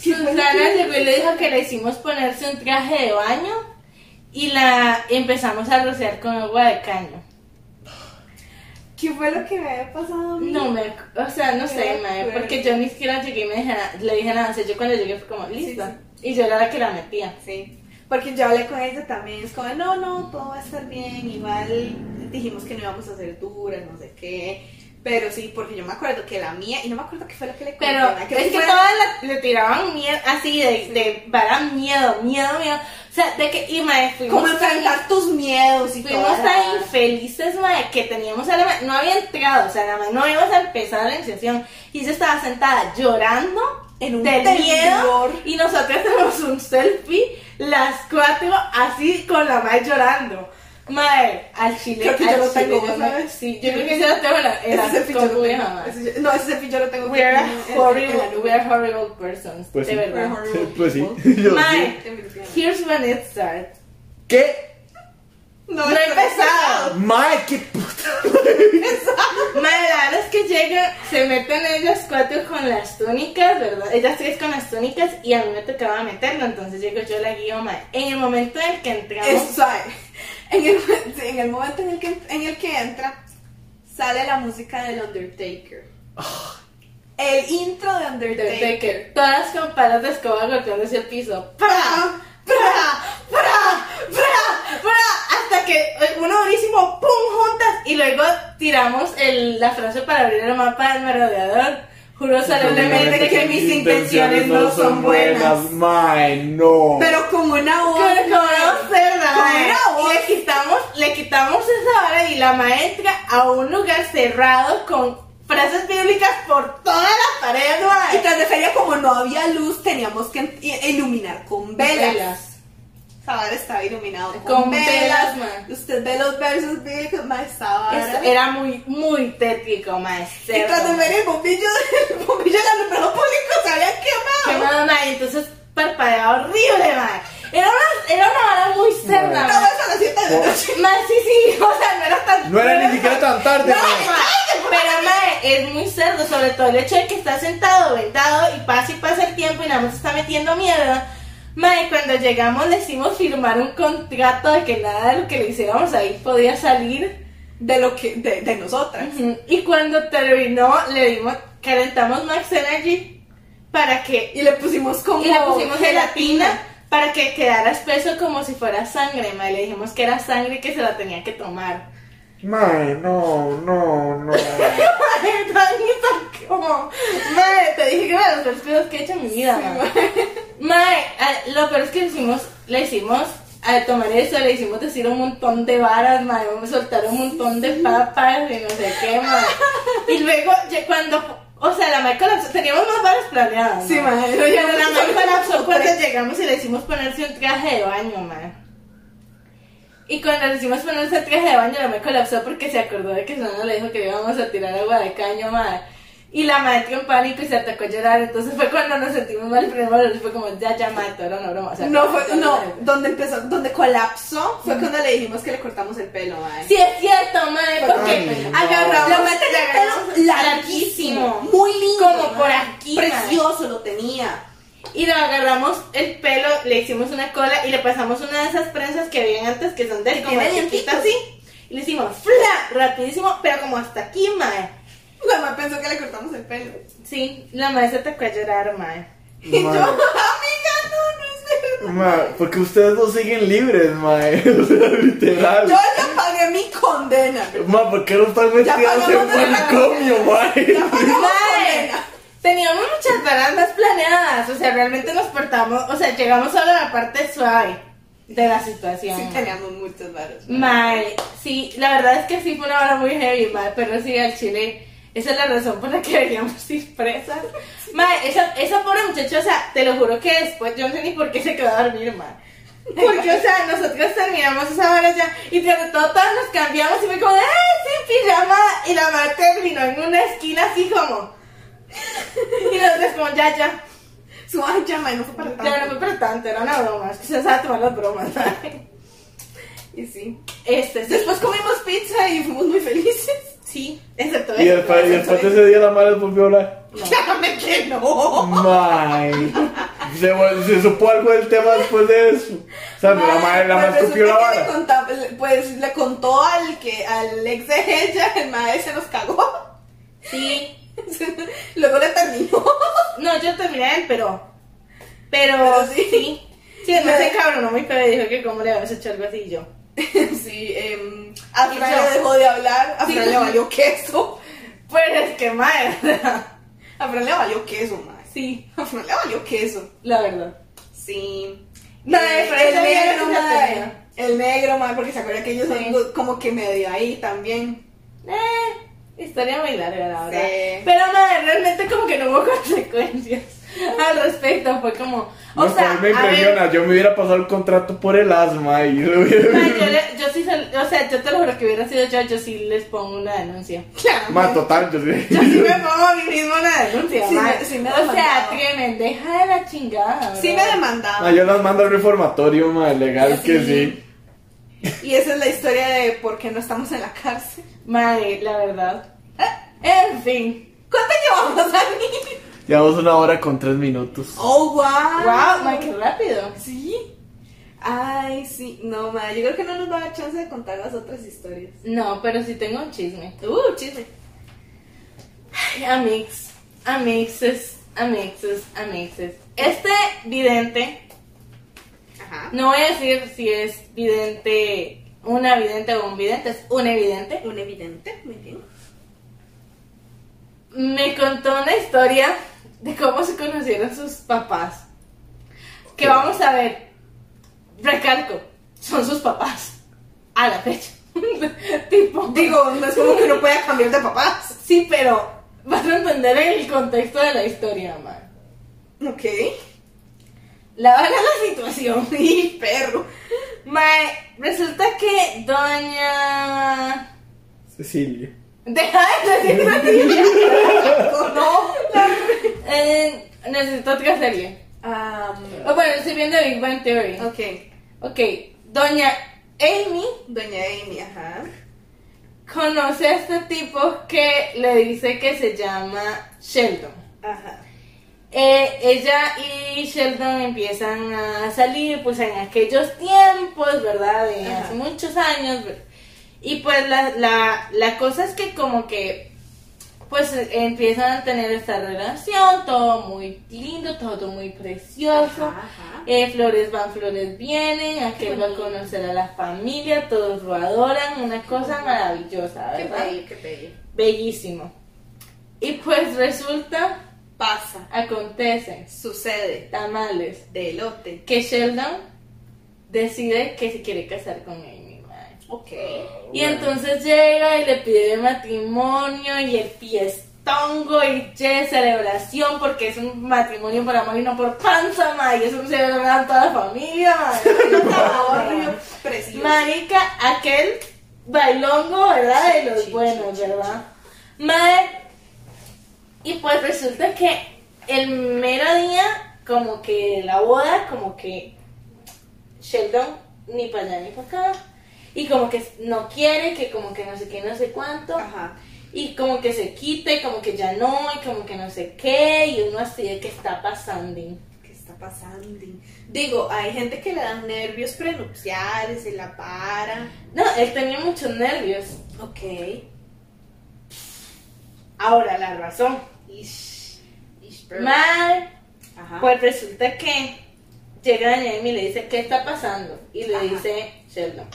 [SPEAKER 1] Susana llegó y le dijo que le hicimos ponerse un traje de baño y la empezamos a rociar con agua de caño.
[SPEAKER 2] ¿Qué fue lo que me había pasado? a mí?
[SPEAKER 1] No me, o sea, no sé,
[SPEAKER 2] Qué
[SPEAKER 1] mae,
[SPEAKER 2] fuerte.
[SPEAKER 1] porque yo ni siquiera llegué y me dije nada- le dije nada. O sea, yo cuando llegué fue como, listo. Y yo era la que la metía.
[SPEAKER 2] Sí, porque yo hablé con ella también, es como, no, no, todo va a estar bien, igual dijimos que no íbamos a hacer duras, no sé qué, pero sí, porque yo me acuerdo que la mía, y no me acuerdo qué fue lo que le conté,
[SPEAKER 1] Pero
[SPEAKER 2] ¿verdad?
[SPEAKER 1] es que
[SPEAKER 2] fue-
[SPEAKER 1] todas la- le tiraban miedo, así de, de vara miedo, miedo, miedo. O sea, de que, y mae, fuimos
[SPEAKER 2] como
[SPEAKER 1] tan-
[SPEAKER 2] enfrentar tus miedos y
[SPEAKER 1] Fuimos
[SPEAKER 2] toda la-
[SPEAKER 1] tan infelices, mae, que teníamos a la ma- no había entrado, o sea, la ma- no íbamos a empezar la iniciación. Y ella estaba sentada llorando
[SPEAKER 2] En un
[SPEAKER 1] del miedo.
[SPEAKER 2] temblor.
[SPEAKER 1] Y nosotros tenemos un selfie, las cuatro, así con la madre llorando. Mae, al chile.
[SPEAKER 2] Creo que
[SPEAKER 1] al
[SPEAKER 2] yo lo
[SPEAKER 1] chile,
[SPEAKER 2] tengo,
[SPEAKER 1] yo
[SPEAKER 2] ¿sabes?
[SPEAKER 1] me- Sí, yo creo que yo lo tengo en la, en
[SPEAKER 2] Ese
[SPEAKER 1] la-
[SPEAKER 2] selfie yo
[SPEAKER 1] con
[SPEAKER 2] lo
[SPEAKER 1] mi
[SPEAKER 2] tengo,
[SPEAKER 1] mamá.
[SPEAKER 2] ese yo- No, ese selfie yo lo tengo.
[SPEAKER 1] We are
[SPEAKER 2] en- en- en la
[SPEAKER 1] horrible,
[SPEAKER 2] nube.
[SPEAKER 1] we are horrible persons,
[SPEAKER 3] Pues
[SPEAKER 1] de
[SPEAKER 3] sí.
[SPEAKER 2] We're
[SPEAKER 1] verdad.
[SPEAKER 2] horrible
[SPEAKER 3] Pues sí.
[SPEAKER 2] people.
[SPEAKER 3] yo sí.
[SPEAKER 1] Mae, here's when it starts.
[SPEAKER 3] ¿Qué?
[SPEAKER 2] No,
[SPEAKER 1] No he empezado.
[SPEAKER 3] Mae, qué puta.
[SPEAKER 1] Madre, la verdad es que llega, se meten ellas cuatro con las túnicas, ¿verdad? Ellas tres con las túnicas y a mí me tocaba meterlo, entonces llego yo la guío, madre. En el momento en el que entramos,
[SPEAKER 2] Es- sabe, en, el, sí, en el momento en el, que, en el que entra, sale la música del Undertaker. El intro de Ah. Undertaker.
[SPEAKER 1] desde que todas con palas de escoba golpeándose el piso,
[SPEAKER 2] ¡Pra! ¡Pra! ¡Pra! ¡Pra!
[SPEAKER 1] ¡Fuera! hasta que uno durísimo, ¡pum! juntas y luego tiramos el- la frase para abrir el mapa del merodeador. Juro solemnemente que mis intenciones no son buenas.
[SPEAKER 3] Mae, no.
[SPEAKER 2] Pero con una voz.
[SPEAKER 1] Como como una cerda,
[SPEAKER 2] Como
[SPEAKER 1] mae.
[SPEAKER 2] una voz.
[SPEAKER 1] Y le quitamos, le quitamos esa hora y la maestra a un lugar cerrado con frases bíblicas por toda la pared, mae.
[SPEAKER 2] Y tras de feria, como no había luz, teníamos que i- iluminar con velas. Sabar estaba iluminado con,
[SPEAKER 1] Con
[SPEAKER 2] velas.
[SPEAKER 1] velas, ma.
[SPEAKER 2] Usted ve los versos bíblicos, ma, estaba.
[SPEAKER 1] Eso era muy, muy tétrico, maestro.
[SPEAKER 2] Y tras de ver el bombillo, el bombillo del alumbrado público se había quemado.
[SPEAKER 1] entonces parpadeaba horrible, mae. Era una, era una hora muy cerda,
[SPEAKER 2] Todo
[SPEAKER 1] mae.
[SPEAKER 2] eso a las 7 de la noche.
[SPEAKER 1] Mae, sí, sí, o sea, no era tan
[SPEAKER 3] No era ni siquiera tan tarde, mae.
[SPEAKER 1] Pero mae, es muy cerdo, sobre todo el hecho de que está sentado, vendado y pasa y pasa el tiempo y nada más está metiendo mierda. Mae, cuando llegamos le hicimos firmar un contrato de que nada de lo que le hiciéramos ahí podía salir.
[SPEAKER 2] de lo que de, de nosotras
[SPEAKER 1] Y cuando terminó le dimos, calentamos Max Energy para que
[SPEAKER 2] y le pusimos como
[SPEAKER 1] y le pusimos gelatina para que quedara espeso como si fuera sangre, mae. Le dijimos que era sangre y que se la tenía que tomar.
[SPEAKER 3] Mae, no, no, no.
[SPEAKER 1] Madre, Tanita, como, madre, te dije que era de las peores cosas que he hecho en mi vida, madre. Madre, a- lo peor es que le hicimos, le hicimos al tomar eso, le hicimos decir un montón de varas, madre, vamos a soltar un montón de papas y no sé qué, madre. Y luego, ya cuando, o sea, la madre colapsó, teníamos más varas planeadas.
[SPEAKER 2] Sí, madre,
[SPEAKER 1] Pero
[SPEAKER 2] ya
[SPEAKER 1] la
[SPEAKER 2] no-
[SPEAKER 1] madre colapsó cuando llegamos y le hicimos ponerse un traje de baño, madre. Y cuando le hicimos ponerse el traje de baño, la me colapsó porque se acordó de que su mamá le dijo que le íbamos a tirar agua de caño, madre. Y la maestra en pánico y se atacó a llorar. Entonces fue cuando nos sentimos mal. Primero fue como, ya, ya, madre, todo era una broma. O sea,
[SPEAKER 2] no fue no
[SPEAKER 1] todo era-
[SPEAKER 2] donde empezó donde colapsó fue cuando le dijimos que le cortamos el pelo mae.
[SPEAKER 1] Sí, es cierto, madre, porque
[SPEAKER 3] Ay, no.
[SPEAKER 1] agarramos.
[SPEAKER 2] lo meten el
[SPEAKER 1] agarramos
[SPEAKER 2] pelo larguísimo muy lindo
[SPEAKER 1] Como
[SPEAKER 2] mae.
[SPEAKER 1] por aquí, mae.
[SPEAKER 2] precioso lo tenía
[SPEAKER 1] Y lo agarramos el pelo, le hicimos una cola y le pasamos una de esas prensas que habían antes que son de como
[SPEAKER 2] tiene
[SPEAKER 1] chiquita
[SPEAKER 2] dientitos.
[SPEAKER 1] así. Y le hicimos fla, rapidísimo, pero como hasta aquí, madre.
[SPEAKER 2] la mamá pensó que le cortamos el pelo
[SPEAKER 1] Sí, la maestra te a llorar, mae.
[SPEAKER 2] y yo
[SPEAKER 3] Mae.
[SPEAKER 2] amiga no no es verdad
[SPEAKER 3] Mae, porque ustedes no siguen libres, mae. O sea, literal.
[SPEAKER 2] yo ya pagué mi condena
[SPEAKER 3] Mae, ¿por qué no están metidos en
[SPEAKER 2] pagamos de la-
[SPEAKER 3] manicomio, mae?
[SPEAKER 2] ya pagué mi
[SPEAKER 1] Mae,
[SPEAKER 2] condena
[SPEAKER 1] teníamos muchas barandas planeadas, o sea, realmente nos portamos, o sea, llegamos solo a la parte suave. de la situación.
[SPEAKER 2] Sí, teníamos muchos varos.
[SPEAKER 1] Mae, sí, la verdad es que sí fue una hora muy heavy, mae, pero sí, al chile, esa es la razón por la que veníamos ir presas. Mae, esa, esa pobre muchacha, o sea, te lo juro que después yo no sé ni por qué se quedó a dormir, mae. Porque, o sea, nosotros terminamos esa hora ya y de todo todos nos cambiamos y fue como, ¡eh, sí, pijama! Y la madre terminó en una esquina así como. Y nosotros como, ya, ya.
[SPEAKER 2] Su ay, ya, mae, no fue para tanto.
[SPEAKER 1] Ya no fue para tanto, era una broma. Es que se sabe tomar las bromas, mae.
[SPEAKER 2] Y sí.
[SPEAKER 1] Este, sí.
[SPEAKER 2] Después comimos pizza y fuimos muy felices.
[SPEAKER 1] Sí.
[SPEAKER 2] Excepto
[SPEAKER 3] Y
[SPEAKER 2] él,
[SPEAKER 3] después, y después de ese día la madre volvió a hablar.
[SPEAKER 2] Déjame que no.
[SPEAKER 3] Mae. Se, vol- se supo algo del tema después de eso. O sea, la madre, la
[SPEAKER 2] Pues
[SPEAKER 3] madre escupió la
[SPEAKER 2] resulta que le
[SPEAKER 3] vara.
[SPEAKER 2] contaba- le- pues le contó al que al ex de ella, el maestro se los cagó.
[SPEAKER 1] Sí.
[SPEAKER 2] Luego le terminó.
[SPEAKER 1] No, yo terminé él, pero. Pero,
[SPEAKER 2] Pero sí.
[SPEAKER 1] sí. Sí, me hace cabrón, no muy feo. y Dijo que cómo le habías hecho algo así y yo.
[SPEAKER 2] sí, eh, a
[SPEAKER 1] Y
[SPEAKER 2] Fran
[SPEAKER 1] yo.
[SPEAKER 2] le dejó de hablar, a
[SPEAKER 1] Sí.
[SPEAKER 2] Fran le valió queso.
[SPEAKER 1] Pues es que madre.
[SPEAKER 2] A Fran le valió queso, más.
[SPEAKER 1] Sí,
[SPEAKER 2] A Fran le valió queso.
[SPEAKER 1] la verdad.
[SPEAKER 2] Sí.
[SPEAKER 1] No,
[SPEAKER 2] Eh,
[SPEAKER 1] pero ese día
[SPEAKER 2] el negro,
[SPEAKER 1] sí la
[SPEAKER 2] madre.
[SPEAKER 1] tenía.
[SPEAKER 2] El negro, madre, porque se acuerda que ellos
[SPEAKER 1] Sí.
[SPEAKER 2] son como que medio ahí también.
[SPEAKER 1] Eh, historia muy larga, la verdad.
[SPEAKER 2] Sí.
[SPEAKER 1] Pero madre, realmente como que no hubo consecuencias al respecto. Fue como. O
[SPEAKER 3] No,
[SPEAKER 1] sea,
[SPEAKER 3] pues, me
[SPEAKER 1] a ver,
[SPEAKER 3] impresiona. Yo me hubiera pasado el contrato por el asma y yo
[SPEAKER 1] madre, yo, le- yo sí, se- o sea, yo te lo juro que hubiera sido yo, yo sí les pongo una denuncia.
[SPEAKER 2] Claro.
[SPEAKER 3] Más total, yo
[SPEAKER 1] Yo sí
[SPEAKER 3] sí.
[SPEAKER 1] me pongo a mí mismo una denuncia,
[SPEAKER 2] Sí me-
[SPEAKER 1] madre.
[SPEAKER 2] sí me
[SPEAKER 1] O sea,
[SPEAKER 2] demandaba.
[SPEAKER 1] tremendeja de la chingada.
[SPEAKER 2] Sí me
[SPEAKER 1] ¿verdad?
[SPEAKER 2] demandaba.
[SPEAKER 3] Ah, yo las mando al reformatorio, madre, legal que sí.
[SPEAKER 2] Y esa es la historia de por qué no estamos en la cárcel.
[SPEAKER 1] Madre, la verdad. Ah, En fin.
[SPEAKER 2] ¿Cuánto llevamos, Dani?
[SPEAKER 3] Llevamos una hora con tres minutos.
[SPEAKER 2] Oh, wow.
[SPEAKER 1] Wow, madre, qué rápido.
[SPEAKER 2] Sí. Ay, sí. No, ma, yo creo que no nos va a dar chance de contar las otras historias.
[SPEAKER 1] No, pero sí tengo un chisme.
[SPEAKER 2] Uh, chisme.
[SPEAKER 1] Ay, amix, amixes, amixes, amixes. Este vidente,
[SPEAKER 2] Ajá.
[SPEAKER 1] no voy a decir si es vidente, una vidente o un vidente, es un evidente.
[SPEAKER 2] Un evidente, muy bien.
[SPEAKER 1] Me contó una historia de cómo se conocieron sus papás. Que vamos a ver, recalco, son sus papás. A la fecha. tipo,
[SPEAKER 2] Digo, no es como que no pueda cambiar de papás.
[SPEAKER 1] Sí, pero vas a entender el contexto de la historia, mamá.
[SPEAKER 2] Ok.
[SPEAKER 1] La verdad la situación.
[SPEAKER 2] Sí, perro.
[SPEAKER 1] Mae, resulta que doña...
[SPEAKER 3] Cecilia.
[SPEAKER 1] Deja de decir Cecilia.
[SPEAKER 2] No.
[SPEAKER 1] Eh, necesito otra serie.
[SPEAKER 2] Um,
[SPEAKER 1] Oh, bueno, estoy viendo Big Bang Theory.
[SPEAKER 2] ok.
[SPEAKER 1] Ok, doña Amy
[SPEAKER 2] Doña Amy, ajá.
[SPEAKER 1] conoce a este tipo que le dice que se llama Sheldon.
[SPEAKER 2] Ajá.
[SPEAKER 1] Eh, ella y Sheldon empiezan a salir, pues en aquellos tiempos, ¿verdad? De
[SPEAKER 2] Ajá.
[SPEAKER 1] hace muchos años. ver- Y pues la, la, la cosa es que como que, pues eh, empiezan a tener esta relación, todo muy lindo, todo muy precioso.
[SPEAKER 2] Ajá, ajá.
[SPEAKER 1] Eh, flores van, flores vienen, aquel va a conocer a la familia, todos lo adoran, una cosa maravillosa,
[SPEAKER 2] Qué
[SPEAKER 1] ¿verdad?
[SPEAKER 2] bello, qué bello.
[SPEAKER 1] Bellísimo. Y pues resulta,
[SPEAKER 2] Pasa.
[SPEAKER 1] acontece
[SPEAKER 2] Sucede.
[SPEAKER 1] tamales
[SPEAKER 2] De elote.
[SPEAKER 1] que Sheldon decide que se quiere casar con Amy. mae.
[SPEAKER 2] Ok.
[SPEAKER 1] Y entonces llega y le pide matrimonio y el fiestongo y che, celebración porque es un matrimonio por amor y no por panza, mae. Y eso se celebra toda la familia, mae.
[SPEAKER 2] Precioso.
[SPEAKER 1] Marica, aquel bailongo, ¿verdad? De los buenos, ¿verdad? Madre. Y pues resulta que el mero día, como que de la boda, como que Sheldon ni para allá ni para acá. Y como que no quiere, que como que no sé qué, no sé cuánto.
[SPEAKER 2] Ajá.
[SPEAKER 1] Y como que se quita y como que ya no, y como que no sé qué. Y uno así de que está pasando.
[SPEAKER 2] ¿Qué está pasando? Digo, hay gente que le dan nervios prenupciales, se la para.
[SPEAKER 1] No, él tenía muchos nervios.
[SPEAKER 2] Ok.
[SPEAKER 1] Ahora, la razón.
[SPEAKER 2] Ish. Ish, pero-
[SPEAKER 1] Madre.
[SPEAKER 2] Ajá.
[SPEAKER 1] Pues resulta que llega Doña Amy y le dice, ¿qué está pasando? Y le
[SPEAKER 2] Ajá.
[SPEAKER 1] dice Sheldon,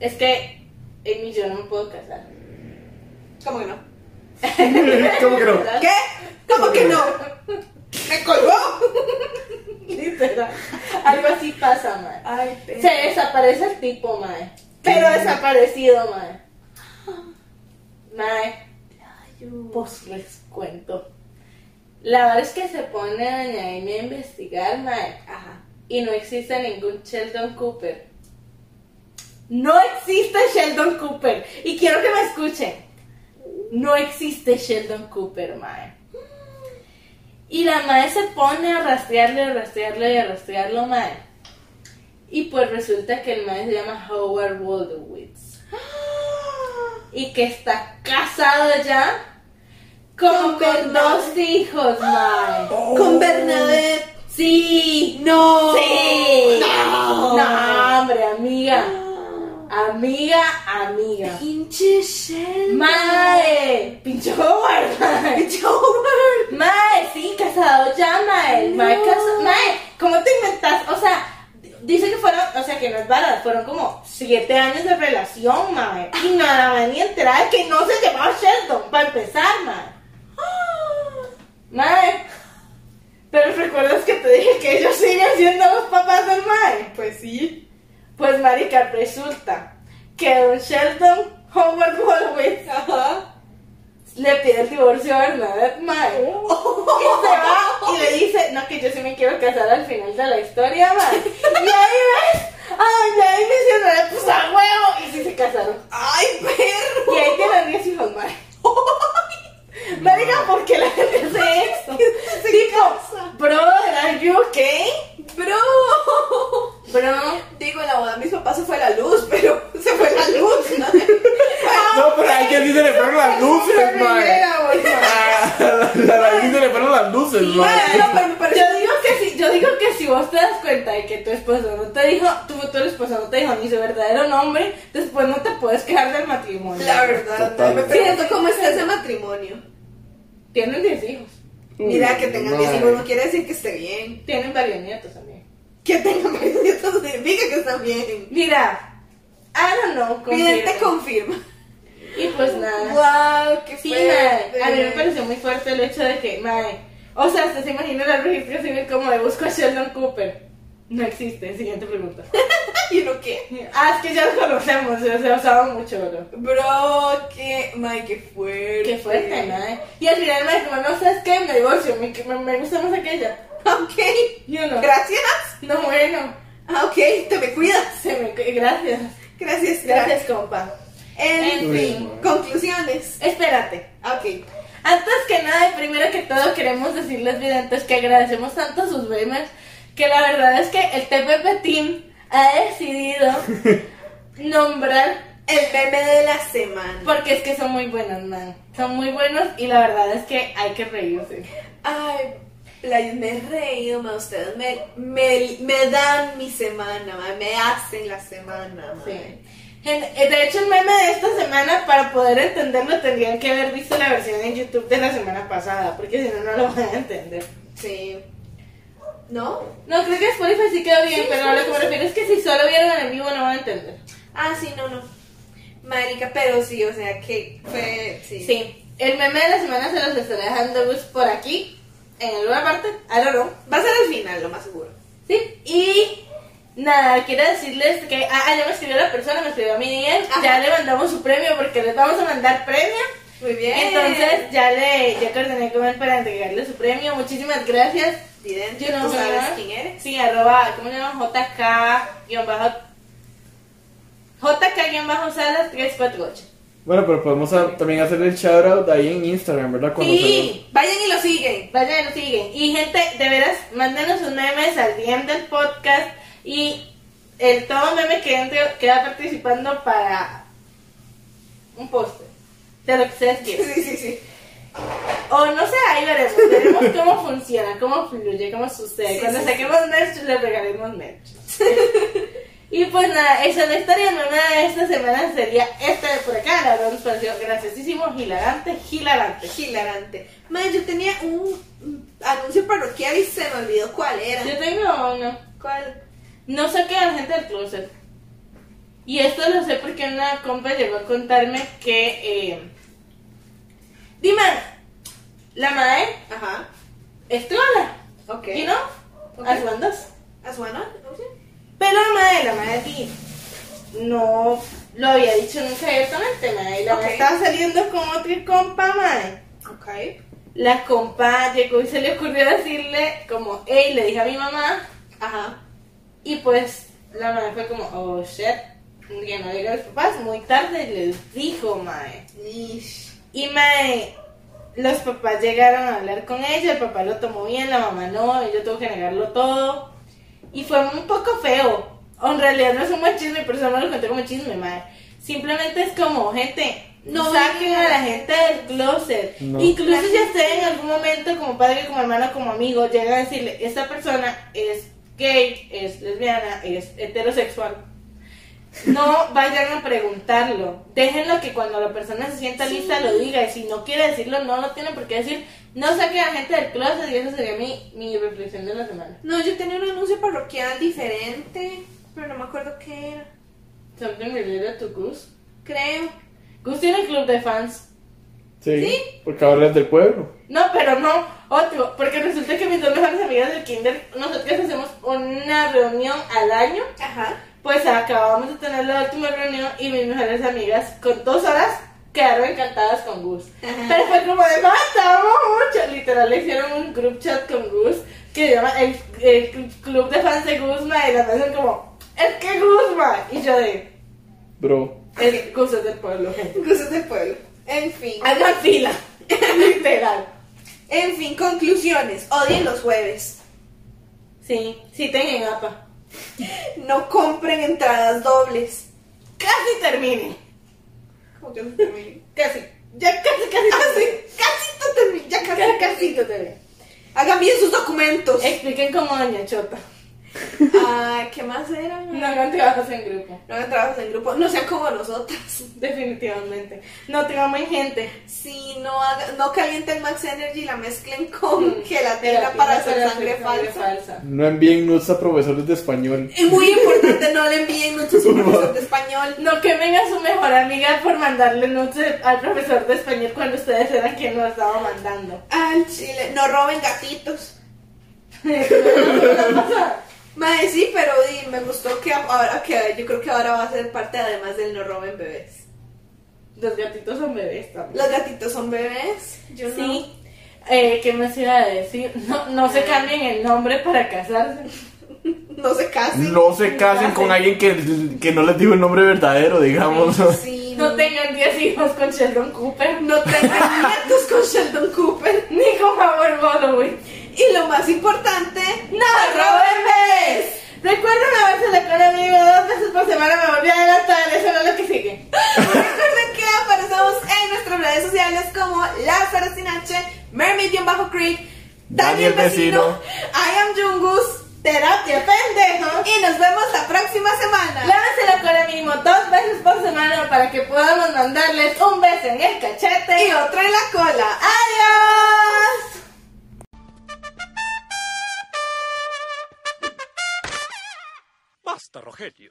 [SPEAKER 1] es que Amy yo no me puedo casar.
[SPEAKER 2] ¿Cómo que no?
[SPEAKER 3] ¿Cómo que no?
[SPEAKER 2] ¿Qué? ¿Cómo que no? ¿Me colgó?
[SPEAKER 1] Literal. Algo así pasa, mae.
[SPEAKER 2] Ay, pero.
[SPEAKER 1] Se desaparece el tipo, mae. Pero desaparecido, mae. Mae, pues les cuento. La verdad es que se pone doña Amy a investigar, mae.
[SPEAKER 2] Ajá.
[SPEAKER 1] Y no existe ningún Sheldon Cooper. No existe Sheldon Cooper. Y quiero que me escuchen. No existe Sheldon Cooper, mae. Y la mae se pone a rastrearle, a rastrearle, a rastrearlo, mae. Y pues resulta que el mae se llama Howard Wolowitz. Y que está casado ya
[SPEAKER 2] Con
[SPEAKER 1] con, con
[SPEAKER 2] Bernadette.
[SPEAKER 1] dos hijos, mae.
[SPEAKER 2] Con Bernadette.
[SPEAKER 1] Sí,
[SPEAKER 2] No.
[SPEAKER 1] Sí.
[SPEAKER 2] No.
[SPEAKER 1] No, hombre, amiga. Amiga, amiga.
[SPEAKER 2] Pinche Sheldon.
[SPEAKER 1] Mae, pinche Howard, mae.
[SPEAKER 2] Pinche Howard.
[SPEAKER 1] Mae, sí, casado ya, mae. Mae,
[SPEAKER 2] No.
[SPEAKER 1] casa- mae, ¿cómo te inventas? O sea, d- dice que fueron, o sea, que no es barato, fueron como siete años de relación, mae. Y nada más ni enterada de que no se llevaba Sheldon, para empezar, mae. Mae, pero recuerdas que te dije que ellos siguen siendo los papás del mae.
[SPEAKER 2] Pues sí.
[SPEAKER 1] Pues marica, resulta que don Sheldon Howard Wolowitz le pide el divorcio a Bernadette Mae.
[SPEAKER 2] Oh.
[SPEAKER 1] Y se va y le dice, no, que yo sí me quiero casar al final de la historia, Mae. Y ahí ves, ay, y ahí me pues a huevo. Y sí se casaron.
[SPEAKER 2] Ay, perro.
[SPEAKER 1] Y ahí tienen 10 hijos, Mae. Marica, ¿por qué la gente hace eso?
[SPEAKER 2] Se casa.
[SPEAKER 1] Tipo, brother, are you okay?
[SPEAKER 2] Bro.
[SPEAKER 1] Bro.
[SPEAKER 2] Digo, en la boda de mis papás se fue la luz, pero se fue la luz. ¿no?
[SPEAKER 3] No, pero hay quien dice le fueron las luces, mae. Ah, A la- a la gente le fueron las luces,
[SPEAKER 2] Ay,
[SPEAKER 3] mae.
[SPEAKER 2] no, pero me pareció-
[SPEAKER 1] Yo digo que si, yo digo que si vos te das cuenta de que tu esposo no te dijo, tu futuro esposo no te dijo ni su verdadero nombre, después no te puedes quejar del matrimonio.
[SPEAKER 2] La verdad, no, me
[SPEAKER 4] Totalmente.
[SPEAKER 2] pregunto cómo está ese matrimonio.
[SPEAKER 1] Tienen 10 hijos,
[SPEAKER 2] Mira, que tengan 10
[SPEAKER 4] mae.
[SPEAKER 2] hijos no quiere decir que esté bien.
[SPEAKER 1] tienen varios nietos también.
[SPEAKER 2] Que tengan 10 nietos no significa que están bien.
[SPEAKER 1] Mira, I don't know.
[SPEAKER 2] Miren, te
[SPEAKER 1] confirmo.
[SPEAKER 2] confirma.
[SPEAKER 1] Y pues nada.
[SPEAKER 2] Wow, qué
[SPEAKER 1] Sí,
[SPEAKER 2] fuerte.
[SPEAKER 1] mae, a mí me pareció muy fuerte el hecho de que, mae, o sea, hasta se imagina el registro civil como de busco a Sheldon Cooper. No existe, siguiente pregunta.
[SPEAKER 2] ¿Y uno qué?
[SPEAKER 1] ah, es que ya lo conocemos, se se ha usado mucho, bro.
[SPEAKER 2] Bro, qué. Mae, qué fuerte.
[SPEAKER 1] Qué fuerte, madre. Y al final me dijo, no sabes qué, me divorcio, me, me, me gusta más aquella.
[SPEAKER 2] Ok.
[SPEAKER 1] Yo no.
[SPEAKER 2] Gracias.
[SPEAKER 1] no, bueno.
[SPEAKER 2] Ah, ok, te me cuidas.
[SPEAKER 1] Se me, gracias.
[SPEAKER 2] Gracias,
[SPEAKER 1] Gracias, compa.
[SPEAKER 2] En
[SPEAKER 1] En
[SPEAKER 2] fin,
[SPEAKER 1] fin.
[SPEAKER 2] conclusiones.
[SPEAKER 1] Espérate.
[SPEAKER 2] Ok.
[SPEAKER 1] Antes que nada, y primero que todo, queremos decirles, videntes, que agradecemos tanto a sus gamers, que la verdad es que el TPP Team ha decidido nombrar,
[SPEAKER 2] El meme de la semana.
[SPEAKER 1] porque es que son muy buenos, man. Son muy buenos y la verdad es que hay que reírse.
[SPEAKER 2] Ay, playas, me he reído, ma, ustedes me, me, me dan mi semana, ma, me hacen la semana. ma.
[SPEAKER 1] Sí. Gen- eh, De hecho, el meme de esta semana, para poder entenderlo, tendrían que haber visto la versión en YouTube de la semana pasada, porque si no, no lo van a entender.
[SPEAKER 2] Sí. ¿No?
[SPEAKER 1] No, creo que Spotify sí quedó bien,
[SPEAKER 2] Sí,
[SPEAKER 1] pero a lo que me
[SPEAKER 2] sí.
[SPEAKER 1] refiero es que si solo vieron el en vivo no van a entender.
[SPEAKER 2] Ah, sí, no, no. Marica, pero sí, o sea, que fue. Sí.
[SPEAKER 1] Sí, el meme de la semana se los estaré dejando Gus, por aquí, en alguna parte, I don't know.
[SPEAKER 2] Va a ser el final, lo más seguro.
[SPEAKER 1] Sí, y nada, quiero decirles que. Ah, ah, ya me escribió la persona, me escribió a mi DM,
[SPEAKER 2] Ajá.
[SPEAKER 1] ya le mandamos su premio porque les vamos a mandar premio.
[SPEAKER 2] Muy bien.
[SPEAKER 1] Entonces ya le ya coordiné con él para entregarle su premio. Muchísimas gracias.
[SPEAKER 2] Vidente,
[SPEAKER 1] Yo no
[SPEAKER 2] tú
[SPEAKER 1] sé
[SPEAKER 2] sabes
[SPEAKER 1] nada.
[SPEAKER 2] quién eres.
[SPEAKER 1] Sí, arroba, ¿cómo le llaman? JK, guión bajo, JK, guión bajo, salas 348.
[SPEAKER 3] Bueno, pero podemos a- también hacer el shoutout ahí en Instagram, ¿verdad? Cuando
[SPEAKER 1] Sí,
[SPEAKER 2] Vayan y lo siguen.
[SPEAKER 1] vayan y nos siguen. Y gente, de veras, mándenos sus memes al DM del podcast y el todo meme que entre queda participando para un póster. De lo que ustedes quieran.
[SPEAKER 2] Sí, sí, sí.
[SPEAKER 1] O no sé, ahí veremos. Veremos cómo funciona, cómo fluye, cómo sucede.
[SPEAKER 2] Sí,
[SPEAKER 1] Cuando
[SPEAKER 2] sí,
[SPEAKER 1] saquemos merch, les regalaremos merch. y pues nada, esa es la historia nueva de esta semana. Sería esta de por acá. La verdad nos pareció graciosísimo, hilarante, hilarante.
[SPEAKER 2] Hilarante. Man, yo tenía un un anuncio parroquial y se me olvidó cuál era.
[SPEAKER 1] Yo tengo uno.
[SPEAKER 2] ¿Cuál?
[SPEAKER 1] No saqué a la gente del closet. Y esto lo sé porque una compa llegó a contarme que. Eh, Dime, la madre
[SPEAKER 2] Ajá.
[SPEAKER 1] es trola.
[SPEAKER 2] Ok.
[SPEAKER 1] ¿Y no?
[SPEAKER 2] Ok.
[SPEAKER 1] Las bandas.
[SPEAKER 2] ¿As one on?
[SPEAKER 1] no lo había dicho nunca abiertamente, mae. Y la mae
[SPEAKER 2] Ok.
[SPEAKER 1] estaba saliendo con otro compa, mae.
[SPEAKER 2] Ok.
[SPEAKER 1] La compa llegó y se le ocurrió decirle, como, hey, le dije a mi mamá.
[SPEAKER 2] Ajá.
[SPEAKER 1] Y pues la madre fue como, oh shit, que no diga a los papás. Muy tarde les dijo, mae.
[SPEAKER 2] Ish.
[SPEAKER 1] Y mae, los papás llegaron a hablar con ella, el papá lo tomó bien, la mamá no, ella tuvo que negarlo todo. Y fue un poco feo. O en realidad no es un buen chisme, pero eso no lo conté como chisme, mae. Simplemente es como, gente, no
[SPEAKER 2] No
[SPEAKER 1] saquen
[SPEAKER 2] digas.
[SPEAKER 1] a la gente del closet.
[SPEAKER 4] No.
[SPEAKER 1] Incluso si usted en algún momento, como padre, como hermano, como amigo, llega a decirle, esta persona es gay, es lesbiana, es heterosexual. No vayan a preguntarlo. Déjenlo que cuando la persona se sienta lista lo diga. Y si no quiere decirlo, no lo tiene por qué decir. No saquen a gente del closet. Y esa sería mi, mi reflexión de la semana.
[SPEAKER 2] No, yo tenía un anuncio parroquial diferente, pero no me acuerdo qué era.
[SPEAKER 1] Something related to Gus.
[SPEAKER 2] Creo.
[SPEAKER 1] Gus tiene club de fans.
[SPEAKER 4] Sí, porque ahora es del pueblo.
[SPEAKER 1] No, pero no, otro, porque resulta que mis dos mejores amigas del kinder, nosotros hacemos una reunión al año,
[SPEAKER 2] Ajá.
[SPEAKER 1] pues acabamos de tener la última reunión y mis mejores amigas con dos horas quedaron encantadas con Gus. Pero fue como de, no, te amo mucho. Literal, le hicieron un group chat con Gus que se llama el, el cl- club de fans de Guzma y las hacen como, es que Guzma. Y yo de,
[SPEAKER 4] Bro,
[SPEAKER 1] es Gus es del pueblo, gente.
[SPEAKER 2] Cosas del pueblo. En fin.
[SPEAKER 1] Hagan fila, literal.
[SPEAKER 2] En fin, conclusiones. Odien los jueves.
[SPEAKER 1] Sí, sí, tengan apa.
[SPEAKER 2] No compren entradas dobles.
[SPEAKER 1] Casi termine.
[SPEAKER 2] Como que no terminé.
[SPEAKER 1] Casi. Ya casi, casi.
[SPEAKER 2] Casi,
[SPEAKER 1] terminé.
[SPEAKER 2] casi no terminé. Ya
[SPEAKER 1] Casi,
[SPEAKER 2] casi,
[SPEAKER 1] casi
[SPEAKER 2] casi.
[SPEAKER 1] te terminé.
[SPEAKER 2] Hagan bien sus documentos.
[SPEAKER 1] Expliquen cómo Doña Chota.
[SPEAKER 2] Ah, ¿qué más era?
[SPEAKER 1] No hagan trabajos en grupo.
[SPEAKER 2] No hagan trabajos en grupo. No sean como nosotras.
[SPEAKER 1] Definitivamente. No trabajen gente.
[SPEAKER 2] Si no, haga- no calienten Max Energy y la mezclen con Mm. gelatina
[SPEAKER 1] Terapia
[SPEAKER 2] para hacer sangre
[SPEAKER 1] hacer
[SPEAKER 2] falsa.
[SPEAKER 4] no envíen nudes a profesores de español.
[SPEAKER 2] Es muy importante, no le envíen muchos profesor de español.
[SPEAKER 1] No quemen a su mejor amiga por mandarle notes al profesor de español cuando ustedes eran quien lo estaba mandando.
[SPEAKER 2] Al chile, no roben gatitos. Mae, sí, pero di, me gustó que ahora que yo creo que ahora va a ser parte además del no roben bebés.
[SPEAKER 1] Los gatitos son bebés también.
[SPEAKER 2] Los gatitos son bebés, yo no.
[SPEAKER 1] Sí. Eh, ¿Qué más iba a decir? No, no se cambien el nombre para casarse.
[SPEAKER 2] No se casen.
[SPEAKER 5] No se casen con alguien que, que no les digo el nombre verdadero, digamos.
[SPEAKER 2] Sí,
[SPEAKER 1] No tengan 10 hijos con Sheldon Cooper.
[SPEAKER 2] no tengan nietos con Sheldon Cooper.
[SPEAKER 1] Ni con Howard Holloway.
[SPEAKER 2] Y lo más importante,
[SPEAKER 1] ¡No roben bebés! Recuerden lavarse la cara amigo dos veces por semana, me volví a adelantar, eso no es lo que sigue.
[SPEAKER 2] Recuerden que aparecemos en nuestras redes sociales como Lázaro Sin H, Mermaid-Bajo Creek,
[SPEAKER 5] Daniel
[SPEAKER 2] Daniel
[SPEAKER 5] Vecino,
[SPEAKER 2] Vecino, I am Jungus,
[SPEAKER 1] Terapia, pendejo.
[SPEAKER 2] y nos vemos la próxima semana.
[SPEAKER 1] Lávense la cara mínimo dos veces por semana para que podamos mandarles un beso en el cachete
[SPEAKER 2] y otro en la cola. ¡Adiós!
[SPEAKER 6] Basta, Rogelio.